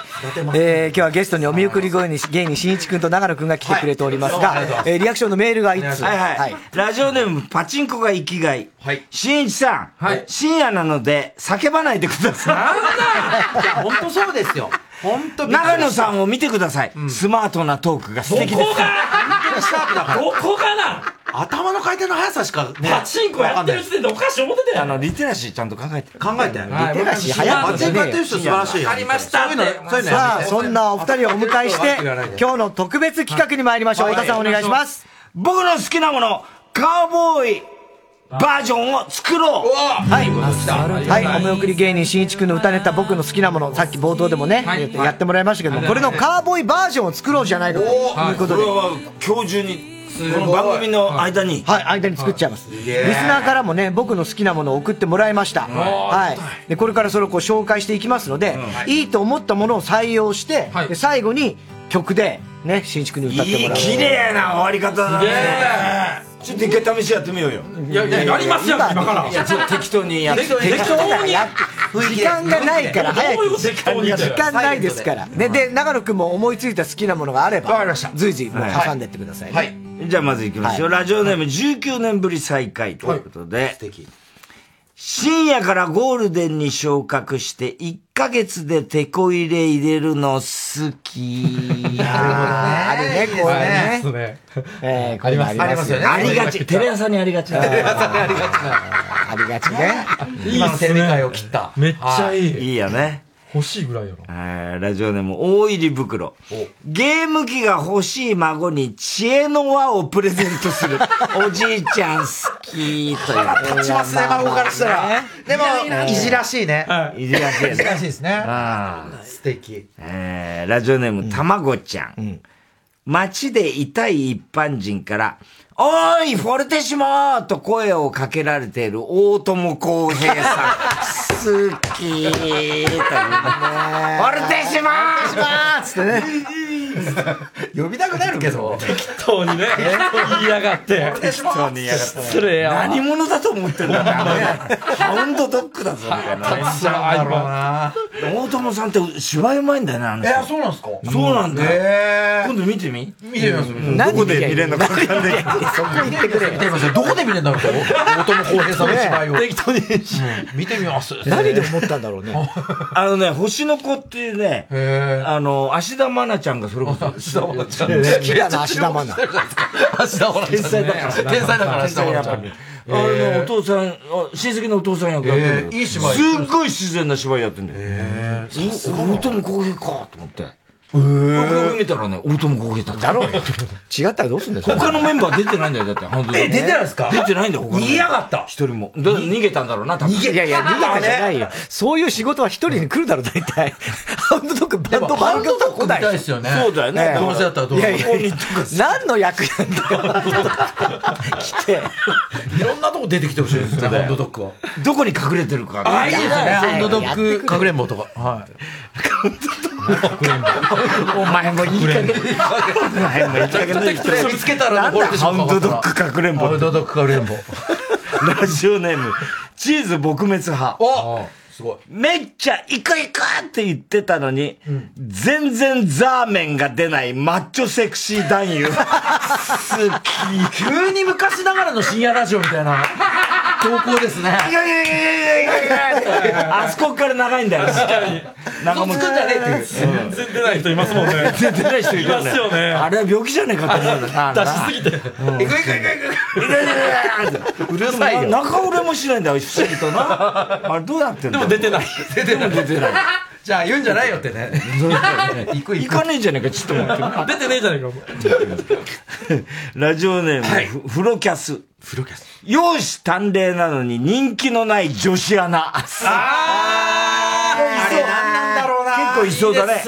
[SPEAKER 2] えー、今日はゲストにお見送り声に芸人しんいちくんと長野くんが来てくれておりますが、えーリアクションのメールが一通。
[SPEAKER 1] はいはい。ラジオネーム、パチンコが生きがい。はい。新一さん。はい。深夜なので、叫ばないでください。いや、本当そうですよ。本当長野さんを見てください。スマートなトークが素敵です。
[SPEAKER 5] スタートだから。
[SPEAKER 1] どこ
[SPEAKER 19] がな
[SPEAKER 5] 頭の回転の速さしかね。
[SPEAKER 19] パチンコやってる時点でおかしい思ってたや
[SPEAKER 1] あ
[SPEAKER 19] ん。
[SPEAKER 1] の、リテラシーちゃんと考えて。
[SPEAKER 5] 考えて
[SPEAKER 1] リテラシー
[SPEAKER 5] はい
[SPEAKER 1] 早く
[SPEAKER 5] パチンコやってる人素晴らしいよ
[SPEAKER 1] わかりました
[SPEAKER 5] そういうのそういうの
[SPEAKER 2] さあ、そんなお二人をお迎えして、今日の特別企画に参りましょう。
[SPEAKER 1] はい
[SPEAKER 2] 太田さんお願いします。
[SPEAKER 1] 僕の好きなもの、カウボーイバージョンを作ろう
[SPEAKER 2] はい。はい、お見送り芸人しんいちくんの歌ネタ僕の好きなもの、さっき冒頭でもね、やってもらいましたけども、これのカーボーイバージョンを作ろうじゃないかということで。
[SPEAKER 1] 今日中に、この番組の間に。
[SPEAKER 2] はい、間に作っちゃいます。リス
[SPEAKER 1] げえ
[SPEAKER 2] ナーからもね、僕の好きなものを送ってもらいました。はい。で、これからそれをこう紹介していきますので、いいと思ったものを採用して、で最後に曲で、ね、新築に歌ってもらう。
[SPEAKER 1] 綺麗な終わり方だね。ちょっと一回試しやってみようよ。い
[SPEAKER 2] やいややりますよ今から
[SPEAKER 1] いやちょっと適当にやって。
[SPEAKER 2] 適当に
[SPEAKER 1] や
[SPEAKER 2] 時間がないから
[SPEAKER 1] どう
[SPEAKER 2] 早
[SPEAKER 1] いう
[SPEAKER 2] く
[SPEAKER 1] こと
[SPEAKER 2] 時間が時間ないですからねで長野くんも思いついた好きなものがあれば随時もう挟んでってくださいね
[SPEAKER 1] じゃあまず行きますよ。
[SPEAKER 2] はい
[SPEAKER 1] ラジオネーム19年ぶり再開ということで。深夜からゴールデンに昇格して1ヶ月でテコ入れ入れるの好 <laughs> き。なるほどね。あれね、こうね。
[SPEAKER 2] えーこ
[SPEAKER 1] あ
[SPEAKER 2] うい
[SPEAKER 1] り
[SPEAKER 2] うの
[SPEAKER 1] ま
[SPEAKER 2] あ
[SPEAKER 1] す
[SPEAKER 2] りますよね
[SPEAKER 1] ありがち。テレ朝にありがちだ。テレ朝にありがち
[SPEAKER 2] ありがちね。
[SPEAKER 5] 今のテレビ界を切った。
[SPEAKER 1] めっち
[SPEAKER 5] ゃいい
[SPEAKER 1] <laughs> いいやね。
[SPEAKER 13] 欲しいぐらいやろ。
[SPEAKER 1] えーラジオネーム、大入り袋。ゲーム機が欲しい孫に知恵の輪をプレゼント
[SPEAKER 5] <laughs>
[SPEAKER 1] する。おじいちゃん好きという。
[SPEAKER 5] 立ちますね、孫からしたら。でも、いじらしいね。
[SPEAKER 1] いじらしいね
[SPEAKER 5] いじらしいですね。
[SPEAKER 1] ああ。
[SPEAKER 5] 素敵。
[SPEAKER 1] えーラジオネーム、たまごちゃん。街で痛い一般人から、おーい、フォルテシモーと声をかけられている大友康平さ
[SPEAKER 5] <laughs>
[SPEAKER 1] ん。好きーというね。フォルテシモー
[SPEAKER 2] つってね。
[SPEAKER 5] 呼びたくなるけど。
[SPEAKER 13] 適当にね、言いやがって。
[SPEAKER 1] 適当に言いやがって
[SPEAKER 13] 失礼やわ。
[SPEAKER 1] 何者だと思ってんだな。ハウンドドッグだぞ、みたいな。
[SPEAKER 13] 立つなあ
[SPEAKER 1] 大友さんって芝居うまいんだよな、あの人
[SPEAKER 5] えそうなんですか
[SPEAKER 1] そうなんだよ。今度見てみ
[SPEAKER 5] 見てみます
[SPEAKER 1] うんどこで見れるのか分かんないけど。
[SPEAKER 5] そこ行ってくれ。見てみますどこで見れるんだろう大友康平さんの芝居を。
[SPEAKER 1] 適当に。
[SPEAKER 5] 見てみます。
[SPEAKER 1] 何で思
[SPEAKER 2] ったんだろうね。
[SPEAKER 1] あのね、星の子っていうね、あの、芦田愛菜ちゃんがそれこそ。芦田愛菜ち
[SPEAKER 5] ゃん好きだな芦田愛菜
[SPEAKER 1] 天才だから。
[SPEAKER 5] 天才だから芦田愛菜ちゃん
[SPEAKER 1] 天才やっぱりあの、お父さん、あ親戚のお父さん役やってんだけど、
[SPEAKER 5] えーいい芝居
[SPEAKER 1] すっごい自然な芝居やってんだよ。え
[SPEAKER 5] さすがだ
[SPEAKER 1] 大友康平か、と思って。えー、よく見たらね、大友康平だった。だろう
[SPEAKER 2] 違ったらどうすんだよ。
[SPEAKER 1] 他のメンバー出てないんだよ、だって、本当に。
[SPEAKER 2] え出てないんですか
[SPEAKER 1] 出てないんだよ、他の。
[SPEAKER 2] 逃げやが
[SPEAKER 1] った。一人も。だから逃げたんだろうな、多分。
[SPEAKER 2] いやいや、逃げたじゃないよ。そういう仕事は一人に来るだろ、大体。 <laughs> ハンドドッグ、バンドバンドドッグ来ない
[SPEAKER 1] 見たいっすよねそうだよね
[SPEAKER 2] ええ
[SPEAKER 1] どうせだったらどう
[SPEAKER 2] いやいやいや何の役なんだよ。
[SPEAKER 5] いろんなとこ出てきてほしいですね、ハンドドッグは。
[SPEAKER 1] どこに隠れてるか
[SPEAKER 5] ああ、いいですね。ハ
[SPEAKER 1] ハ
[SPEAKER 5] ン
[SPEAKER 1] ン
[SPEAKER 5] ド
[SPEAKER 1] ド
[SPEAKER 5] ド
[SPEAKER 1] ド
[SPEAKER 5] ッ
[SPEAKER 1] ッ
[SPEAKER 5] グ
[SPEAKER 1] グ、
[SPEAKER 5] かくれんぼとか。はい。
[SPEAKER 1] お前もいい加減。お前もいい加減。
[SPEAKER 5] それつけたら溺れてしまう
[SPEAKER 1] ハンドドッグかくれんぼ。ハンドドッグかくれんぼ。ラジオネーム、チーズ撲滅派。おすごい。めっちゃ行く行くって言ってたのに、全然ザーメンが出ないマッチョセクシー男優。好き。 <laughs> 急に昔ながらの深夜ラジオみたいな。投稿ですね。いやいやいやいやいやいやいやあそこから長いんだよ。確かに。長持ち。じゃねえっていう。
[SPEAKER 13] 全然出ない人いますもんね
[SPEAKER 1] 全然出ない人いるよね
[SPEAKER 13] ますよね
[SPEAKER 1] あれは病気じゃねえかと思うよな
[SPEAKER 13] 出しすぎて
[SPEAKER 1] うんうるさいよ。中折れもしないんだよ、不思議とな。あれどうなってんだでも出てない。出ても出てない。
[SPEAKER 5] じゃあ言うんじゃないよってね。
[SPEAKER 1] 行く行かねえじゃねえか、ちょっと待って。
[SPEAKER 13] 出てねえじゃねえかもう
[SPEAKER 1] <laughs> ラジオネーム、フフロキャス。フロキャス。容姿端麗なのに人気のない女子アナ。ああれなんなんだろうな。結構いそうだね。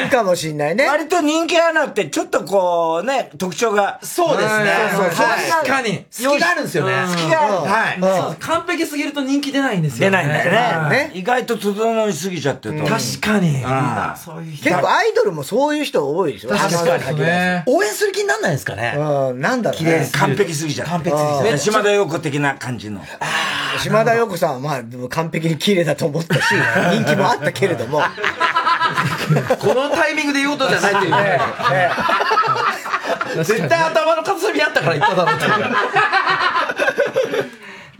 [SPEAKER 2] いるかもしんないね。
[SPEAKER 1] 割と人気アナってちょっとこうね、特徴が。
[SPEAKER 5] そうですね
[SPEAKER 1] そうそうそう
[SPEAKER 5] 確かに隙があるんですよね
[SPEAKER 1] 隙が
[SPEAKER 5] うん
[SPEAKER 1] ある。はい。
[SPEAKER 19] そう完璧すぎると人気出ないんですよ、
[SPEAKER 1] 出
[SPEAKER 19] ね。
[SPEAKER 1] ないんだよ
[SPEAKER 19] はい。
[SPEAKER 1] ね。意外と整いすぎちゃってると。
[SPEAKER 19] 確かに。
[SPEAKER 1] あ
[SPEAKER 19] そういう
[SPEAKER 2] 結構アイドルもそういう人多いでしょ
[SPEAKER 5] 確かにね
[SPEAKER 2] 応援する気になんないですかねうん、なんだろう
[SPEAKER 1] 綺麗
[SPEAKER 2] ね
[SPEAKER 1] すぎる完璧すぎちゃって。
[SPEAKER 2] 完璧すぎちゃって
[SPEAKER 1] ね島田陽子的な感じの。
[SPEAKER 2] 島田陽子さんはまあでも完璧に綺麗だと思ったし、人気もあったけれども。
[SPEAKER 5] このタイミングで言うことじゃないっていうね。絶対頭の片隅あったから言っただろうっていう。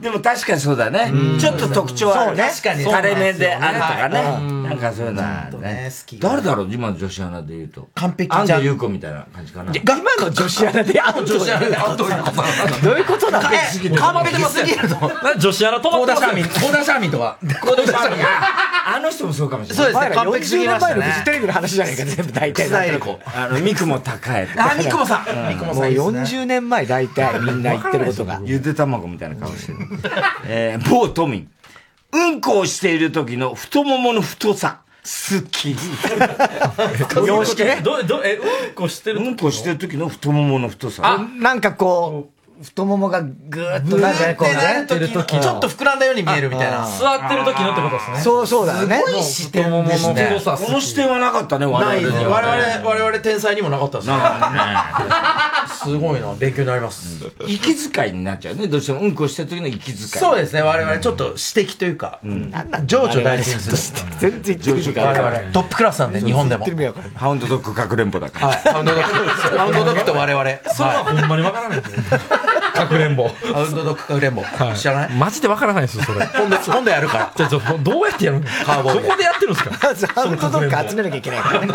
[SPEAKER 1] でも確かにそうだね。ちょっと特徴ある。
[SPEAKER 5] そうね確かに
[SPEAKER 1] 垂れ目であると
[SPEAKER 5] そうな
[SPEAKER 1] か
[SPEAKER 5] んですよね
[SPEAKER 1] ね。なんかそういうのあるね。誰だろう今の女子アナで言うと。
[SPEAKER 5] 完璧
[SPEAKER 1] 安
[SPEAKER 5] じゃん
[SPEAKER 1] 藤優子みたいな感じかな。
[SPEAKER 2] 今の女子アナで、あの
[SPEAKER 5] 女子アナで安藤優子さん
[SPEAKER 2] どういうこと
[SPEAKER 1] だ
[SPEAKER 5] 完璧完璧すぎると。
[SPEAKER 13] 女子アナ止ま
[SPEAKER 5] コー
[SPEAKER 13] って
[SPEAKER 5] ダ
[SPEAKER 13] ま
[SPEAKER 5] シャ
[SPEAKER 13] すよ
[SPEAKER 5] ーミン、コーダシャーミンとか。コーダシャーミン。
[SPEAKER 1] あの人もそうかもしれ
[SPEAKER 5] そ
[SPEAKER 1] な
[SPEAKER 5] う
[SPEAKER 1] い。
[SPEAKER 5] ですね完璧すぎましたね
[SPEAKER 2] 40年前のフジテレビの話じゃないか、全部大体。
[SPEAKER 5] 草野子
[SPEAKER 1] あの、三雲高い。
[SPEAKER 5] あ三雲さん
[SPEAKER 1] う
[SPEAKER 5] 三雲さん
[SPEAKER 2] もう
[SPEAKER 1] いいですね
[SPEAKER 2] 40年前大体みんな言ってることが。
[SPEAKER 1] ゆで卵みたいな顔してる。えー、某都民。うんこをしている時の太ももの太さ。好き。
[SPEAKER 19] 様式ね
[SPEAKER 1] ど、ど、え、うんこしてるうんこしてる時の太ももの太さ。
[SPEAKER 2] あ、なんかこう、太ももがぐーっとなんかねこうね。
[SPEAKER 5] てる時ちょっと膨らんだように見えるみたいな。
[SPEAKER 2] あー
[SPEAKER 13] 座ってる時のってことですね
[SPEAKER 2] そうそうだよね。
[SPEAKER 5] すごい視点ですね
[SPEAKER 1] 太ももの太さ好きこの視点はなかったね、我々
[SPEAKER 5] ない
[SPEAKER 1] に
[SPEAKER 5] ね
[SPEAKER 1] は
[SPEAKER 5] 我
[SPEAKER 1] ね
[SPEAKER 5] 々、我々天才にもなかったですね
[SPEAKER 1] なか
[SPEAKER 5] すごいな、勉強になります。
[SPEAKER 1] 息遣いになっちゃうね。どうしてもうんこしてる時の息遣い。
[SPEAKER 5] そうですね、我々ちょっと指摘というか、 <laughs> なんなん情緒大事にする。
[SPEAKER 2] 全然
[SPEAKER 1] 上手
[SPEAKER 5] 我々トップクラスなんで、日本でも。
[SPEAKER 1] ハウンドドッグかくれんぼだから。
[SPEAKER 5] ハウン <laughs> ドドッグ。ハウンドドッグと我々。
[SPEAKER 13] それはほんまにわからない <laughs> かくれんぼ
[SPEAKER 5] ハウンドドッグかくれんぼ。知らない
[SPEAKER 13] マジでわからないですよそれ
[SPEAKER 5] 今度、今度やるから。
[SPEAKER 13] じゃあちょどうやってやるの
[SPEAKER 5] カーボーイ
[SPEAKER 13] ど
[SPEAKER 5] で
[SPEAKER 13] こでやってるんですか
[SPEAKER 2] まずハンドドッグ集めなきゃいけないからね。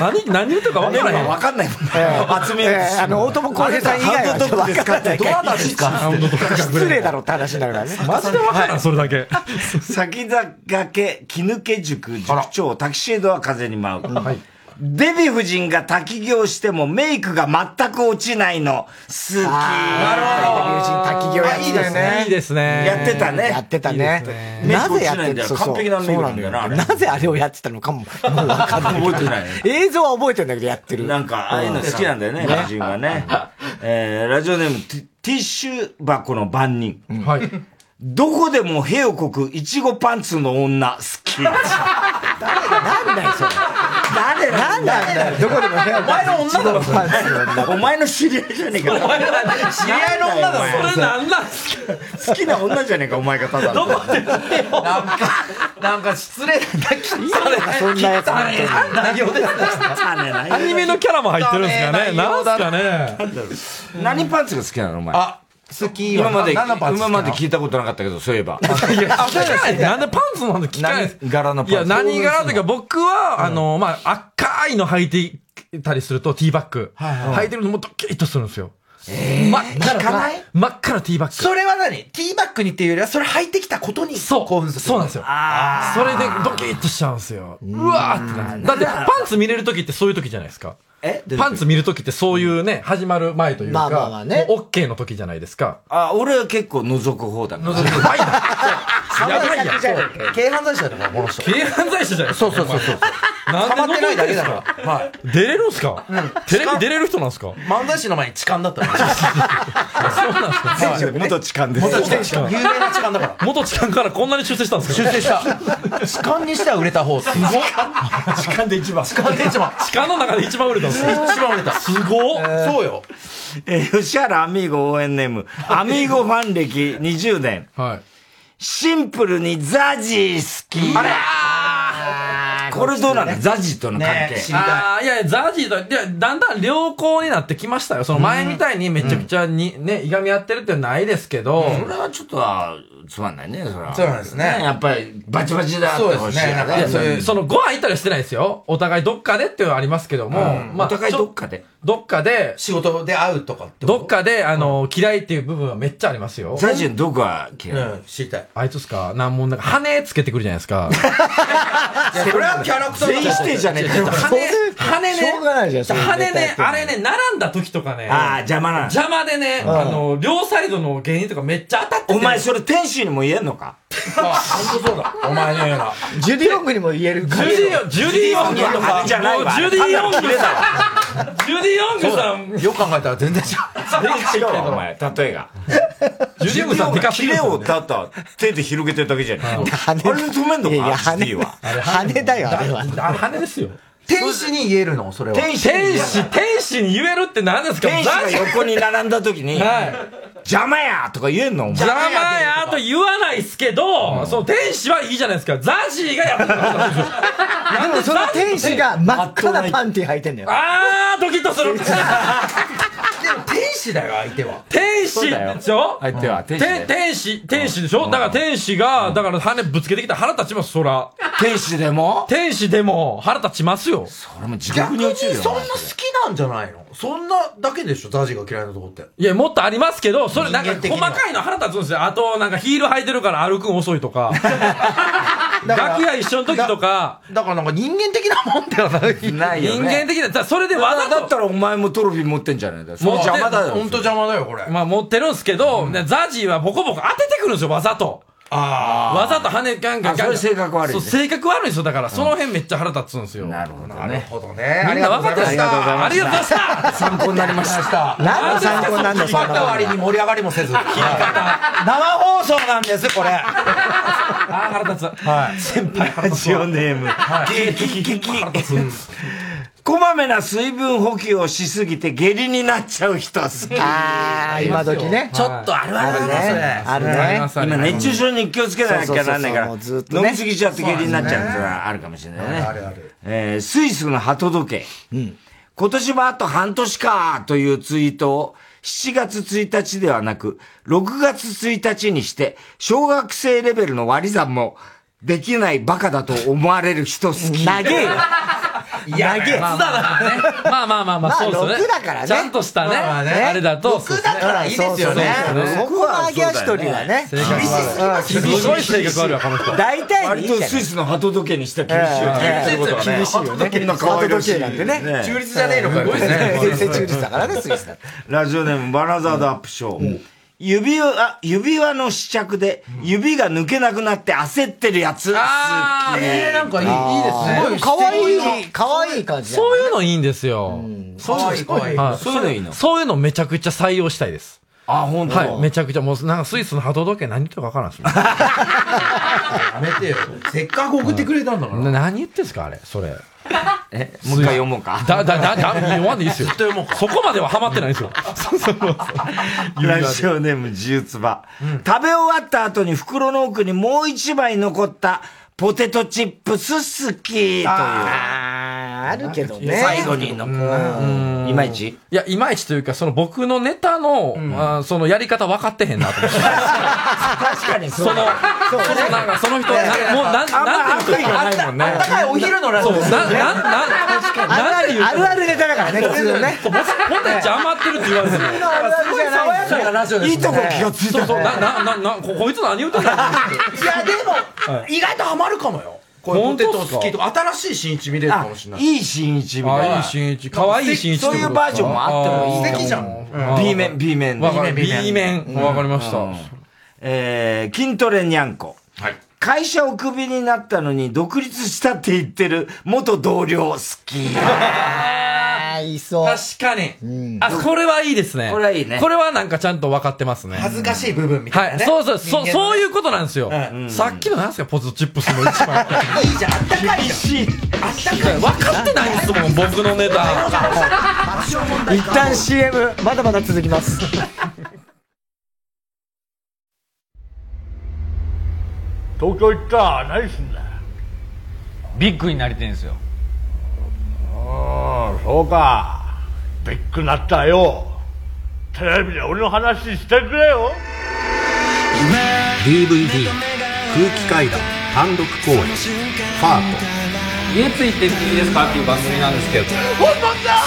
[SPEAKER 13] 何何言ってるかわからない
[SPEAKER 1] わかんないもん。集め
[SPEAKER 2] えーあの、大友康平さん以外はちょっと分からないから。
[SPEAKER 1] どなたですか
[SPEAKER 2] いちいち失礼だろって話になるからね。
[SPEAKER 13] マジでわからんそれだけ
[SPEAKER 1] <laughs> 先駆け、木抜け塾、塾長、タキシェードは風に舞う。デヴィ夫人が滝行してもメイクが全く落ちないの。好き。
[SPEAKER 2] なるほど。友人滝行やってたよね。
[SPEAKER 13] いいですね
[SPEAKER 1] やってたね
[SPEAKER 2] やってたね。
[SPEAKER 1] ね
[SPEAKER 2] なぜやって
[SPEAKER 1] メイク落ちないんだよ
[SPEAKER 2] そうそう
[SPEAKER 1] 完璧なメイクなんだよな
[SPEAKER 2] そうなんだよなぜあれをやってたのかも、もう分か
[SPEAKER 1] <laughs>
[SPEAKER 2] んない。
[SPEAKER 1] 覚えてない
[SPEAKER 2] 映像は覚えてるんだけど、やってる。
[SPEAKER 1] なんか、ああいうの好きなんだよね、夫人はね。えーラジオネーム、ティティッシュ箱の番人。
[SPEAKER 13] はい
[SPEAKER 1] どこでも平国、いちごパンツの女、好き。
[SPEAKER 2] なんだよ、それ。誰なんだよ、どこでも部屋
[SPEAKER 5] お前の女だろ、それ
[SPEAKER 1] お前の知り合いじゃねえか。
[SPEAKER 5] お前の知り合いの女だろ、
[SPEAKER 13] それなんなん
[SPEAKER 1] 好きな女じゃねえか、お前がただの。
[SPEAKER 5] なんか、なんか失礼な、
[SPEAKER 2] そんなやつ本当に
[SPEAKER 5] 内容ですね。
[SPEAKER 13] アニメのキャラも入ってるんですかねなんすかね
[SPEAKER 1] 何パンツが好きなの、お前。
[SPEAKER 5] あ、好き
[SPEAKER 1] 今まで、
[SPEAKER 5] 何のパンツ好
[SPEAKER 1] 今
[SPEAKER 5] きな
[SPEAKER 1] ま
[SPEAKER 5] の
[SPEAKER 1] で聞いたことなかったけど、そうい
[SPEAKER 5] <laughs>
[SPEAKER 1] えば。
[SPEAKER 13] 聞かないですなんでパンツなんて聞かないです
[SPEAKER 1] 何柄のパン
[SPEAKER 13] い
[SPEAKER 1] ツ
[SPEAKER 13] や、何柄というか、僕は、あの、まあ、赤いの履いてたりすると、ティーバッグ。履いてるのもドキッとするんですよ。真っ赤
[SPEAKER 5] 聞かな
[SPEAKER 13] ない真っ赤なティーバッグ
[SPEAKER 5] それは何ティーバッグにっていうよりは、それ履いてきたことに興奮する。そうなんですよ。
[SPEAKER 13] それでドキッとしちゃうんですよ。うわーってなるだってパンツ見れる時ってそういう時じゃないですか。
[SPEAKER 5] え
[SPEAKER 13] パンツ見る時ってそういうね、始まる前というか、
[SPEAKER 1] まあまあまあね
[SPEAKER 13] もう OK の時じゃないですか。
[SPEAKER 1] あ、俺は結構覗く方だから。覗く
[SPEAKER 13] 方。
[SPEAKER 5] やばいや
[SPEAKER 1] やん
[SPEAKER 5] ん。軽犯罪者だから、この人。
[SPEAKER 13] 軽犯罪者じゃないですか。そうそうそうそう。
[SPEAKER 5] 捕まってないだけだ
[SPEAKER 13] な
[SPEAKER 5] か。
[SPEAKER 13] んで出れるんすか、テレビ出れる人なんすから
[SPEAKER 5] 漫才師の前に痴漢だったの。
[SPEAKER 13] そうなんですか
[SPEAKER 1] <laughs> 元痴漢です。
[SPEAKER 5] 元痴漢有名な痴漢だから。
[SPEAKER 13] 元痴漢からこんなに出世したんですか
[SPEAKER 5] 出世した。痴漢にしては売れた方。すごい。
[SPEAKER 1] 痴漢で一番。痴
[SPEAKER 5] 漢で一番。
[SPEAKER 13] 痴漢の中で一番売れたんですよ
[SPEAKER 5] 一番売れた。
[SPEAKER 13] すごっ
[SPEAKER 5] そうよ。
[SPEAKER 1] えー吉原アミーゴ応援ネーム、アミーゴファン歴20年。シンプルにザジー好き。これどうなのザジーとの関係。
[SPEAKER 13] あーいやいや、ザジーと、いや、だんだん良好になってきましたよ。その前みたいにめちゃくちゃに、ね、いがみ合ってるってないですけど。
[SPEAKER 1] それはちょっとは、つまんないね、それは。
[SPEAKER 13] そうなんですね
[SPEAKER 1] やっぱり、バチバチだってほしいよね。
[SPEAKER 13] いやそういうその、ご飯行ったりはしてないですよ。お互いどっかでっていうのはありますけども。
[SPEAKER 1] うん
[SPEAKER 13] まあ、
[SPEAKER 1] お互いどっ
[SPEAKER 13] かでどっかで。
[SPEAKER 5] 仕事で会うとかって
[SPEAKER 13] どっかで、あの、嫌いっていう部分はめっちゃありますよ。
[SPEAKER 1] ザジーのどこが嫌い
[SPEAKER 5] うん、知りたい。
[SPEAKER 13] あいつっすかなんもなんか、羽つけてくるじゃないです
[SPEAKER 1] <laughs>
[SPEAKER 13] か。
[SPEAKER 5] それはキャラクターだ
[SPEAKER 1] 全員否定じゃねえか
[SPEAKER 13] ちょっと羽、羽ね。
[SPEAKER 1] しょうがないじゃんそれ
[SPEAKER 13] 羽
[SPEAKER 1] 絶対や
[SPEAKER 13] ね
[SPEAKER 1] っ、てんの
[SPEAKER 13] あれね、並んだ時とかね。
[SPEAKER 1] あー邪魔なの
[SPEAKER 13] 邪魔でね、
[SPEAKER 1] うん
[SPEAKER 13] あの、両サイドの芸人とかめっちゃ当たってて。
[SPEAKER 1] お前それ天使にも言えんのか
[SPEAKER 13] 本当そうだ。お前のような。
[SPEAKER 2] ジュディ・オングにも言える
[SPEAKER 13] ジュディオン、ジュディオングとか、
[SPEAKER 1] じゃないわ
[SPEAKER 13] もうジュディオングさん。ジュディオングさん。
[SPEAKER 5] よく考えたら全然違
[SPEAKER 1] 違うわお前、例えが。
[SPEAKER 13] ジュディオングさんでかす
[SPEAKER 1] ヒ
[SPEAKER 13] ぎるんで
[SPEAKER 1] レ
[SPEAKER 13] すよね
[SPEAKER 1] をただ手で広げてるだけじゃん。あれで止めんの
[SPEAKER 2] いやい
[SPEAKER 1] か
[SPEAKER 2] や
[SPEAKER 1] ハ
[SPEAKER 2] 羽
[SPEAKER 1] ネは。
[SPEAKER 2] 羽だよ、あれは。
[SPEAKER 13] 羽ですよ。
[SPEAKER 5] 天使に言えるのそれは。
[SPEAKER 13] 天使、天使、に言えるって何ですか
[SPEAKER 1] 天使が横に並んだ時に、
[SPEAKER 13] はい
[SPEAKER 1] 邪魔やとか言えんのお前
[SPEAKER 13] 邪魔やと言わないっすけど、その天使はいいじゃないですか。ザジーがやってたんですよ。
[SPEAKER 2] でもその天使が真っ赤なパンティ履いてんだよ。
[SPEAKER 13] あー、ドキッとする。
[SPEAKER 5] 天使だよ、相手は。
[SPEAKER 13] 天使でしょ
[SPEAKER 1] 相手は天使だ
[SPEAKER 13] 天
[SPEAKER 1] よ
[SPEAKER 13] 天使、天使でしょだから天使が、だから羽ぶつけてきたら腹立ちます、そら。
[SPEAKER 1] 天使でも
[SPEAKER 13] 天使でも腹立ちますよ。
[SPEAKER 1] 俺も地
[SPEAKER 5] 逆
[SPEAKER 1] 獄に
[SPEAKER 5] に
[SPEAKER 1] 落ちるよ
[SPEAKER 5] そんな好きなんじゃないのそんなだけでしょザジが嫌いなとこって。
[SPEAKER 13] いや、もっとありますけど、それなんか
[SPEAKER 5] 人間的
[SPEAKER 13] 細
[SPEAKER 5] には
[SPEAKER 13] かいの腹立つんですよ。あと、なんかヒール履いてるから歩くん遅いとか。楽屋一緒の時とか。
[SPEAKER 5] だからなんか人間的なもんでは
[SPEAKER 2] <laughs>
[SPEAKER 5] ない。
[SPEAKER 1] ないよ
[SPEAKER 13] 人
[SPEAKER 1] ね
[SPEAKER 13] 間的な、だそれでわざ
[SPEAKER 1] だっ
[SPEAKER 13] と。
[SPEAKER 1] たらお前もトロフィー持ってんじゃないだ
[SPEAKER 13] 持って
[SPEAKER 1] 邪魔だよ
[SPEAKER 5] 本当邪魔だよ、これ。
[SPEAKER 13] まあ持ってるんですけど、ねザジーはボコボコ当ててくるんですよ、わざと。
[SPEAKER 5] あ
[SPEAKER 13] わざと羽ガンガンガンガン。
[SPEAKER 1] あそれ性格悪い
[SPEAKER 13] そ
[SPEAKER 1] ね
[SPEAKER 13] う、性格悪いんですよ。だから、その辺めっちゃ腹立つんですよ。
[SPEAKER 1] なるほど
[SPEAKER 5] あ。なる
[SPEAKER 1] ね
[SPEAKER 5] ほどね。
[SPEAKER 13] みんな分かってますかあ
[SPEAKER 1] あ
[SPEAKER 13] り
[SPEAKER 1] り
[SPEAKER 13] が
[SPEAKER 1] が
[SPEAKER 13] とう
[SPEAKER 1] とう
[SPEAKER 13] ご
[SPEAKER 1] ご
[SPEAKER 13] ざいました
[SPEAKER 5] 参考になりました。
[SPEAKER 2] 何の参考になんの
[SPEAKER 5] 切り方割に盛り上がりもせず。生放送なんです、これ。
[SPEAKER 13] あー、腹立つ。
[SPEAKER 5] はい。
[SPEAKER 13] 先輩腹
[SPEAKER 1] ラ
[SPEAKER 13] 立つ
[SPEAKER 1] ジオ
[SPEAKER 13] わ。
[SPEAKER 1] ネーム、
[SPEAKER 13] はい
[SPEAKER 1] キキキキ
[SPEAKER 13] 腹立つうん
[SPEAKER 1] こまめな水分補給をしすぎて下痢になっちゃう人好き。
[SPEAKER 2] あー、今時ね。
[SPEAKER 5] ちょっとあるあるだね、それ。
[SPEAKER 2] ある
[SPEAKER 13] あり
[SPEAKER 2] ね
[SPEAKER 13] ま。すあり
[SPEAKER 1] 今
[SPEAKER 13] ます
[SPEAKER 1] 熱中症に気をつけなきゃなんないか
[SPEAKER 2] そうそうそうそうも
[SPEAKER 1] ら、
[SPEAKER 2] うずっとね
[SPEAKER 1] 飲みすぎちゃって下痢になっちゃうってのはあるかもしれないね。
[SPEAKER 5] あるある。
[SPEAKER 1] えースイスの鳩時計。今年もあと半年かというツイートを7月1日ではなく、6月1日にして、小学生レベルの割り算もできないバカだと思われる人好き。
[SPEAKER 2] 長えよ。
[SPEAKER 5] いや、
[SPEAKER 2] 長え。
[SPEAKER 13] まあまあまあね。まあまあまあまあ、
[SPEAKER 2] まあ
[SPEAKER 13] そうですよね。
[SPEAKER 2] 6だからね
[SPEAKER 13] ちゃんとしたね。
[SPEAKER 5] まあまあね
[SPEAKER 13] あれだと。
[SPEAKER 5] 僕だからいいですよね。
[SPEAKER 13] そうそうそう
[SPEAKER 2] そこは上げ足取りはね。
[SPEAKER 13] 性格悪い
[SPEAKER 2] うん
[SPEAKER 13] すごい性格悪いわ、この人。
[SPEAKER 2] 大体でい
[SPEAKER 1] 割
[SPEAKER 2] いじゃ
[SPEAKER 1] と
[SPEAKER 2] ない
[SPEAKER 1] スイスの鳩時計にしては厳しいよね。
[SPEAKER 5] ええ
[SPEAKER 1] そういうことはね
[SPEAKER 2] 厳しいよね。
[SPEAKER 1] こんな可愛らしい。
[SPEAKER 2] 鳩時計なんてね
[SPEAKER 5] 中立じゃねえ
[SPEAKER 2] <laughs>
[SPEAKER 5] のかよ。
[SPEAKER 2] 全然中立だからね、スイスだって。
[SPEAKER 1] ラジオネーム、バナザードアップショー。指輪、あ指輪の試着で、指が抜けなくなって焦ってるやつ。
[SPEAKER 13] あー
[SPEAKER 5] えー、なんかいいいいですね。
[SPEAKER 2] かわいい、かわいい感じだ
[SPEAKER 13] そういうのいいんですよ。
[SPEAKER 5] 可愛い可愛い
[SPEAKER 13] はい
[SPEAKER 1] そういうのいいの
[SPEAKER 13] そういうのめちゃくちゃ採用したいです。
[SPEAKER 1] あ、ほんと。
[SPEAKER 13] はい。めちゃくちゃ、もう、なんかスイスの波動時計何言ってるかわからんっすね。
[SPEAKER 5] やめてよ。せっかく送ってくれたんだから。
[SPEAKER 13] な何言ってんすか、あれ、それ。
[SPEAKER 1] <laughs> え、もう一回読もうか。
[SPEAKER 13] だ、だ、だ、だ、読まんでいいっすよ。そこまではハマってないですよ。そうそうそう。
[SPEAKER 1] ラジオネーム、自由つば。食べ終わった後に袋の奥にもう一枚残った、ポテトチップス好きという。
[SPEAKER 2] あるけどね。
[SPEAKER 1] 最後に残る。いまいち
[SPEAKER 13] いや、いまいちというか、その僕のネタの、あーそのやり方分かってへんなと思って。
[SPEAKER 1] 確かに
[SPEAKER 13] その、そのなんか、その人、なんもう、なん、なんていうの
[SPEAKER 1] がないもんね。
[SPEAKER 5] お昼のラジ
[SPEAKER 13] そ
[SPEAKER 5] オ
[SPEAKER 13] う、な、な、な、なんていう言う
[SPEAKER 2] あるあるネタだからね普通のね
[SPEAKER 13] そうもしもたち余ってるって言われて
[SPEAKER 2] 普通のあるあるじゃない
[SPEAKER 13] すごい爽やかなラジオです
[SPEAKER 2] いいとこ気が
[SPEAKER 5] ついた
[SPEAKER 13] そ
[SPEAKER 5] ね
[SPEAKER 13] うそうななななここいつ何言うてんの
[SPEAKER 5] いやでも、意外とハマるかもよこういうポテト好きとか新しい新一見れるかもしれない
[SPEAKER 1] いい新一みたいな。
[SPEAKER 5] あいい新一可愛い新一
[SPEAKER 1] そういうバージョンもあってもいい。
[SPEAKER 5] 素敵じゃん
[SPEAKER 1] ん B 面、B 面。
[SPEAKER 13] わかる B 面わかりました
[SPEAKER 1] うんえー、筋トレにゃんこ。会社をクビになったのに独立したって言ってる元同僚好き。
[SPEAKER 2] あいそう
[SPEAKER 13] 確かに、あこれはいいですね
[SPEAKER 1] これはいいね
[SPEAKER 13] これはなんかちゃんと分かってますね
[SPEAKER 5] 恥ずかしい部分みたいなね、
[SPEAKER 13] はい、そうそう、そ
[SPEAKER 5] 人間のね
[SPEAKER 13] そういうことなんですよ、さっきのなんですかポテトチップスの一番
[SPEAKER 5] いいじゃんあったかいしあったかい
[SPEAKER 13] 分かってないんですもん僕のネタ
[SPEAKER 2] 一旦 CM まだまだ続きます
[SPEAKER 25] 東京行った何すんだ
[SPEAKER 7] ビッグになりてんすよ
[SPEAKER 25] ああそうかビッグなったよテレビで俺の話してくれよ
[SPEAKER 8] DVD 空気階段単独公演ファート
[SPEAKER 7] 家ついていいですかっていう番組なんですけど
[SPEAKER 25] 本番だ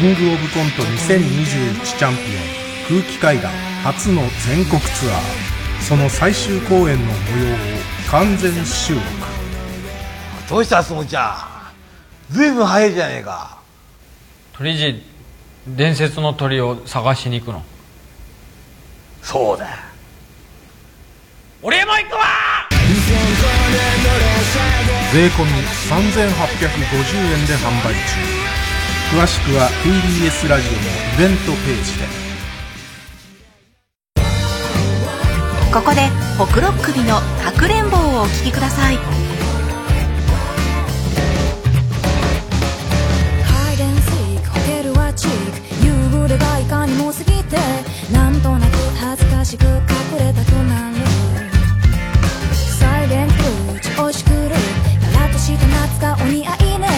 [SPEAKER 8] キングオブコント2021チャンピオン空気階段初の全国ツアーその最終公演の模様を完全収録
[SPEAKER 25] どうしたそうちゃんずいぶん早いじゃねえか
[SPEAKER 7] 鳥人伝説の鳥を探しに行くの
[SPEAKER 25] そうだ
[SPEAKER 7] 俺も行くわ
[SPEAKER 8] 税込3850円で販売中詳しくは TBS ラジオのイベントページで
[SPEAKER 3] ここで北六首の「かくれんぼ」をお聞きください
[SPEAKER 10] hide and seek ホテルはチーク夕暮れがいかにも過ぎてなんとなく恥ずかしく隠れたくなるサイレントルーチ押し狂うカラッとした夏がお似合いね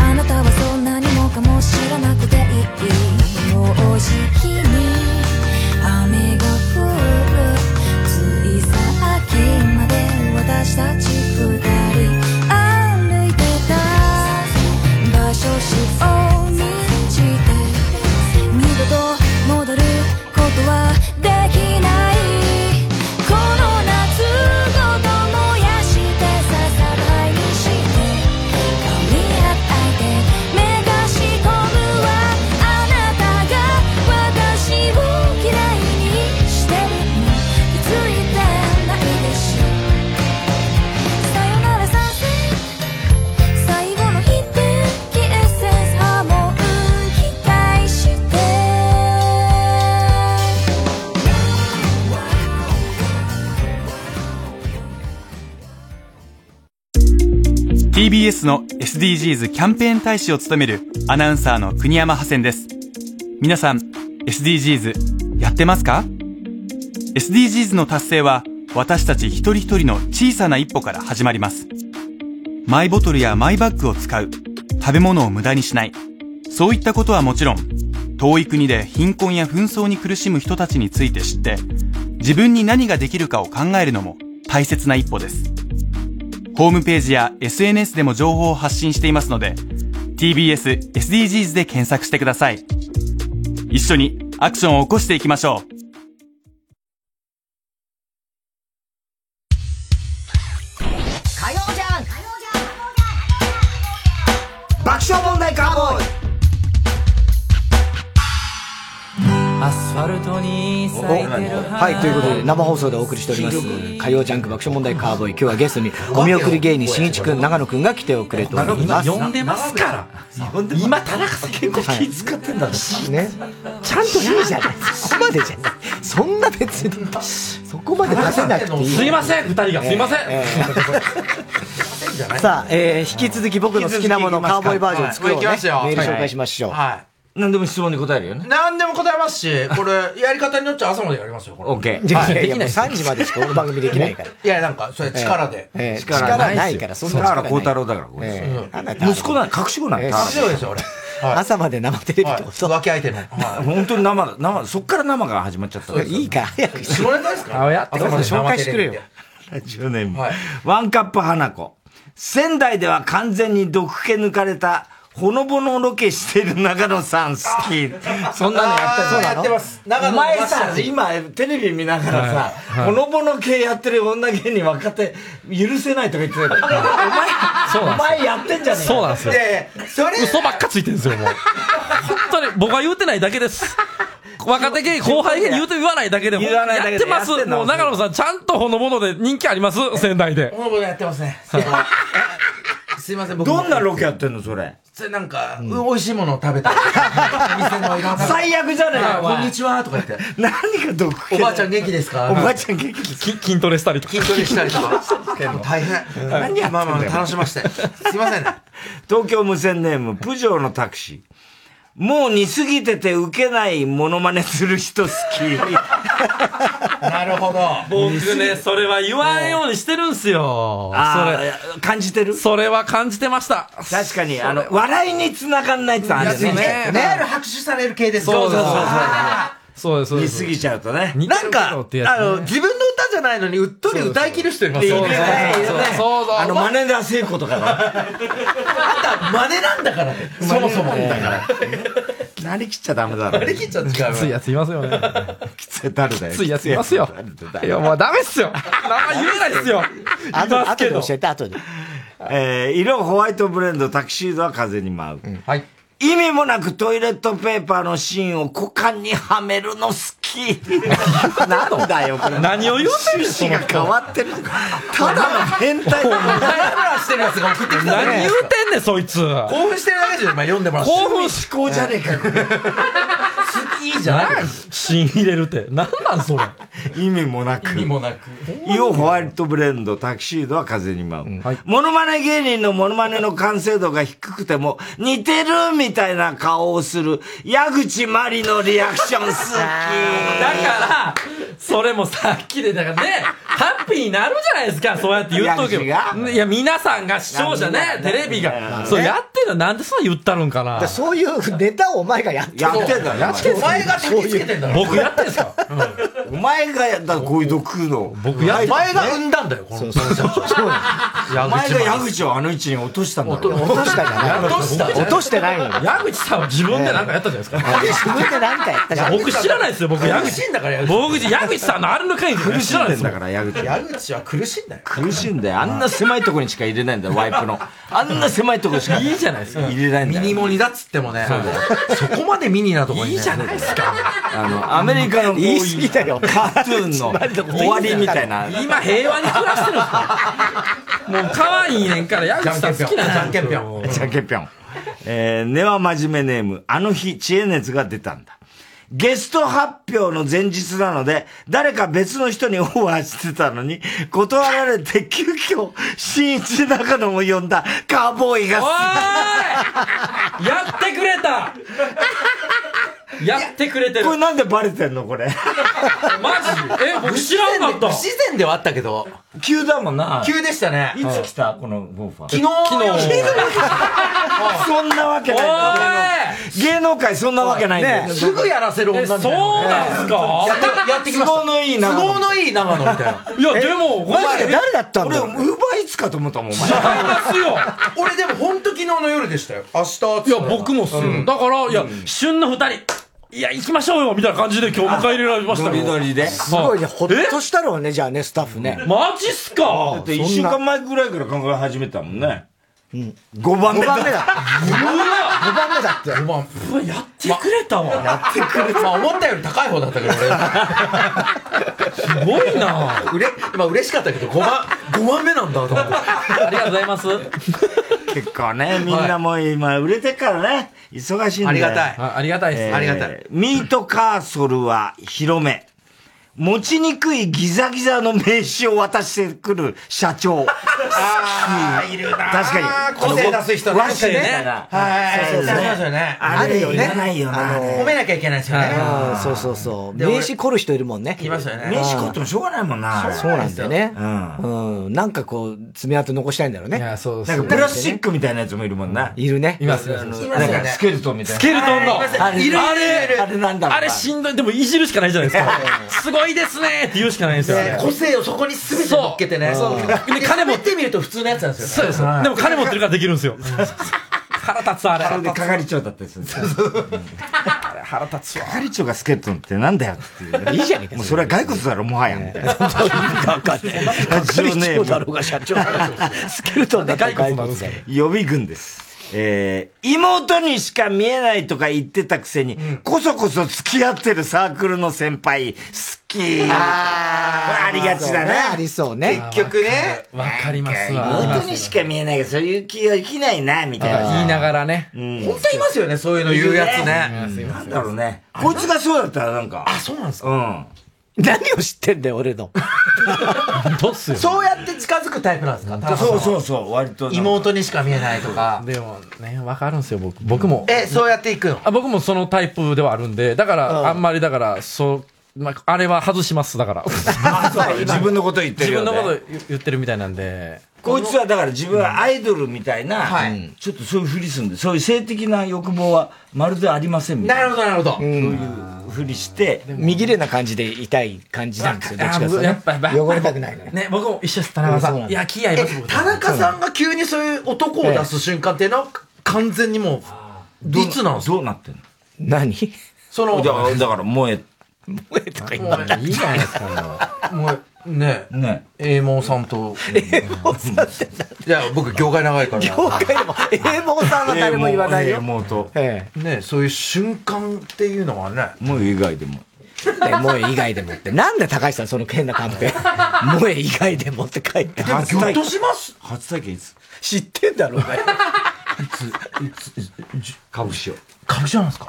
[SPEAKER 10] あなたはそんなにもかも知らなくていいもうじきに雨が降るついさっきまで私たち二人歩いてた場所を見じて二度と戻ることはできないこの夏ごと燃やしてささらいにして噛み合って目がし込むわあなたが私を嫌いにしてるの気づいてないでしょさよならさせ最後の一滴エッセンスハーモン期待して
[SPEAKER 6] す TBS の SDGs キャンペーン大使を務めるアナウンサーの国山ハセンです皆さん SDGs やってますか SDGs の達成は私たち一人一人の小さな一歩から始まりますマイボトルやマイバッグを使う食べ物を無駄にしないそういったことはもちろん遠い国で貧困や紛争に苦しむ人たちについて知って自分に何ができるかを考えるのも大切な一歩ですホームページや SNS でも情報を発信していますので TBS SDGs で検索してください一緒にアクションを起こしていきましょう
[SPEAKER 24] 火曜じゃん爆笑問題カーボーイ
[SPEAKER 2] アスファルトにはい、ということで生放送でお送りしております火曜ジャンク爆笑問題カーボーイ今日はゲストにお見送り芸人しんいちくん長野くんが来てくれております
[SPEAKER 1] 呼んでますから。今、田中さん結構気遣ってんだね。
[SPEAKER 2] ねちゃんとやるじゃないそこまでじゃないそんな別にそこまで出せなくていい
[SPEAKER 13] すいません二人がすいません、
[SPEAKER 2] さあ、えー引き続き僕の好きなものカーボーイバージョン作ろうね
[SPEAKER 5] はいもう行きますよ
[SPEAKER 2] メール紹介しましょう
[SPEAKER 5] は
[SPEAKER 1] 何でも質問に答えるよね。
[SPEAKER 5] 何でも答えますしこ
[SPEAKER 1] <laughs>
[SPEAKER 5] れやり方によっちゃ朝までやりますよこれ
[SPEAKER 1] オッケー。
[SPEAKER 2] いやいやいやもう3時までしかこの番組できないから
[SPEAKER 5] いやなんかそれ力で、
[SPEAKER 2] ええ力ないからそんな
[SPEAKER 1] だ
[SPEAKER 2] 力
[SPEAKER 1] か
[SPEAKER 2] な
[SPEAKER 1] ら、
[SPEAKER 2] い
[SPEAKER 1] 孝太郎だから、これ
[SPEAKER 2] ええあなた
[SPEAKER 1] 息子なん隠し子なんだ。
[SPEAKER 2] ええ隠し子です
[SPEAKER 5] よ、俺。
[SPEAKER 2] 朝まで生テレビってこと
[SPEAKER 5] 脇相手の。
[SPEAKER 1] 本当に生だ、生、そっから生が始まっちゃった。
[SPEAKER 2] いいから早く
[SPEAKER 5] 下ネタですか
[SPEAKER 1] あ、やってください
[SPEAKER 5] 頭で生テレビで。
[SPEAKER 1] ラジオネーム。ワンカップ花子。仙台では完全に毒気抜かれた、ほのぼのロケしてる長野さん好き。そんなのやって
[SPEAKER 5] あーやってます長野
[SPEAKER 1] お
[SPEAKER 5] の
[SPEAKER 1] 前
[SPEAKER 5] マスタ
[SPEAKER 1] さ
[SPEAKER 5] ー、ズ
[SPEAKER 1] 今、テレビ見ながらさ、
[SPEAKER 5] はいはい
[SPEAKER 1] ほのぼの系やってる女芸人若手、許せないとか言ってたよお前、お前やってんじゃねえか
[SPEAKER 13] そうなんですよ。
[SPEAKER 1] いやいや
[SPEAKER 13] 嘘ばっかついてるんですよ、もう。本当に、僕は言うてないだけです。若手芸人、後輩芸人言うて言わないだけで、
[SPEAKER 5] 言わないだけで
[SPEAKER 13] やってます。
[SPEAKER 5] やってんの
[SPEAKER 13] もう長野さん、ちゃんとほのぼので人気あります仙台で。
[SPEAKER 5] ほのぼのやってますね。すいません、僕も
[SPEAKER 1] どんなロケやってんの、それ。
[SPEAKER 5] それなんか、うん美味しいものを食べたり。店のいろんな。
[SPEAKER 1] 最悪じゃねえか
[SPEAKER 5] あ
[SPEAKER 1] お前
[SPEAKER 5] こんにちは、とか言 <laughs> って。
[SPEAKER 1] 何が毒
[SPEAKER 5] おばあちゃん元気ですか
[SPEAKER 1] おばあちゃん元気です
[SPEAKER 13] か筋トレしたりとか。
[SPEAKER 5] 筋トレしたりとか。大変。
[SPEAKER 1] 何やってんだよ
[SPEAKER 5] まあまあ、楽しまして。すいませんね。
[SPEAKER 1] 東京無線ネーム、プジョーのタクシー。もう似すぎてて受けないモノマネする人好き。
[SPEAKER 5] <laughs> なるほど。
[SPEAKER 13] 僕ね、それは言わんようにしてるんすよ。
[SPEAKER 1] あ
[SPEAKER 13] それ
[SPEAKER 1] 感じてる
[SPEAKER 13] それは感じてました。
[SPEAKER 1] 確かに、あの、笑いにつながんないってのあるよ
[SPEAKER 5] いや
[SPEAKER 1] ね。
[SPEAKER 5] ねある拍手される系です
[SPEAKER 1] そうそうそう。
[SPEAKER 13] そうです、そうです
[SPEAKER 1] 似すぎちゃう
[SPEAKER 13] <laughs>
[SPEAKER 1] とね。
[SPEAKER 5] なんか、あの、自分の歌じゃないのに、うっとり歌い切る人いますよね。
[SPEAKER 1] そうそう。あの、マネダ聖子とかが。
[SPEAKER 5] あんた、真似なんだからね。そもそ
[SPEAKER 1] <laughs>
[SPEAKER 5] も。
[SPEAKER 1] なりきっちゃダメだろ。
[SPEAKER 5] なりきっちゃ違う
[SPEAKER 13] きついやついますよね。
[SPEAKER 1] きつい、誰だよ。
[SPEAKER 13] きついやついますよ。いや、もうダメっすよ。名前言えないっすよ。
[SPEAKER 1] あ
[SPEAKER 13] いますけど
[SPEAKER 1] えて、後で。えー色ホワイトブレンド、タキシードは風に舞う。意味もなくトイレットペーパーの芯を股間にはめるの好き。 <laughs> なんだよ、これ。
[SPEAKER 13] 何を言うてんねん
[SPEAKER 1] 趣旨が変わってる。 <laughs> ただの変態
[SPEAKER 5] お前ララしてるやつが送ってきた
[SPEAKER 13] 何言うてんねん、そいつ。
[SPEAKER 5] 興奮してるだけじゃん、今読んでもらって。
[SPEAKER 13] 興奮
[SPEAKER 1] し思考じゃねえか。
[SPEAKER 5] 好きじゃない
[SPEAKER 13] <laughs> 芯入れるって。なんなんそれ。
[SPEAKER 1] 意味もなく。意味
[SPEAKER 5] もなく。
[SPEAKER 1] 色ホワイトブレンド、タキシードは風に舞う。モノマネ芸人のモノマネの完成度が低くても、似てるみたいな顔をする、矢口まりのリアクション好き。
[SPEAKER 13] だから、それもさっきで、だからね、ハッピーになるじゃないですか、そうやって言っとけば。
[SPEAKER 1] い
[SPEAKER 13] い
[SPEAKER 1] や違う
[SPEAKER 13] や、皆さんが視聴者ね、
[SPEAKER 1] いや
[SPEAKER 13] テレビ
[SPEAKER 1] いや
[SPEAKER 13] が。そう、
[SPEAKER 1] ね
[SPEAKER 13] やってるのなんでそう言ったるんかな。
[SPEAKER 2] そういうネタをお前がやって
[SPEAKER 1] やってんだよ
[SPEAKER 2] やってんだよ
[SPEAKER 1] お前が
[SPEAKER 2] そういう
[SPEAKER 13] 僕やってんすか
[SPEAKER 1] お前がやった、こういう毒食うの。
[SPEAKER 13] 僕や
[SPEAKER 1] お前が
[SPEAKER 5] 生んだんだよ、この。
[SPEAKER 1] お前が矢口をあの位置に落としたんだよ。
[SPEAKER 2] 落としたじゃない落としてないよ
[SPEAKER 13] 矢口さんは自分で何かやったじゃないですか。
[SPEAKER 2] 自分で何かやったじゃん
[SPEAKER 13] 僕知らないですよ、僕、矢口。僕、矢口さんのあるのかい
[SPEAKER 1] 苦
[SPEAKER 13] 知
[SPEAKER 1] し
[SPEAKER 13] らな
[SPEAKER 1] ん
[SPEAKER 13] いで
[SPEAKER 1] でん
[SPEAKER 13] す
[SPEAKER 1] だ
[SPEAKER 13] よ
[SPEAKER 1] から、矢口。
[SPEAKER 5] 矢口は苦しいんだよ。
[SPEAKER 1] 苦しいんだよ。あんな狭いとこにしか入れないんだよ、ワイプの。あんな狭いとこしか。
[SPEAKER 13] いいじゃないですか
[SPEAKER 1] 入れないんだ
[SPEAKER 5] ミ
[SPEAKER 1] よ。
[SPEAKER 5] ニモニだっつってもね
[SPEAKER 1] そうだよ。
[SPEAKER 5] そこまでミニなとこに。いいじゃない
[SPEAKER 13] ですか。
[SPEAKER 1] あの、アメリカのこういうカートゥーンの終わりみたいな。
[SPEAKER 13] 今、平和に暮らしてるんですかもう、可愛いねんから、矢口さん好きなんじゃんけんぴょん。
[SPEAKER 1] じゃんけんぴょん。えー、根は真面目ネーム、あの日、知恵熱が出たんだ。ゲスト発表の前日なので、誰か別の人にオファーしてたのに、断られて急遽、新一中野も呼んだカーボーイが好き
[SPEAKER 13] やってくれたやってくれてる。
[SPEAKER 1] これなんでバレてんのこれ。
[SPEAKER 13] マジえ、僕知らんかった。
[SPEAKER 5] 不自然ではあったけど。
[SPEAKER 1] 急だもんな。
[SPEAKER 5] 急でしたね。
[SPEAKER 1] いつ来たこのオファ
[SPEAKER 5] 昨
[SPEAKER 1] ー。
[SPEAKER 5] 日昨日
[SPEAKER 1] そんなわけないんだよ。芸能界そんなわけないんだよ。
[SPEAKER 5] すぐやらせる女みたいな。
[SPEAKER 13] そうなんすか
[SPEAKER 5] やってやってきました。
[SPEAKER 1] 都合のいい長野
[SPEAKER 5] 都合のいい長野みたいな。
[SPEAKER 13] いや、でも、
[SPEAKER 1] マジで誰
[SPEAKER 2] だったん
[SPEAKER 1] <laughs>
[SPEAKER 2] だ
[SPEAKER 1] 俺、ウーバーイーツかと思ったもん、お前。
[SPEAKER 13] ますよ。
[SPEAKER 5] 俺でも本当昨日の夜でしたよ。明日っつ
[SPEAKER 13] い
[SPEAKER 5] っ
[SPEAKER 13] や、
[SPEAKER 5] て
[SPEAKER 13] 僕もっすよ。だから、いや、旬の二人。いや、行きましょうよみたいな感じで今日迎え入れられましたよ。
[SPEAKER 2] すごいね、ほっとしたろうね、じゃあね、スタッフね。
[SPEAKER 13] マジっすか
[SPEAKER 1] だって1週間前ぐらいから考え始めたもんね。5番目
[SPEAKER 2] 5
[SPEAKER 1] だ。
[SPEAKER 2] 番目だ。5番目だって。
[SPEAKER 5] 5番
[SPEAKER 13] うわやってくれたわ。
[SPEAKER 5] やってくれた。まあ思ったより高い方だったけど、
[SPEAKER 13] <laughs> すごいな
[SPEAKER 5] 俺。うれ、今嬉しかったけど、5番、五番目なんだと思って。
[SPEAKER 13] ありがとうございます。
[SPEAKER 1] 結構ね、みんなもう今売れてっからね、忙しいんで。
[SPEAKER 5] ありがたい。
[SPEAKER 13] あありがたいっす。
[SPEAKER 1] えー
[SPEAKER 13] ありが
[SPEAKER 5] たい。
[SPEAKER 1] ミートカーソルは広め。持ちにくいギザギザの名刺を渡してくる社長。
[SPEAKER 5] ああ、いるな。
[SPEAKER 1] 確かに
[SPEAKER 5] 個性出す人ね
[SPEAKER 1] 和紙ね
[SPEAKER 5] はい。
[SPEAKER 1] そうそうそう
[SPEAKER 5] 出しますよね。
[SPEAKER 1] あれよね。ないよな。
[SPEAKER 5] 褒めなきゃいけないです
[SPEAKER 14] Ah.
[SPEAKER 5] よね。
[SPEAKER 2] うんそうそうそう。
[SPEAKER 5] で俺
[SPEAKER 2] 名刺凝る人いるもんね。い
[SPEAKER 5] ますよね
[SPEAKER 1] 名刺買ってもしょうがないもんな。
[SPEAKER 2] そうなんだよね。うん。なんかこう、爪痕残したいんだろうね。いや、
[SPEAKER 13] そう
[SPEAKER 1] なんかプラスチックみたいなやつもいるもんな。
[SPEAKER 2] いるね。
[SPEAKER 13] いますね。
[SPEAKER 1] なんかスケルトンみたいな。
[SPEAKER 13] スケルトンの。
[SPEAKER 1] あれ
[SPEAKER 13] あれ、
[SPEAKER 1] あれなんだろうな
[SPEAKER 13] あれしんどい。でも、いじるしかないじゃないですか。すごいごいですねって言うしかないんですよ。あれ
[SPEAKER 5] 個性をそこに全て乗っけてね。
[SPEAKER 13] そう
[SPEAKER 5] で、金持ってみると普通のやつなんですよ。
[SPEAKER 13] そうです。でも金持ってるからできるんですよ。腹立つあれ。
[SPEAKER 1] それで係長だったりするんですよ
[SPEAKER 13] 腹立つわ。
[SPEAKER 1] 係長がスケットンってなんだよっていう。
[SPEAKER 2] いいじゃねえか
[SPEAKER 1] もうそれは骸骨だろ、もはや。みたいな。
[SPEAKER 2] 係長だろうが社長だろうがスケルトンだったら骸骨だよ
[SPEAKER 1] 予備軍です。えー、妹にしか見えないとか言ってたくせに、こそこそ付き合ってるサークルの先輩、好き。あありがちだね。
[SPEAKER 2] ありそうね。
[SPEAKER 1] 結局ね。
[SPEAKER 13] わかりますわ。
[SPEAKER 1] 妹にしか見えないけど、そういう気はできないな、みたいな。
[SPEAKER 13] 言いながらね。
[SPEAKER 1] 本当いますよね、そういう
[SPEAKER 5] の言うやつね
[SPEAKER 1] なんだろうね。こいつがそうだったらなんか。あ、そうなんですかうん。
[SPEAKER 2] 何を知ってんだよ、俺の。
[SPEAKER 5] そうやって近づくタイプなんですか田中さんは
[SPEAKER 1] そうそう、割と。
[SPEAKER 5] 妹
[SPEAKER 1] <laughs>
[SPEAKER 5] にしか見えないとか。
[SPEAKER 13] でもね、わかるんですよ、僕。僕も。
[SPEAKER 5] え、そうやっていくの
[SPEAKER 13] あ僕もそのタイプではあるんで、だから、あんまりだから、そう、まあ、あれは外します、
[SPEAKER 5] <laughs>
[SPEAKER 13] だから。
[SPEAKER 1] <laughs> 自分のこと言ってる
[SPEAKER 13] 自
[SPEAKER 1] よ
[SPEAKER 13] 分のこ
[SPEAKER 1] ね
[SPEAKER 13] と言言ってるみたいなんで。
[SPEAKER 1] こいつはだから自分はアイドルみたいな、うんちょっとそういうふりするんで、そういう性的な欲望はまるでありませんみたいな。なるほど、なるほど。そういうふりして、
[SPEAKER 2] 見切れな感じで痛い感じなんですよ、どっちかと
[SPEAKER 13] あやっぱ
[SPEAKER 2] いうとね。汚れたくないの。
[SPEAKER 13] ね、僕も一緒です、田中さ。
[SPEAKER 2] うんそうんなん
[SPEAKER 13] い
[SPEAKER 2] だ
[SPEAKER 13] や、気合います、僕
[SPEAKER 5] 田中さんが急にそういう男を出す瞬間っていうのは完全にもう、いつなんですか
[SPEAKER 1] どうなってんの
[SPEAKER 2] 何
[SPEAKER 5] その
[SPEAKER 1] だから、だから萌え。
[SPEAKER 2] とか
[SPEAKER 5] 言ったら
[SPEAKER 13] いいじゃないですか、
[SPEAKER 5] もう、ねえ。
[SPEAKER 1] ね
[SPEAKER 5] え。エモさんと。エモさんっていや、僕、業界長いから。
[SPEAKER 2] 業界でも、英語さんは誰も言わないよ。
[SPEAKER 1] 妹。
[SPEAKER 2] <laughs> え
[SPEAKER 5] ねえ、そういう瞬間っていうのはね。
[SPEAKER 1] 萌え以外でも。
[SPEAKER 2] え、萌え以外でもって。なんで高橋さんその変なカン
[SPEAKER 5] <laughs>
[SPEAKER 2] ペ。萌え以外でもって書いて
[SPEAKER 5] でも、ぎょっとします
[SPEAKER 1] 初体験いつ
[SPEAKER 2] 知ってんだろうがよ。
[SPEAKER 1] 株式を。
[SPEAKER 5] 株式なんですか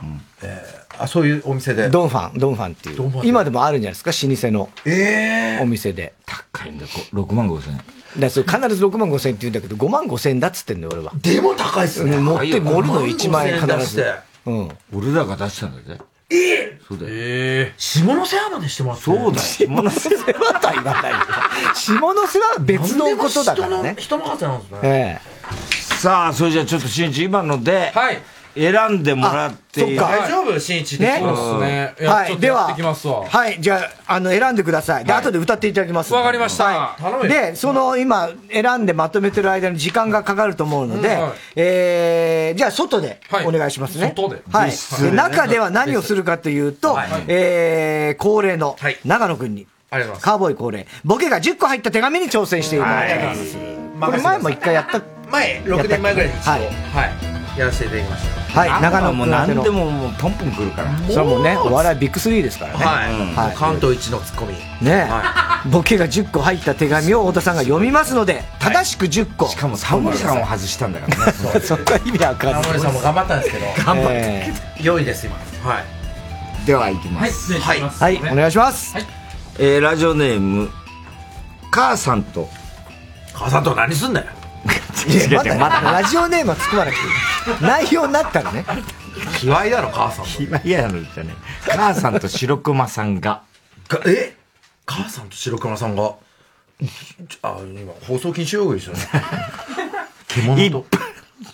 [SPEAKER 5] あ、そういうお店で。
[SPEAKER 2] ドンファン、ドンファンってい
[SPEAKER 5] ドンファン
[SPEAKER 2] う。今でもあるんじゃないですか老舗の。
[SPEAKER 5] え
[SPEAKER 2] お店で。
[SPEAKER 1] 高いんだ、6万5千円。
[SPEAKER 2] だからそれ必ず6万5千円って言うんだけど、5万5千円だっつってんのよ、俺は。
[SPEAKER 5] でも高いっすね
[SPEAKER 2] うん持って盛るの1万円
[SPEAKER 5] 5万5000
[SPEAKER 2] 必
[SPEAKER 5] 出
[SPEAKER 2] ず
[SPEAKER 5] して。
[SPEAKER 2] うん。
[SPEAKER 1] 俺らが出したんだぜ。
[SPEAKER 5] え
[SPEAKER 1] そうだよ。
[SPEAKER 13] え
[SPEAKER 5] 下の世話までしてもらって。
[SPEAKER 1] そうだよ。
[SPEAKER 2] 下の世話とは言わないよ。下の世話は別のことだからね。
[SPEAKER 5] 人任せなんですね。
[SPEAKER 2] え
[SPEAKER 1] さあ、それじゃあちょっとしんいち、今ので、選んでもらっていい
[SPEAKER 2] あそっか
[SPEAKER 5] 大丈夫新一
[SPEAKER 2] え。ね。
[SPEAKER 13] そうですね。いや
[SPEAKER 2] は
[SPEAKER 13] ちょ
[SPEAKER 2] い。
[SPEAKER 13] っと
[SPEAKER 2] で
[SPEAKER 13] やっ
[SPEAKER 2] は
[SPEAKER 13] てきますわ。、
[SPEAKER 2] はい。じゃあ、あの、選んでください。で、後で歌っていただきます。
[SPEAKER 13] わかりました。
[SPEAKER 5] 頼むよ。
[SPEAKER 2] で、その今、選んでまとめてる間に時間がかかると思うので、
[SPEAKER 13] うんはい
[SPEAKER 2] えー、じゃあ、外で
[SPEAKER 13] はい
[SPEAKER 2] お願いしますね。
[SPEAKER 13] 外で
[SPEAKER 2] はい。
[SPEAKER 13] 別室
[SPEAKER 2] で
[SPEAKER 13] でね
[SPEAKER 2] 中では何をするかというと、
[SPEAKER 13] はい
[SPEAKER 2] えー、恒例の
[SPEAKER 13] はい、
[SPEAKER 2] 長野くんに、
[SPEAKER 13] ありがとうございます。
[SPEAKER 2] カーボーイ恒例、ボケが10個入った手紙に挑戦していただきます。これ前も一回やった、
[SPEAKER 5] 前、6年前ぐらいに一度、
[SPEAKER 2] は
[SPEAKER 5] はいい。やらせていただきました。
[SPEAKER 2] はい、長野
[SPEAKER 1] も
[SPEAKER 2] く
[SPEAKER 1] うん
[SPEAKER 2] 宛て
[SPEAKER 1] 何
[SPEAKER 2] の
[SPEAKER 1] でももうポンポン来るから。
[SPEAKER 2] それはもうね、お笑いビッグスリーですからね。
[SPEAKER 5] はい、
[SPEAKER 2] はい
[SPEAKER 5] もう関東一のツッコミ
[SPEAKER 2] ね
[SPEAKER 5] は
[SPEAKER 2] ボケが10個入った手紙を太田さんが読みますので、正しく10個。
[SPEAKER 1] しかもタモリさんを外したんだからね。
[SPEAKER 2] そこは意味わかんな
[SPEAKER 5] タ
[SPEAKER 2] い。
[SPEAKER 5] モリさんも頑張ったんですけど
[SPEAKER 1] 頑張って。
[SPEAKER 2] え
[SPEAKER 5] 良いです今はい
[SPEAKER 1] では行きます。
[SPEAKER 5] はいはい
[SPEAKER 2] ーはい、お願いします。
[SPEAKER 1] えーラジオネーム、母さんと。
[SPEAKER 5] 母さんと何すんだよ
[SPEAKER 2] いやまだラジオネームは作らなくていい。内容になったらね。
[SPEAKER 5] 卑猥だろ母さん
[SPEAKER 1] 今嫌なの言ったね。母さんと白熊さんが。
[SPEAKER 5] がえ母さんと白熊さんがちょあ今放送禁止用語 <laughs> ですよね獣と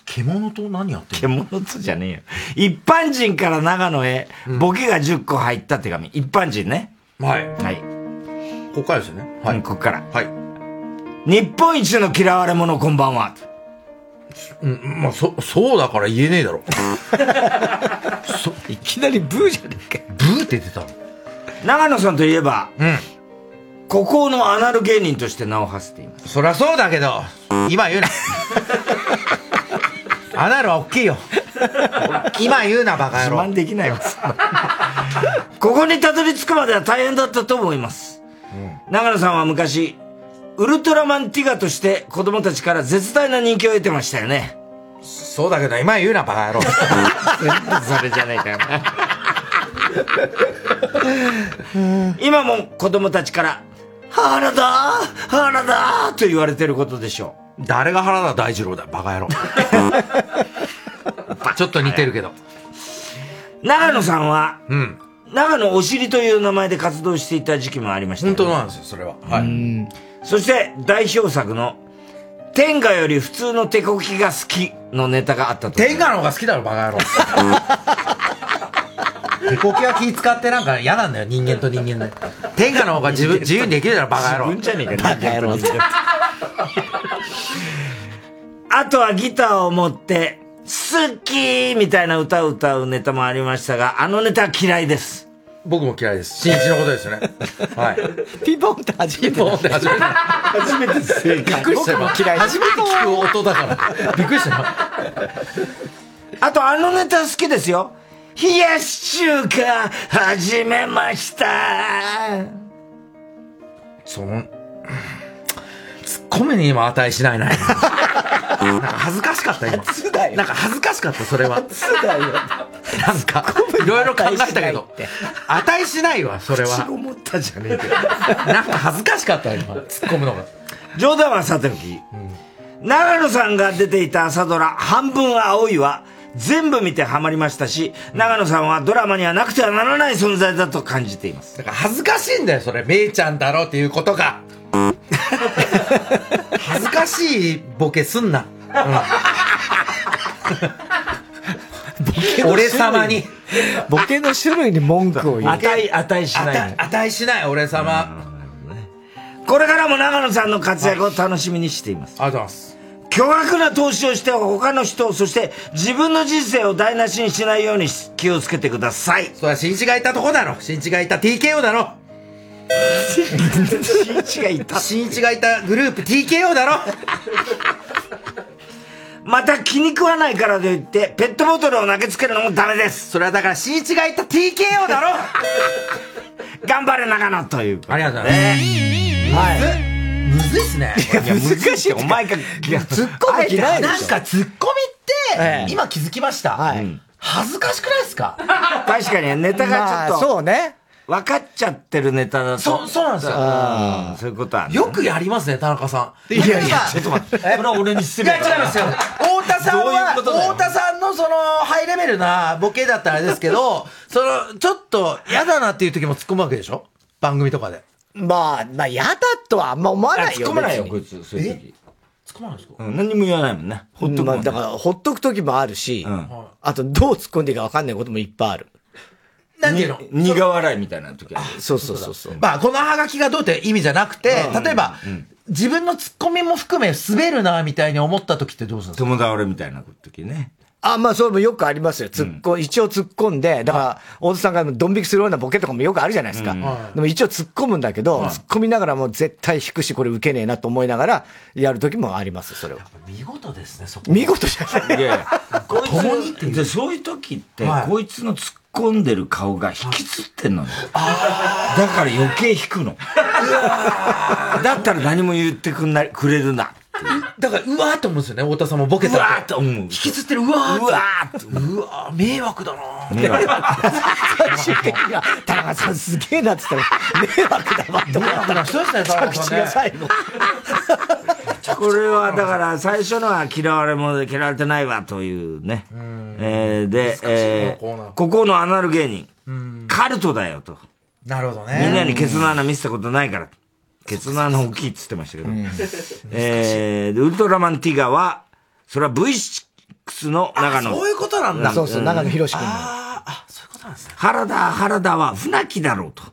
[SPEAKER 5] 獣と何やってんの
[SPEAKER 1] 獣とじゃねえよ。一般人から長野へ、ボケが10個入った手紙。一般人ね。
[SPEAKER 5] はい
[SPEAKER 1] はい。
[SPEAKER 5] ここからですよねはい、
[SPEAKER 1] うんこっから。
[SPEAKER 5] はい
[SPEAKER 1] 日本一の嫌われ者こんばんは。
[SPEAKER 5] うんまあそそうだから言えねえだろそ
[SPEAKER 2] いきなりブーじゃねえか。
[SPEAKER 5] ブーって出たの
[SPEAKER 1] 長野さんといえば、
[SPEAKER 5] うん
[SPEAKER 1] 孤高のアナル芸人として名を馳せています。
[SPEAKER 5] そりゃそうだけど今言うなアナルは大きいよ今言うなバカ
[SPEAKER 1] 自
[SPEAKER 5] 野郎
[SPEAKER 1] 慢できな
[SPEAKER 5] <laughs>
[SPEAKER 1] いわ、そんなここにたどり着くまでは大変だったと思います。長野さんは昔、ウルトラマンティガとして子供たちから絶大な人気を得てましたよね。
[SPEAKER 5] そうだけど今言うなバカ野郎
[SPEAKER 1] それじゃないかよな。今も子供たちから、原田原田と言われてることでしょ
[SPEAKER 5] 誰が原田大二郎だバカ
[SPEAKER 1] <laughs>
[SPEAKER 5] 野郎ちょっと似てるけど
[SPEAKER 1] う。長野さんは、
[SPEAKER 5] うん
[SPEAKER 1] 長野お尻という名前で活動していた時期もありましたよ
[SPEAKER 5] 本
[SPEAKER 1] ね、
[SPEAKER 5] 当なんですよそれははい
[SPEAKER 1] そして代表作の、天下より普通の手こきが好きのネタがあったと。
[SPEAKER 5] 天下の方が好きだろバ
[SPEAKER 1] <laughs>
[SPEAKER 5] カ野郎手こきは気使ってなんか嫌なんだよ人間と人間で天下の方が自分自由にできるだろ、バカ野郎。自分じゃねえか、バカ野郎。
[SPEAKER 1] あとはギターを持って、好きーみたいな歌を歌うネタもありましたが、あのネタは嫌いです。
[SPEAKER 5] 僕も嫌いです。新一のことですよね。はい。ピンポンって初めて。ピンポンって初めて。初めて正解。びっくりしたよ。
[SPEAKER 1] 僕も嫌い
[SPEAKER 5] 初めて聞く音だから。びっくりしたよ。
[SPEAKER 1] あとあのネタ好きですよ。冷やし中華始めました。
[SPEAKER 5] その、ツッコミに今値しない
[SPEAKER 1] <laughs>
[SPEAKER 5] な。今なんか恥ずかしかった、今。 <laughs> なんか恥ずかしかった、それは。
[SPEAKER 2] だよ。
[SPEAKER 5] なんか、いろいろ考えたけど、値しないわ、それは。
[SPEAKER 1] 口
[SPEAKER 5] 思ったじゃねえけど。なんか恥ずかしかった、今。突っ込むのが。
[SPEAKER 1] 冗談はさておき、長野さんが出ていた朝ドラ、半分青いは、全部見てハマりましたし、長野さんはドラマにはなくてはならない存在だと感じています。
[SPEAKER 5] だから恥ずかしいんだよ、それ。めいちゃんだろうっていうことが。恥ずかしいボケすんな。うん俺様に。。
[SPEAKER 2] ボケの種類に文句を言う。
[SPEAKER 1] 値、値しない
[SPEAKER 5] 値しない、俺様。
[SPEAKER 1] これからも長野さんの活躍を楽しみにしています。
[SPEAKER 5] ありがとうございます。
[SPEAKER 1] 巨額な投資をして他の人、そして自分の人生を台無しにしないようにし気をつけてください。
[SPEAKER 5] それは新一がいたとこだろ。新一がいた TKO だろ。
[SPEAKER 1] 新一がいた。
[SPEAKER 5] 新一がいたグループ TKO だろ。
[SPEAKER 1] また気に食わないからといって、ペットボトルを投げつけるのもダメです。
[SPEAKER 5] それはだから新一がいた TKO だろ。
[SPEAKER 1] <laughs> 頑張れ長野という。
[SPEAKER 5] ありがとうございます。はい。むずいっすね。
[SPEAKER 1] いや、難しい。お前が、
[SPEAKER 5] 突っ込む気ないでしょなんか突っ込みって、今気づきました。恥ずかしくないですか
[SPEAKER 1] 確かにネタがちょ
[SPEAKER 5] まあ
[SPEAKER 1] っと、
[SPEAKER 5] そう
[SPEAKER 1] ね。分かっちゃってるネタだと。
[SPEAKER 5] そうそうなんですよ
[SPEAKER 1] うんそういうことはね
[SPEAKER 5] よくやりますね、田中さん。
[SPEAKER 1] いやいや、ちょっと待って。それは俺に失
[SPEAKER 5] い
[SPEAKER 1] 礼
[SPEAKER 5] や、
[SPEAKER 1] だ
[SPEAKER 5] 違いますよ。太田さん
[SPEAKER 1] どういう
[SPEAKER 5] は、
[SPEAKER 1] ことだよ
[SPEAKER 5] 太田さんのその、ハイレベルなボケだったらあれですけど、その、ちょっと、嫌だなっていう時も突っ込むわけでしょ番組とかで。
[SPEAKER 2] まあ、まあ、嫌だとはあんま思わないよ。
[SPEAKER 1] 突っ込まないよ
[SPEAKER 2] 別
[SPEAKER 1] こ
[SPEAKER 2] に
[SPEAKER 1] いつそういう時
[SPEAKER 5] 突っ込まないですか
[SPEAKER 1] うん何も言わないもんね。ほっとくもんね
[SPEAKER 2] まあだから、ほっとく時もあるし、あと、どう突っ込んでいいか分かんないこともいっぱいある。
[SPEAKER 5] なんていうの
[SPEAKER 1] に苦笑いみたいな時あ
[SPEAKER 2] そうそうそうそう。
[SPEAKER 5] まあ、このハガキがどうって意味じゃなくて、例えば、自分の突っ込みも含め滑るな、みたいに思った時ってどうするんですか
[SPEAKER 1] 友倒れみたいな時ね。
[SPEAKER 2] あ、まあ、それもよくありますよ。突っ込、一応突っ込んで、だから、大田さんがドン引きするようなボケとかもよくあるじゃないです
[SPEAKER 1] う
[SPEAKER 2] か。
[SPEAKER 1] ん
[SPEAKER 2] でも一応突っ込むんだけど、突っ込みながらも絶対引くし、これ受けねえなと思いながら、やる時もあります、それは。
[SPEAKER 5] 見事ですね、そこ。
[SPEAKER 2] 見事じゃない
[SPEAKER 1] いやいや、こいつで、そういう時って、
[SPEAKER 5] はい
[SPEAKER 1] こいつの突っ込んでる顔が引きつってんのよ。だから余計引くの。だったら何も言ってくんな、くれるな。
[SPEAKER 5] だから、うわーって思うんですよね、太田さんもボケた
[SPEAKER 1] うわーって思う。引
[SPEAKER 5] きつってる、うわーって。
[SPEAKER 1] うわ
[SPEAKER 5] うわー迷惑だなー
[SPEAKER 1] 迷惑
[SPEAKER 2] 最終的には、田中さんすげえなって言ったら、迷惑だわって思ったら、
[SPEAKER 5] そうですね、
[SPEAKER 2] 着地が最後。
[SPEAKER 1] これはだから最初のは嫌われ者で嫌われてないわというね。えーで、え
[SPEAKER 5] コーナ
[SPEAKER 1] ーここのアナル芸人、カルトだよと。
[SPEAKER 5] なるほどね。
[SPEAKER 1] みんなにケツの穴見せたことないから。ケツの穴大きいっつってましたけど。えーでウルトラマンティガは、それは V6 の長野。
[SPEAKER 5] そういうことなんだ。
[SPEAKER 1] ん
[SPEAKER 2] 博君
[SPEAKER 1] 原田、原田は船木だろうと。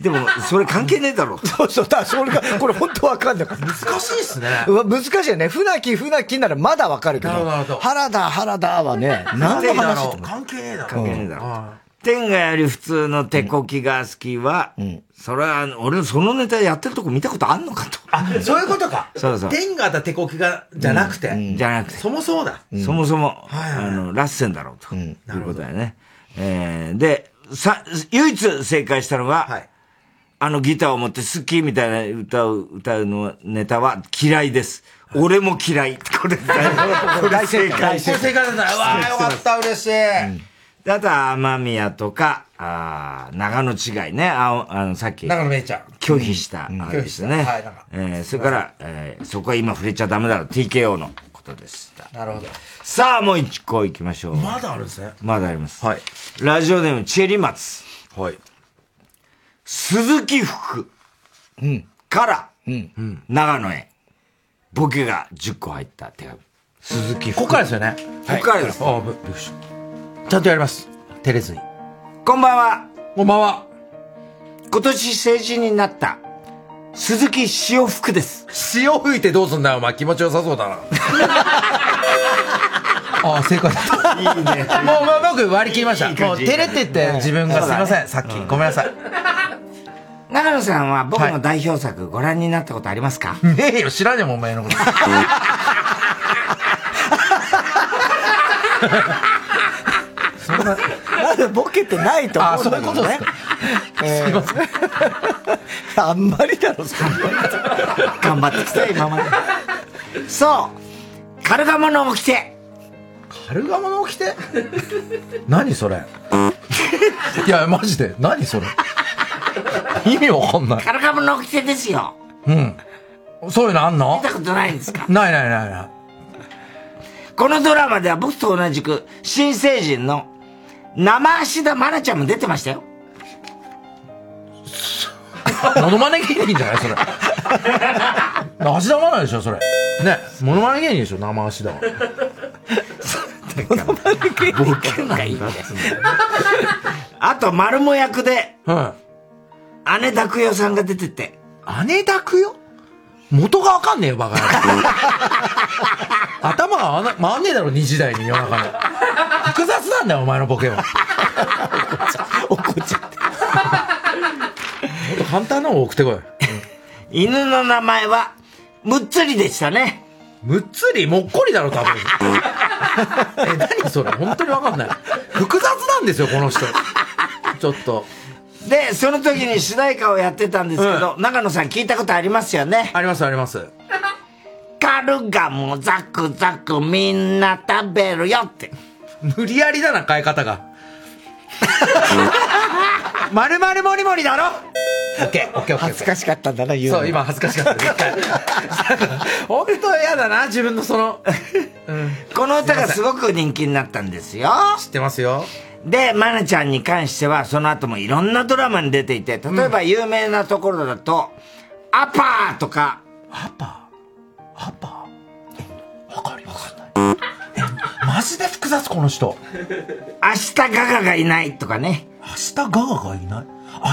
[SPEAKER 1] でも、それ関係ねえだろうと。
[SPEAKER 2] そうそう、だからそれが、これ本当わかんなかった。
[SPEAKER 5] 難しいっすね。
[SPEAKER 2] うわ難しいよね。船木、船木ならまだわかるけど。
[SPEAKER 1] なるほどなるほど
[SPEAKER 2] 原田、原田はね、何の話って
[SPEAKER 5] 関係ねえだろ。
[SPEAKER 1] 関係ねえだろ。天下より普通の手こきが好きは、それは、俺、そのネタやってるとこ見たことあんのかと。
[SPEAKER 5] あ、そういうことか。
[SPEAKER 1] そうそう
[SPEAKER 5] 天下だ、手こきが、じゃなくて。
[SPEAKER 1] じゃなくて。
[SPEAKER 5] そもそもだ。
[SPEAKER 1] そもそも、あの、ラッセンだろうと。いうことだよね。えーで、さ、唯一正解したのが、あのギターを持って好きみたいな歌を歌うのはネタは嫌いです。俺も嫌い。これ、これ正解。
[SPEAKER 5] これ正解だった。うわー、よかった、嬉しい。
[SPEAKER 1] <laughs> であとは、雨宮とか、あー長野違いね。あおあの、さっき。
[SPEAKER 5] 長野めいちゃん。
[SPEAKER 1] 拒否した
[SPEAKER 5] ん。
[SPEAKER 1] あれでした
[SPEAKER 5] 拒
[SPEAKER 1] ね
[SPEAKER 5] 否したはいなんか。
[SPEAKER 1] えーそれから、えーそこは今触れちゃダメだろ。TKO のことでした。
[SPEAKER 5] なるほど。
[SPEAKER 1] さあ、もう一個行きましょう。
[SPEAKER 5] まだあるんですね。
[SPEAKER 1] まだあります。はい。ラジオネーム、チェリマツ。
[SPEAKER 5] はい。
[SPEAKER 1] 鈴木福。から、長野へ。ボケが10個入った手紙。鈴木福。
[SPEAKER 5] ここからですよね。
[SPEAKER 1] ここからです。
[SPEAKER 5] あ、びっくりした。ちゃんとやります。照れずに。
[SPEAKER 1] こんばんは。
[SPEAKER 5] こんばんは。
[SPEAKER 1] 今年成人になった、鈴木潮福です。
[SPEAKER 5] 潮吹いてどうすんだよ、お前。気持ちよさそうだな。 <laughs> ああ、正解だった。いいね。もう、まあ、僕割り切りました。もう、照れてて、自分がすいません、さっき。ごめんなさい。
[SPEAKER 1] 長野さんは僕の代表作ご覧になったことありますか
[SPEAKER 5] ねえよ、知らねえもん、お前のこと。
[SPEAKER 2] そんな、まだボケてないと思うんだけどね。えー <laughs> あんまりだろ、そんな。
[SPEAKER 1] 頑張ってきたよ、今まで。そうカルガモのて
[SPEAKER 5] カルガモのて何そ
[SPEAKER 13] <laughs>
[SPEAKER 5] れ。いや、マジで。何それ。意味わかんない。
[SPEAKER 1] カルガモのてですよ。
[SPEAKER 5] うん。そういうのあんの
[SPEAKER 1] 見たことないんですか
[SPEAKER 5] ないないないない。
[SPEAKER 1] このドラマでは僕と同じく新成人の生足田愛菜ちゃんも出てましたよ。
[SPEAKER 5] モノマネ芸人じゃないそれ。足玉ないでしょそれ。ね。モノマネ芸人でしょ生足玉。
[SPEAKER 1] ボケないんだあと、丸も役で、姉拓代さんが出てて。
[SPEAKER 5] 姉拓代元がわかんねえよ、バカ野郎頭があな回んねえだろ、2時代に夜中の。複雑なんだよ、お前のボケは。怒っちゃって。もっと簡単なのを送ってこい。
[SPEAKER 1] 犬の名前は、むっつりでしたね。
[SPEAKER 5] むっつりもっこりだろ、多分。え、何それ本当にわかんない。複雑なんですよ、この人。ちょっと。
[SPEAKER 1] で、その時に主題歌をやってたんですけど、長野さん聞いたことありますよね
[SPEAKER 5] あります、あります。
[SPEAKER 1] カルガモザクザクみんな食べるよって。
[SPEAKER 5] 無理やりだな、変え方が。まるまるもりもりだろオッケー、オッケー、オッケー。恥ずかしかったんだな、言うそう、今恥ずかしかった。一回本当嫌だな、自分のその。
[SPEAKER 1] この歌がすごく人気になったんですよ。知
[SPEAKER 5] ってますよ。
[SPEAKER 1] で、まなちゃんに関しては、その後もいろんなドラマに出ていて、例えば有名なところだと、アパーとか、
[SPEAKER 5] マジで複雑、この人。
[SPEAKER 1] 明日ガガがいないとかね。
[SPEAKER 5] 明日ガガがいない明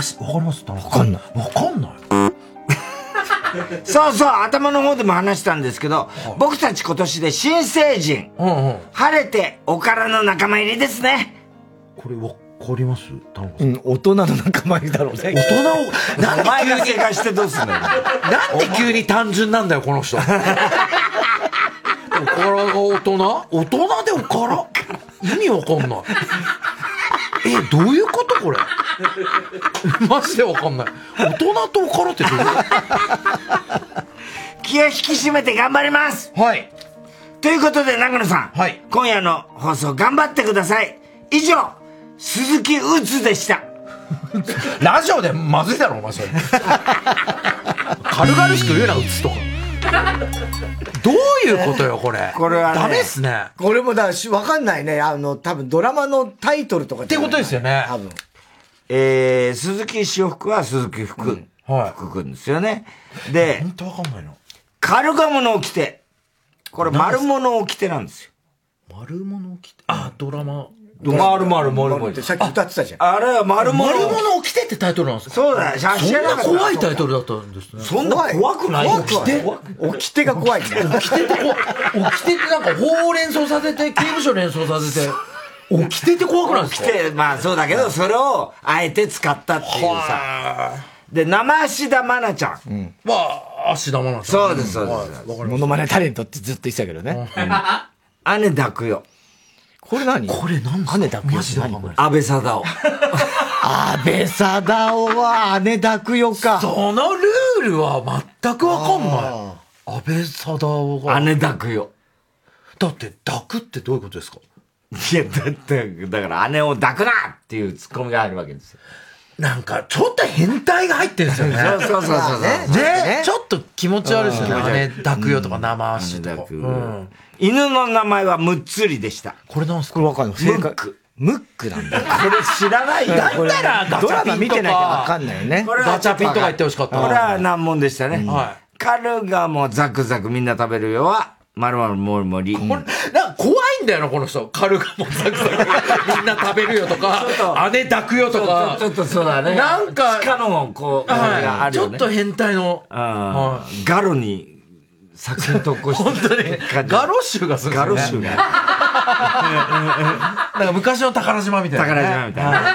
[SPEAKER 5] 日、わかりますわかんない。わかんない。
[SPEAKER 1] そうそう、頭の方でも話したんですけど、僕たち今年で新成人、晴れておからの仲間入りですね。
[SPEAKER 5] これわかります
[SPEAKER 2] うん、大人の仲間いるだろうね。
[SPEAKER 5] 大人を、なん
[SPEAKER 1] お前が正解してどう
[SPEAKER 5] <laughs>
[SPEAKER 1] すんのよ
[SPEAKER 5] なんで急に単純なんだよ、この人。おからが大人大人でおから意味わかんない。え、どういうことこれ。マジでわかんない。大人とおからってどういうこと
[SPEAKER 1] 気を引き締めて頑張ります
[SPEAKER 5] はい。
[SPEAKER 1] ということで、長野さん。はい。今夜の放送頑張ってください。以上、鈴木うつでした。
[SPEAKER 5] ラジオでまずいだろ、お前それ。軽々しく言うな、うつとか。どういうことよ、これ。
[SPEAKER 2] これはね
[SPEAKER 5] ダメっすね。
[SPEAKER 2] これもだし、わかんないね。あの、多分ドラマのタイトルとかってことです
[SPEAKER 5] よね。
[SPEAKER 2] 多分。
[SPEAKER 1] えー、鈴木潮福は鈴木福、福くんですよね。で、
[SPEAKER 5] 本当わかんないな。
[SPEAKER 1] カルガモのてこれ、丸物を着てなんですよ。
[SPEAKER 5] 丸物を着て、あ、ドラマ。
[SPEAKER 1] 丸丸丸
[SPEAKER 5] 丸。
[SPEAKER 2] さっき歌ってたじゃん。
[SPEAKER 1] あれは丸物。
[SPEAKER 5] 丸物を着てってタイトルなんですか
[SPEAKER 1] そうだよ
[SPEAKER 5] そん
[SPEAKER 1] 知らなか
[SPEAKER 5] な
[SPEAKER 1] った
[SPEAKER 5] 怖いタイトルだったんですね。
[SPEAKER 1] そんな怖くないよ
[SPEAKER 5] 起きて
[SPEAKER 2] 起きてが怖いね。
[SPEAKER 5] 起きてって怖い。起きてってなんか法を連想させ
[SPEAKER 1] <laughs>
[SPEAKER 5] て、刑務所連想させて。起きてって怖くないです
[SPEAKER 1] 着
[SPEAKER 5] か
[SPEAKER 1] て、 <laughs> まあそうだけど、それをあえて使ったっていうさ。で、生足田愛菜ちゃん。
[SPEAKER 5] まあ、足玉なんですね
[SPEAKER 1] そうです、そうです。
[SPEAKER 2] モノマネタレントってずっと言ってたけどね。
[SPEAKER 1] 姉抱くよ。
[SPEAKER 2] これ何
[SPEAKER 5] これ何
[SPEAKER 2] 姉抱くよって何これ。
[SPEAKER 1] 安倍貞夫。
[SPEAKER 2] 安倍貞夫は姉抱くよか。
[SPEAKER 5] そのルールは全くわかんない。安倍貞夫が。
[SPEAKER 1] 姉抱くよ。
[SPEAKER 5] だって、抱くってどういうことですか
[SPEAKER 1] いや、だって、だから姉を抱くなっていうツッコミがあるわけですよ。。
[SPEAKER 5] なんか、ちょっと変態が入ってるんですよね
[SPEAKER 1] そうそうそうそうそう
[SPEAKER 5] ねねちょっと気持ち悪いですよ
[SPEAKER 1] うん
[SPEAKER 5] ね。姉抱くよとか生足とか。うん
[SPEAKER 1] 犬の名前はむっつりでした。
[SPEAKER 5] これなんす
[SPEAKER 2] これわかんない。
[SPEAKER 1] ム
[SPEAKER 2] 正
[SPEAKER 1] ッ
[SPEAKER 2] 解
[SPEAKER 1] ク。
[SPEAKER 2] ムックなんだ。
[SPEAKER 1] これ知らないよ
[SPEAKER 2] だったらガチャピンとかドラマ見てないからわかんないよね
[SPEAKER 1] これは
[SPEAKER 5] ガチャピンとか言ってほしかった
[SPEAKER 1] これは難問でしたね。カルガもザクザクみんな食べるよは、まるまるもりもり。
[SPEAKER 5] なんか怖いん
[SPEAKER 13] んだよな、この人。カルガモザクザク。みんな食べるよとか、姉抱くよとか。
[SPEAKER 1] ちょっとそうだね。
[SPEAKER 13] なんか、
[SPEAKER 1] 地下の、こう、あれが
[SPEAKER 13] は
[SPEAKER 1] あ
[SPEAKER 13] い、
[SPEAKER 1] る
[SPEAKER 13] ち
[SPEAKER 1] よ
[SPEAKER 13] ょっ
[SPEAKER 1] ね
[SPEAKER 13] と変態の。
[SPEAKER 1] あーガロに作品投稿して本当に。ガロ
[SPEAKER 13] シュがす
[SPEAKER 1] ガロシュが。
[SPEAKER 13] なんか昔の宝島みたいなね
[SPEAKER 1] 宝島みたいなね。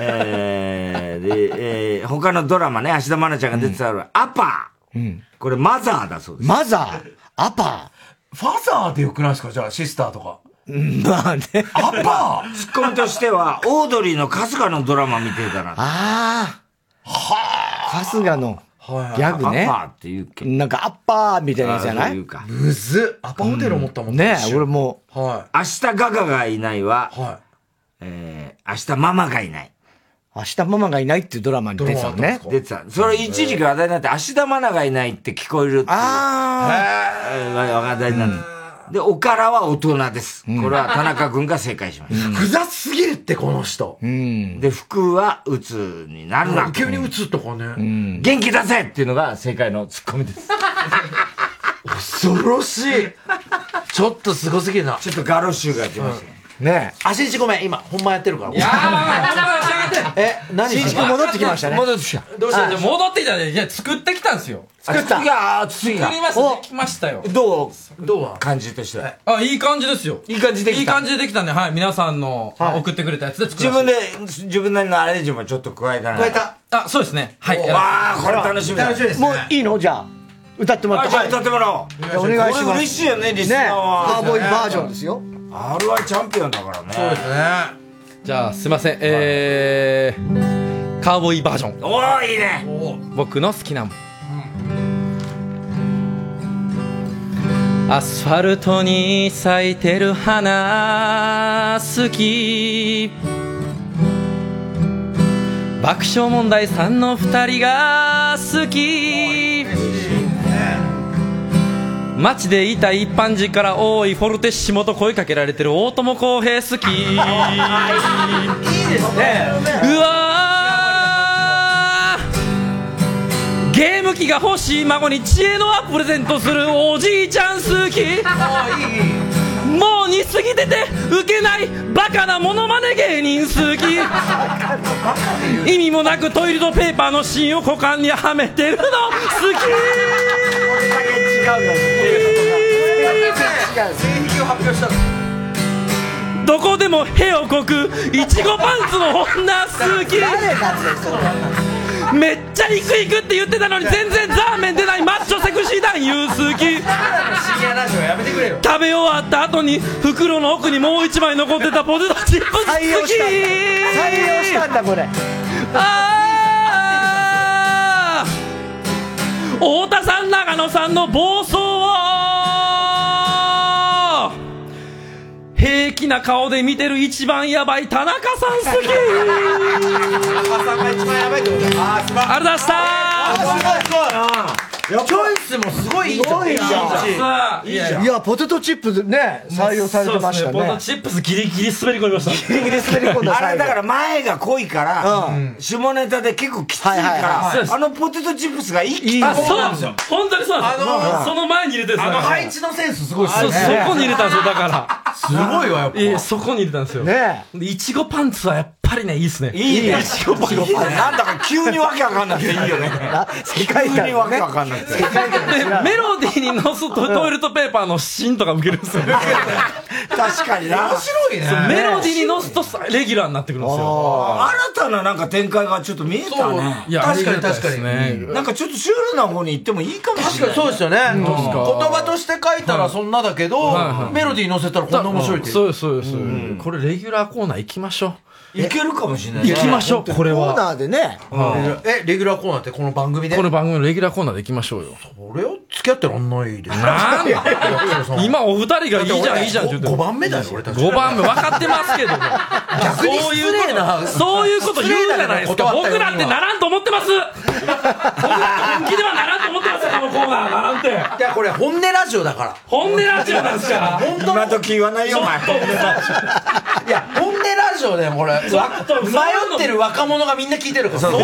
[SPEAKER 1] えーで、えー他のドラマね、芦田愛菜ちゃんが出てたのは、アパー、これマザーだそうです。マザーアパーファザーでよくないですかじゃあ、シスターとか。まあね。アパーツッコミとしては、オードリーの春日のドラマ見てたら。
[SPEAKER 2] ああ。はあ。春日の
[SPEAKER 1] はい
[SPEAKER 2] ギャグね。
[SPEAKER 1] アッパーっていうけ
[SPEAKER 2] なんかアッパーみたいなやつじゃな
[SPEAKER 1] あーそうい
[SPEAKER 2] いう
[SPEAKER 1] か。
[SPEAKER 13] むずっ。アパホテル思ったもん
[SPEAKER 2] ねえ俺も。
[SPEAKER 13] はい
[SPEAKER 1] 明日ガガがいないは、えー明日ママがいない。
[SPEAKER 2] 明日ママがいないっていうドラマに出てたのね。
[SPEAKER 1] 出てた。それ一時期話題になって、芦田愛菜がいないって聞こえるっていう。ああ。話題になって。で、おからは大人です。これは田中君が正解しました。
[SPEAKER 13] 複雑すぎるって、この人。
[SPEAKER 1] で、服は鬱になるな。
[SPEAKER 13] 急に鬱とかね。
[SPEAKER 1] 元気出せっていうのが正解のツッコミです。
[SPEAKER 13] 恐ろしい。ちょっとすごすぎるな。
[SPEAKER 1] ちょっとガロシュが来ましたね。
[SPEAKER 2] ね
[SPEAKER 13] え。あ、しんいちごめん、今、ほんまやってるから。
[SPEAKER 2] え、何
[SPEAKER 13] しんいち君戻ってきましたね
[SPEAKER 2] 戻
[SPEAKER 1] ってきた
[SPEAKER 19] どうしたじゃあ
[SPEAKER 13] あ
[SPEAKER 19] 戻ってきたね。いや、作ってきたんですよ。
[SPEAKER 13] 作った
[SPEAKER 19] 次が
[SPEAKER 13] 次が
[SPEAKER 19] 作りました。できましたよ。
[SPEAKER 1] ど
[SPEAKER 13] うどうは
[SPEAKER 1] 感じとしては。
[SPEAKER 19] あ、いい感じですよ。いい感じできた。いい感じでできたね。はい。皆さんの送ってくれたやつで作り
[SPEAKER 1] 自
[SPEAKER 19] ました
[SPEAKER 1] 分で、自分なりのアレンジもちょっと加えたな。
[SPEAKER 19] 加えた。あ、そうですね。はい。
[SPEAKER 1] わあこれ楽しみだ楽しみですね
[SPEAKER 2] もういいのじゃあ、歌ってもら
[SPEAKER 1] あ
[SPEAKER 2] って。
[SPEAKER 1] じゃあ歌ってもらお
[SPEAKER 2] じゃあ
[SPEAKER 1] う。
[SPEAKER 2] お願いします
[SPEAKER 1] これ嬉しいよね、リスナーは。
[SPEAKER 2] ねカーボーイバージョンですよ。
[SPEAKER 1] R1 チャンピオンだからね。
[SPEAKER 13] そうですね。じゃあ、すいません。えー、カーボーイバージョン。
[SPEAKER 1] おー、いいね。
[SPEAKER 13] 僕の好きなもんアスファルトに咲いてる花好き爆笑問題さんの二人が好き街でいた一般人から多いフォルテッシモと声かけられてる大友康平 <laughs> 好きいいですねうわーゲーム機が欲しい孫に知恵の輪プレゼントするおじいちゃん好きもう似すぎててウケないバカなモノマネ芸人好き意味もなくトイレットペーパーの芯を股間にはめてるの好きどこでもへをこくいちごパンツの女好きめっちゃ行く行くって言ってた
[SPEAKER 2] <laughs>
[SPEAKER 13] のに全然ザーメン出ないマッチョセクシー男優好き食べ終わった後に袋の奥にもう一枚残ってたポテトチップス好き
[SPEAKER 2] 採用したんだ。採用したんだ、これ。
[SPEAKER 13] あー太田さん長野さんの暴走を平気な顔で見てる一番やばい田中さん
[SPEAKER 2] <laughs>
[SPEAKER 13] 好きありがとうございました
[SPEAKER 5] チョイスもすごいいい
[SPEAKER 2] すごいじゃ
[SPEAKER 13] ゃ
[SPEAKER 2] ん。
[SPEAKER 13] ん
[SPEAKER 2] いいや、ポテトチップスね、採用されてまし
[SPEAKER 13] そ
[SPEAKER 2] た
[SPEAKER 13] うですねポテ
[SPEAKER 2] ね
[SPEAKER 13] ト。チップスギリギリ滑り込みましたギリギリ
[SPEAKER 2] 滑り込んだ
[SPEAKER 1] あ
[SPEAKER 2] 最
[SPEAKER 1] れだ
[SPEAKER 2] 後
[SPEAKER 1] から前が濃いから、下ネタで結構きついから、
[SPEAKER 13] はいはいそうです
[SPEAKER 1] あのポテトチップスが一気に
[SPEAKER 13] あそうなんですよ本当にそうなんですよ、
[SPEAKER 1] あのー
[SPEAKER 13] その前に入れてるんですよ
[SPEAKER 1] あの配置のセンスすごいっす
[SPEAKER 13] そ
[SPEAKER 1] よ
[SPEAKER 13] う
[SPEAKER 1] ね
[SPEAKER 13] そこに入れたんですよだから
[SPEAKER 1] すごいわやっぱ
[SPEAKER 13] いえそこに入れたんですよ
[SPEAKER 2] ね
[SPEAKER 13] でいちごパンツはやっぱりねいいですね
[SPEAKER 1] いいね
[SPEAKER 13] いちごパンツ
[SPEAKER 1] いいね <laughs> なんだか急にわけわかんなくていいよね
[SPEAKER 2] 世
[SPEAKER 1] 界観急にわけわかんなくて
[SPEAKER 13] でメロディーにのすとトイレットペーパーの芯とか受けるんですよね
[SPEAKER 1] 確かにな面白いね
[SPEAKER 13] そうメロディーにのすとさレギュラーになってくるんですよ
[SPEAKER 1] 新たななんか展開がちょっと見えた
[SPEAKER 13] そう
[SPEAKER 1] ね
[SPEAKER 13] いや確かに確かに
[SPEAKER 1] うんなんかちょっとシュールな方に行ってもいいかもしれない
[SPEAKER 5] そうですよね、
[SPEAKER 1] ん
[SPEAKER 5] 言葉として書いたらそんなだけど、
[SPEAKER 13] はいはい
[SPEAKER 5] メロディーに乗せたらこんな面白いっていう
[SPEAKER 13] そうですそうです、これレギュラーコーナー行きましょう
[SPEAKER 1] いけるかもしれ
[SPEAKER 5] ないね
[SPEAKER 13] 行きましょうこれは
[SPEAKER 5] コーナ
[SPEAKER 2] ーでね
[SPEAKER 13] うん
[SPEAKER 5] えレギュラーコーナーってこの番組で
[SPEAKER 13] この番組のレギュラーコーナーで行きましょうよ
[SPEAKER 5] 俺を付き合ってらんないで
[SPEAKER 13] なんで今お二人がいいじゃんいいじゃんって言って
[SPEAKER 5] 5番目だよ俺たち
[SPEAKER 13] 5番目分かってますけども
[SPEAKER 5] 逆に失礼な
[SPEAKER 13] そういうこと言うじゃないですか僕らってならんと思ってます本気ではならんと思ってますよこのコーナーなんて
[SPEAKER 5] いやこれ本音ラジオだから
[SPEAKER 13] 本音ラジオなんですから
[SPEAKER 5] 本当
[SPEAKER 1] 今時言わないよお前
[SPEAKER 5] いや本音ラジオだよこれわ迷ってる若者がみんな聞いてるから
[SPEAKER 1] こ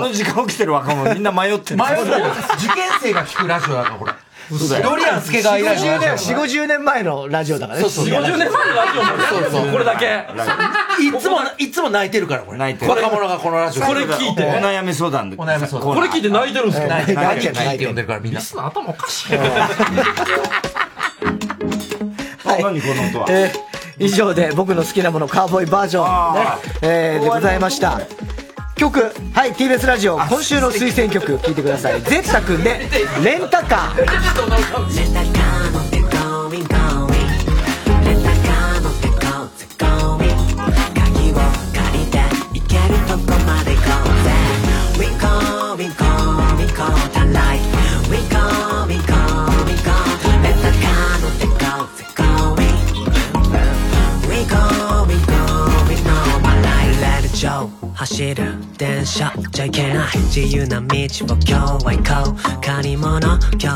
[SPEAKER 1] の時間起きてる若者みんな迷ってる
[SPEAKER 5] 迷ってる受験生が聞くラジオだからこれ
[SPEAKER 2] 嘘だよ
[SPEAKER 5] ドリアン助川以来の話
[SPEAKER 2] 4、50年前のラジオだからね。
[SPEAKER 5] そうそう
[SPEAKER 2] 4
[SPEAKER 5] 50年前のラジオもそうそうこれだけいつも、いつも泣いてるから、これ。
[SPEAKER 1] 泣いて
[SPEAKER 5] 若者がこのラジオ。
[SPEAKER 1] これ聞いてお悩み相談で。お悩み相
[SPEAKER 5] これ聞いて泣いてるんですか
[SPEAKER 1] 泣いてる
[SPEAKER 5] 泣いてる
[SPEAKER 1] 泣
[SPEAKER 5] 泣
[SPEAKER 1] い
[SPEAKER 5] い
[SPEAKER 1] て
[SPEAKER 5] て
[SPEAKER 1] る
[SPEAKER 5] 呼んでるからみんな。
[SPEAKER 13] リスナー頭おかしい。
[SPEAKER 1] 何この音 <laughs> は。
[SPEAKER 2] えー以上で僕の好きなものカーボーイバージョン、ねえーでございました曲はい TBS ラジオ今週の推薦曲聴いてくださいゼッタ君で「レンタカー」
[SPEAKER 26] 走る電車じゃいけない自由な道を今日は行こう借り物競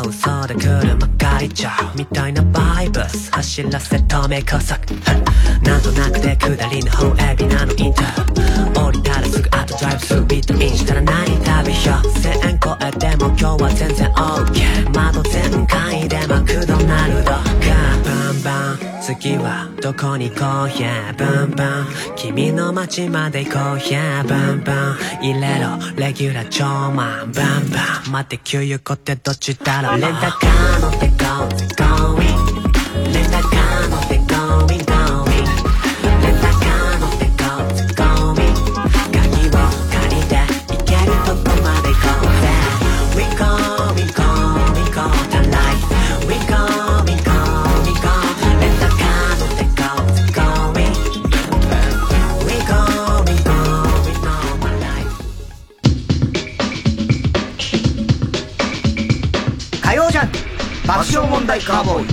[SPEAKER 26] 争で車借りちゃうみたいなバイブス走らせ透明高速なんとなくで下りの方へビナのインター降りたらすぐ後ドライブスルービートインしたら何食べよう1000円超えても今日は全然 OK 窓全開でマクドナルドかバンバン次はどこに行こう Yeah バンバン君の街まで行こう Yeah バンバン入れろレギュラー超マンバンバン待って給油庫ってどっちだろうレンタカー乗って Go Going レンタカー乗って Going Going レンタカー乗って Go Going 鍵を借りて行けるとこまで行こうぜ We go, we go, we go the light We go, we go, we go レンタカー乗って Go Going We go, we go, we go my life
[SPEAKER 2] 火曜じゃん爆笑問題カーボーイ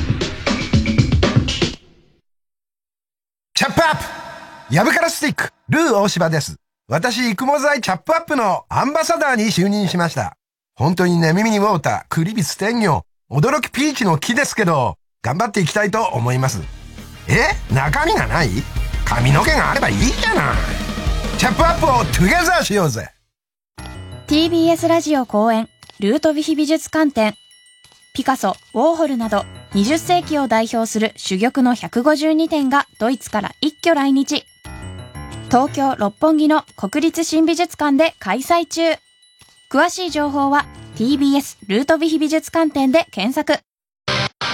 [SPEAKER 9] チャップアップやぶからスティックルー大柴です。私、育毛剤チャップアップのアンバサダーに就任しました。本当にね、耳にウォーター、クリビス天魚、驚きピーチの木ですけど、頑張っていきたいと思います。え中身がない髪の毛があればいいじゃない。チャップアップをトゥゲザーしようぜ
[SPEAKER 27] TBS ラジオ公演、ルートヴィヒ美術館展。ピカソ、ウォーホルなど、20世紀を代表する珠玉の152点がドイツから一挙来日。東京六本木の国立新美術館で開催中。詳しい情報は TBS ルートヴィヒ美術館展で検索。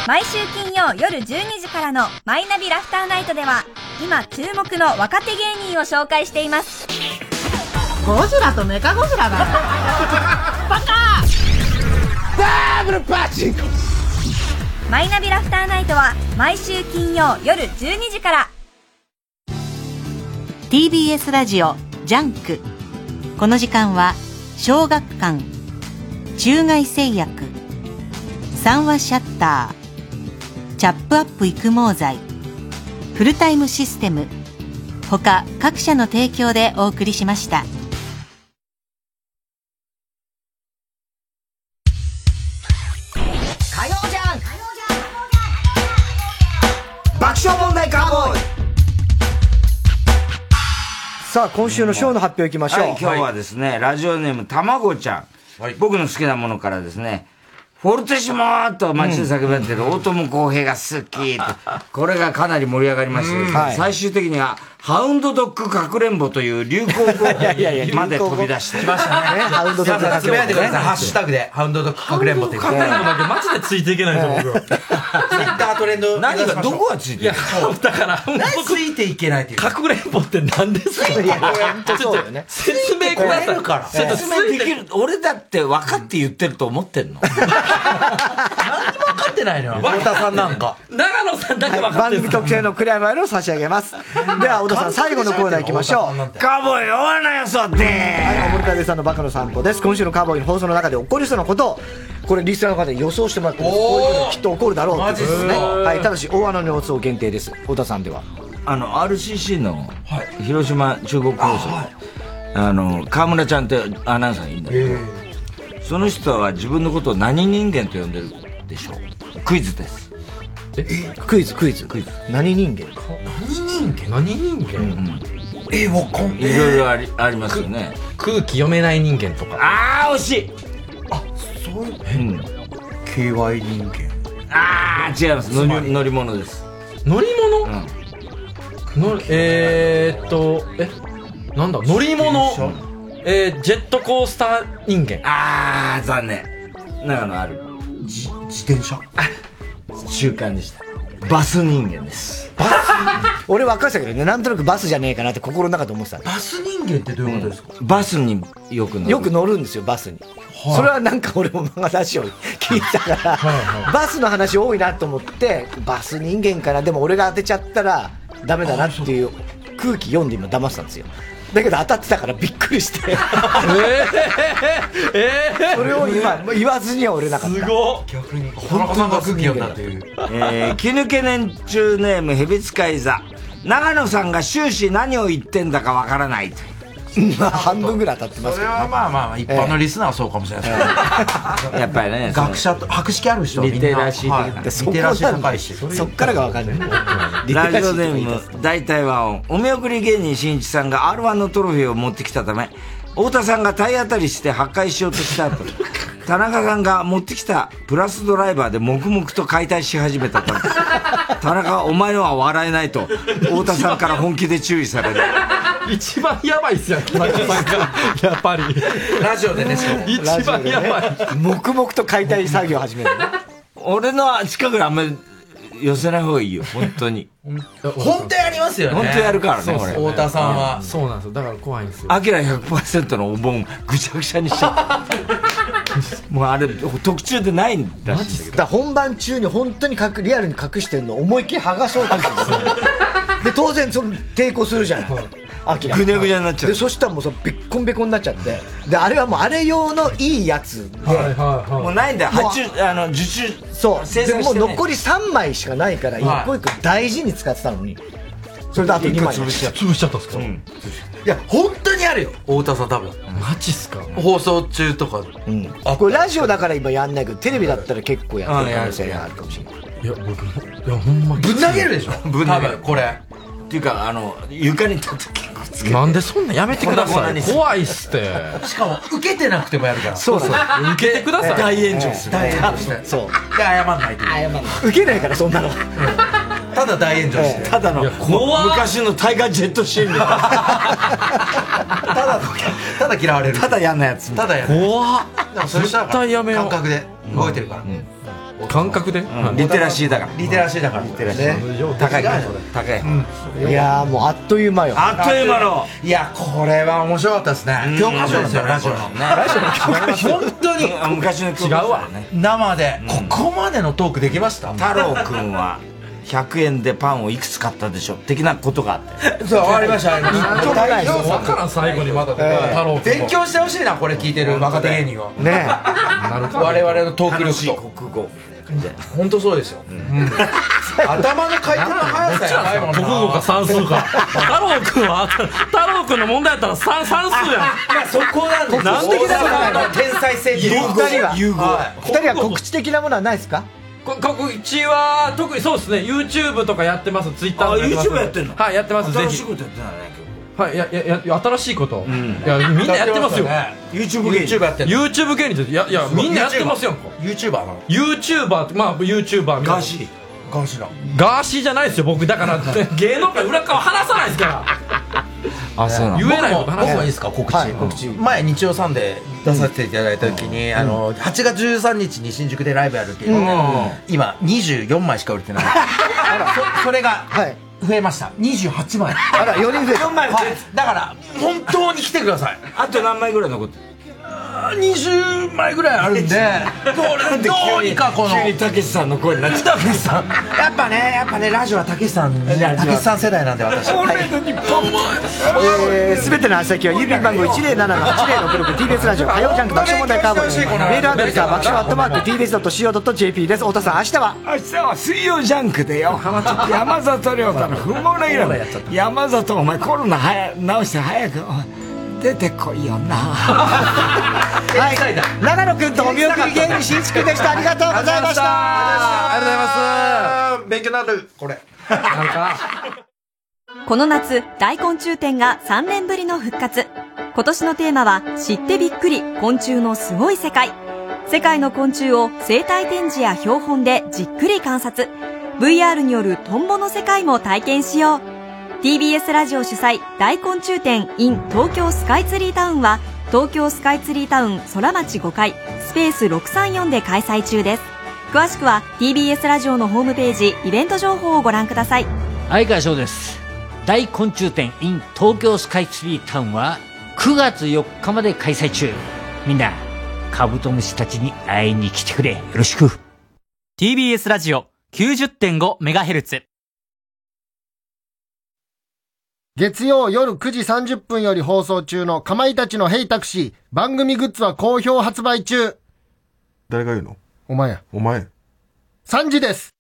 [SPEAKER 17] 毎週金曜夜12時からの「マイナビラフターナイト」では今注目の若手芸人を紹介しています
[SPEAKER 28] ゴジラとメカゴジラだよバカダブルパチンコ
[SPEAKER 17] マイナビラフターナイトは毎週金曜夜12時から
[SPEAKER 3] TBS ラジオジャンクこの時間は小学館中外製薬三話シャッターチャップアップ育毛剤フルタイムシステム他各社の提供でお送りしました。
[SPEAKER 24] 火曜じゃん爆笑問題カーボーイ
[SPEAKER 2] さあ今週のショーの発表いきましょう、
[SPEAKER 1] はい、今日はですね、ラジオネームたまごちゃん、僕の好きなものからですね、フォルテシモーと街で叫ばれてる大友康平が好き
[SPEAKER 5] <laughs>
[SPEAKER 1] と、これがかなり盛り上がりましてですね、
[SPEAKER 2] うんはい
[SPEAKER 1] 最終的には、ハウンドドッグかくれんぼという流行語まで飛び出して。
[SPEAKER 5] 来ましたね。
[SPEAKER 1] ハウンドドッグ
[SPEAKER 5] 皆さんつぶやいてください。ハッシュ
[SPEAKER 1] <laughs>
[SPEAKER 5] タグで、ハウンドドッグかくれんぼって言って。ハウンドドッグかくれんぼだけマジでついていけないと思うよ。ツイッタートレンド。何が、どこがついていけないだから、何ついていけないっていう。かくれんぼって何です
[SPEAKER 1] いや本当そうだよ
[SPEAKER 5] ね。
[SPEAKER 1] 説明
[SPEAKER 5] ください
[SPEAKER 1] <laughs>
[SPEAKER 5] ちょっと
[SPEAKER 1] 説明できる。俺だって分かって言ってると思ってんの。
[SPEAKER 5] 分かってないのよ。太田さんなんか。
[SPEAKER 2] 長野さんだけ分かってる番組特製のクレーマールを差し上げ
[SPEAKER 5] <laughs>
[SPEAKER 2] ますでは小田さん最後のコーナーいきましょう
[SPEAKER 1] カボイ終わなよそってはい
[SPEAKER 2] 森風さんのバカの散歩です今週のカーボーイの放送の中で起こりそうなことをこれリスナーの方に予想してもらってますこういうのきっと起こるだろうっていうことですね
[SPEAKER 1] マジっすか
[SPEAKER 2] はいただし大穴の予想限定です小田さんでは
[SPEAKER 1] あの、RCC の、広島中国放送、あの、河村ちゃんってアナウンサーがいるんだけど、その人は自分のことを何人間と呼んでるでしょうクイズです。
[SPEAKER 2] クイズ、クイズ、
[SPEAKER 1] クイズ。
[SPEAKER 2] 何人間
[SPEAKER 1] 何人間何人間、
[SPEAKER 5] え、わかん
[SPEAKER 1] いろいろありありますよね。
[SPEAKER 13] 空気読めない人間とか。
[SPEAKER 1] ああ、惜しい
[SPEAKER 5] そういう。
[SPEAKER 1] うん。 KY 人間ああ違います乗り乗り物です
[SPEAKER 13] 乗り物、のえー、っとえなんだ乗り物えー、ジェットコースター人間
[SPEAKER 1] ああ残念長野あるじ自転車習慣でしたバス人間です
[SPEAKER 2] 俺分かってたけどね、なんとなくバスじゃねえかなって心の中で思ってた。バス人間ってどういうことですか、
[SPEAKER 1] バスによく乗る
[SPEAKER 2] よく乗るんですよ、バスに。
[SPEAKER 1] い
[SPEAKER 2] それはなんか俺も話を聞いたから、バスの話多いなと思って、バス人間かな、でも俺が当てちゃったらダメだなっていう空気読んで今騙したんですよ。だけど当たってたからびっくりして。それを今、言わずには俺なかった。す
[SPEAKER 13] ご
[SPEAKER 2] 逆に。
[SPEAKER 1] 本当の空気読んだっていうえー、気抜け年中ネームヘビ使い座長野さんが終始何を言ってんだかわからないと
[SPEAKER 2] いうまあ半分ぐらい当たってます
[SPEAKER 5] けど、ね、それはまあまあ一般のリスナーはそうかもしれないです
[SPEAKER 1] やっぱりね
[SPEAKER 5] 学者と博識ある人はみんな
[SPEAKER 1] リテラシー的な
[SPEAKER 5] はいリテラシー高いし
[SPEAKER 2] そっからがわかんない
[SPEAKER 1] ラジオ
[SPEAKER 2] <laughs>
[SPEAKER 1] ネーム大体和音お見送り芸人しんいちさんが r 1のトロフィーを持ってきたため太田さんが体当たりして破壊しようとした後田中さんが持ってきたプラスドライバーで黙々と解体し始めたため田中はお前のは笑えないと太田さんから本気で注意される
[SPEAKER 13] 一番やばいっすよ田中さん
[SPEAKER 5] <laughs>
[SPEAKER 13] がやっぱり
[SPEAKER 1] ラジオでねしかも
[SPEAKER 13] <laughs> 一番やばい、
[SPEAKER 2] 黙々と解体作業始める
[SPEAKER 1] 俺の近くにあんまり寄せない方がいいよ本当に
[SPEAKER 5] 本当やりますよね
[SPEAKER 1] 本当やるからね
[SPEAKER 13] そうそう
[SPEAKER 1] これ
[SPEAKER 13] 太田さんはそうなんですよだから怖いんですよ
[SPEAKER 1] アキラ100%のお盆ぐちゃぐちゃにしちゃったもうあれ特注でないんだしいんだけど
[SPEAKER 2] だから本番中に本当に隠リアルに隠してるのを思いっきり剥がそうとするんですよで当然その抵抗するじゃないアキラ
[SPEAKER 1] ぐにゃぐにゃになっちゃう
[SPEAKER 2] でそしたらもうそのべっこんべこになっちゃってであれはもうあれ用のいいやつで、
[SPEAKER 1] もうないんだよ
[SPEAKER 2] もう
[SPEAKER 1] 発注あの受注
[SPEAKER 2] そう
[SPEAKER 1] 生
[SPEAKER 2] で
[SPEAKER 1] 産し
[SPEAKER 2] もう
[SPEAKER 1] てない
[SPEAKER 2] 残り3枚しかないから
[SPEAKER 1] はい
[SPEAKER 2] 一個一個大事に使ってたのに、それであと2枚
[SPEAKER 5] 一個潰しちゃった
[SPEAKER 13] 潰しちゃったんですか、
[SPEAKER 5] いや本当にあるよ太田さん多分マ
[SPEAKER 13] ジっすか
[SPEAKER 5] 放送中とか
[SPEAKER 2] これラジオだから今やんないけどテレビだったら結構やってる可能性があるかもしれない
[SPEAKER 13] いや僕いやほんま
[SPEAKER 5] ぶん投げるでしょ
[SPEAKER 1] ぶん投げる
[SPEAKER 5] これ
[SPEAKER 1] っていうかあの床に立って結構つけて
[SPEAKER 13] なんでそんなやめてください怖いっすって
[SPEAKER 5] しかも受けてなくてもやるから
[SPEAKER 13] そうそう受けてください
[SPEAKER 5] 大炎上する大炎上してそうで謝んないと謝んない
[SPEAKER 2] 受けないからそんなの
[SPEAKER 5] ただ大炎上して
[SPEAKER 1] ただのもう昔のタイガージェットシーンみたいな
[SPEAKER 5] ただ嫌われる
[SPEAKER 1] ただ嫌なやつ
[SPEAKER 5] ただやる
[SPEAKER 13] 怖っ
[SPEAKER 5] でもそれしたら
[SPEAKER 13] 絶対やめよ
[SPEAKER 5] 感
[SPEAKER 13] う
[SPEAKER 5] 覚で動いてるから
[SPEAKER 13] 感覚で、
[SPEAKER 1] うんリテラシーだから
[SPEAKER 5] リテラシーだからリテ
[SPEAKER 1] ラシー高いから高い
[SPEAKER 2] いやーもうあっという間よ
[SPEAKER 1] あっという間の
[SPEAKER 5] いやこれは面白かったですね教科書ですよラジオの
[SPEAKER 1] ラジオの教科書
[SPEAKER 5] 本当に
[SPEAKER 1] 昔の教科書だね
[SPEAKER 5] 生でここまでのトークできました
[SPEAKER 1] 太郎くんは100円でパンをいくつ買ったでしょ的なことがあって
[SPEAKER 5] そうわかりましたわかりました
[SPEAKER 13] 大丈夫わからん最後にまた出た太郎君
[SPEAKER 5] 勉強してほしいなこれ聞いてる若手芸人は
[SPEAKER 2] ね
[SPEAKER 5] <laughs> 我々のトーク力と
[SPEAKER 1] 国語
[SPEAKER 5] 本当そうですよ頭の回転の速さやないもん
[SPEAKER 13] 国語か算数か太郎くんは太郎くんの問題やったら算算数や
[SPEAKER 5] まあそこなんですよ
[SPEAKER 13] なんで
[SPEAKER 5] だからの天才性っていう
[SPEAKER 2] 二人は
[SPEAKER 13] 融合
[SPEAKER 2] 二人は告知的なものはないですか
[SPEAKER 13] こ告知は特にそうですね YouTube とかやってます Twitter とかます
[SPEAKER 1] YouTube やってんの
[SPEAKER 13] はいやってますぜ
[SPEAKER 1] 新
[SPEAKER 13] ひ
[SPEAKER 1] しいことやってないね
[SPEAKER 13] はい、いや、いや、いや、新しいこと。いや、みんなやってますよ。
[SPEAKER 1] YouTube 芸人
[SPEAKER 5] YouTube やってんの
[SPEAKER 13] YouTube 芸人って、いや、いや、みんなやってますよ。
[SPEAKER 5] YouTuber なの
[SPEAKER 13] YouTuber って、まあ、YouTuber みたいな。ガーシー。
[SPEAKER 5] ガーシーだ。
[SPEAKER 13] ガーシーじゃないですよ、僕。だから、芸能界裏側話さないですから。
[SPEAKER 1] あそうな
[SPEAKER 13] 言えない
[SPEAKER 5] 僕も
[SPEAKER 13] 話せない
[SPEAKER 5] 僕もいいですか告知、
[SPEAKER 13] はい
[SPEAKER 5] 告知前日曜サンデー出させていただいた時に、あの8月13日に新宿でライブやるっていうので、今24枚しか売れて
[SPEAKER 2] <laughs>
[SPEAKER 5] ないそそれが増えました28枚
[SPEAKER 2] あら4人増えた
[SPEAKER 1] 4枚増えた
[SPEAKER 5] はいだから本当に来てください
[SPEAKER 1] あと何枚ぐらい残って
[SPEAKER 5] あー20枚ぐらいあ
[SPEAKER 1] <laughs>
[SPEAKER 5] るんでどうどうにかこの
[SPEAKER 1] 急にたけしさんの声になっちゃった
[SPEAKER 5] けしさんやっぱねやっぱねラジオはたけしさんたけしさん世代なんで私はい
[SPEAKER 2] えー、全ての宛先は郵便番号 107-8066TBS ラジオ火曜ジャンク爆笑問題カーボーイメールアドレスは爆笑アットマーク TBS.CO.JP です太田さん明日は
[SPEAKER 1] 明日は水曜ジャンクでよ山里亮太の不毛な議論山里お前コロナはや直して早くお前出てこいよな
[SPEAKER 2] はい長野君とお見送り芸人新築でしたありがとうございました
[SPEAKER 5] ありがとうございます勉強になるこれ
[SPEAKER 22] この夏、大昆虫展が3年ぶりの復活。今年のテーマは、知ってびっくり、昆虫のすごい世界。
[SPEAKER 17] 世界の昆虫を生態展示や標本でじっくり観察 VR によるトンボの世界も体験しよう TBS ラジオ主催大昆虫展 in 東京スカイツリータウンは東京スカイツリータウン空町5階スペース634で開催中です詳しくは TBS ラジオのホームページイベント情報をご覧ください
[SPEAKER 1] 相川翔です大昆虫展 in 東京スカイツリータウンは9月4日まで開催中みんなカブトムシたちに会いに来てくれよろしく
[SPEAKER 4] TBS ラジオ 90.5MHz
[SPEAKER 18] 月曜夜9時30分より放送中のかまいたちのヘイタクシー、番組グッズは好評発売中。
[SPEAKER 21] 誰が言うの
[SPEAKER 18] お前や。
[SPEAKER 21] お前。
[SPEAKER 18] 3時です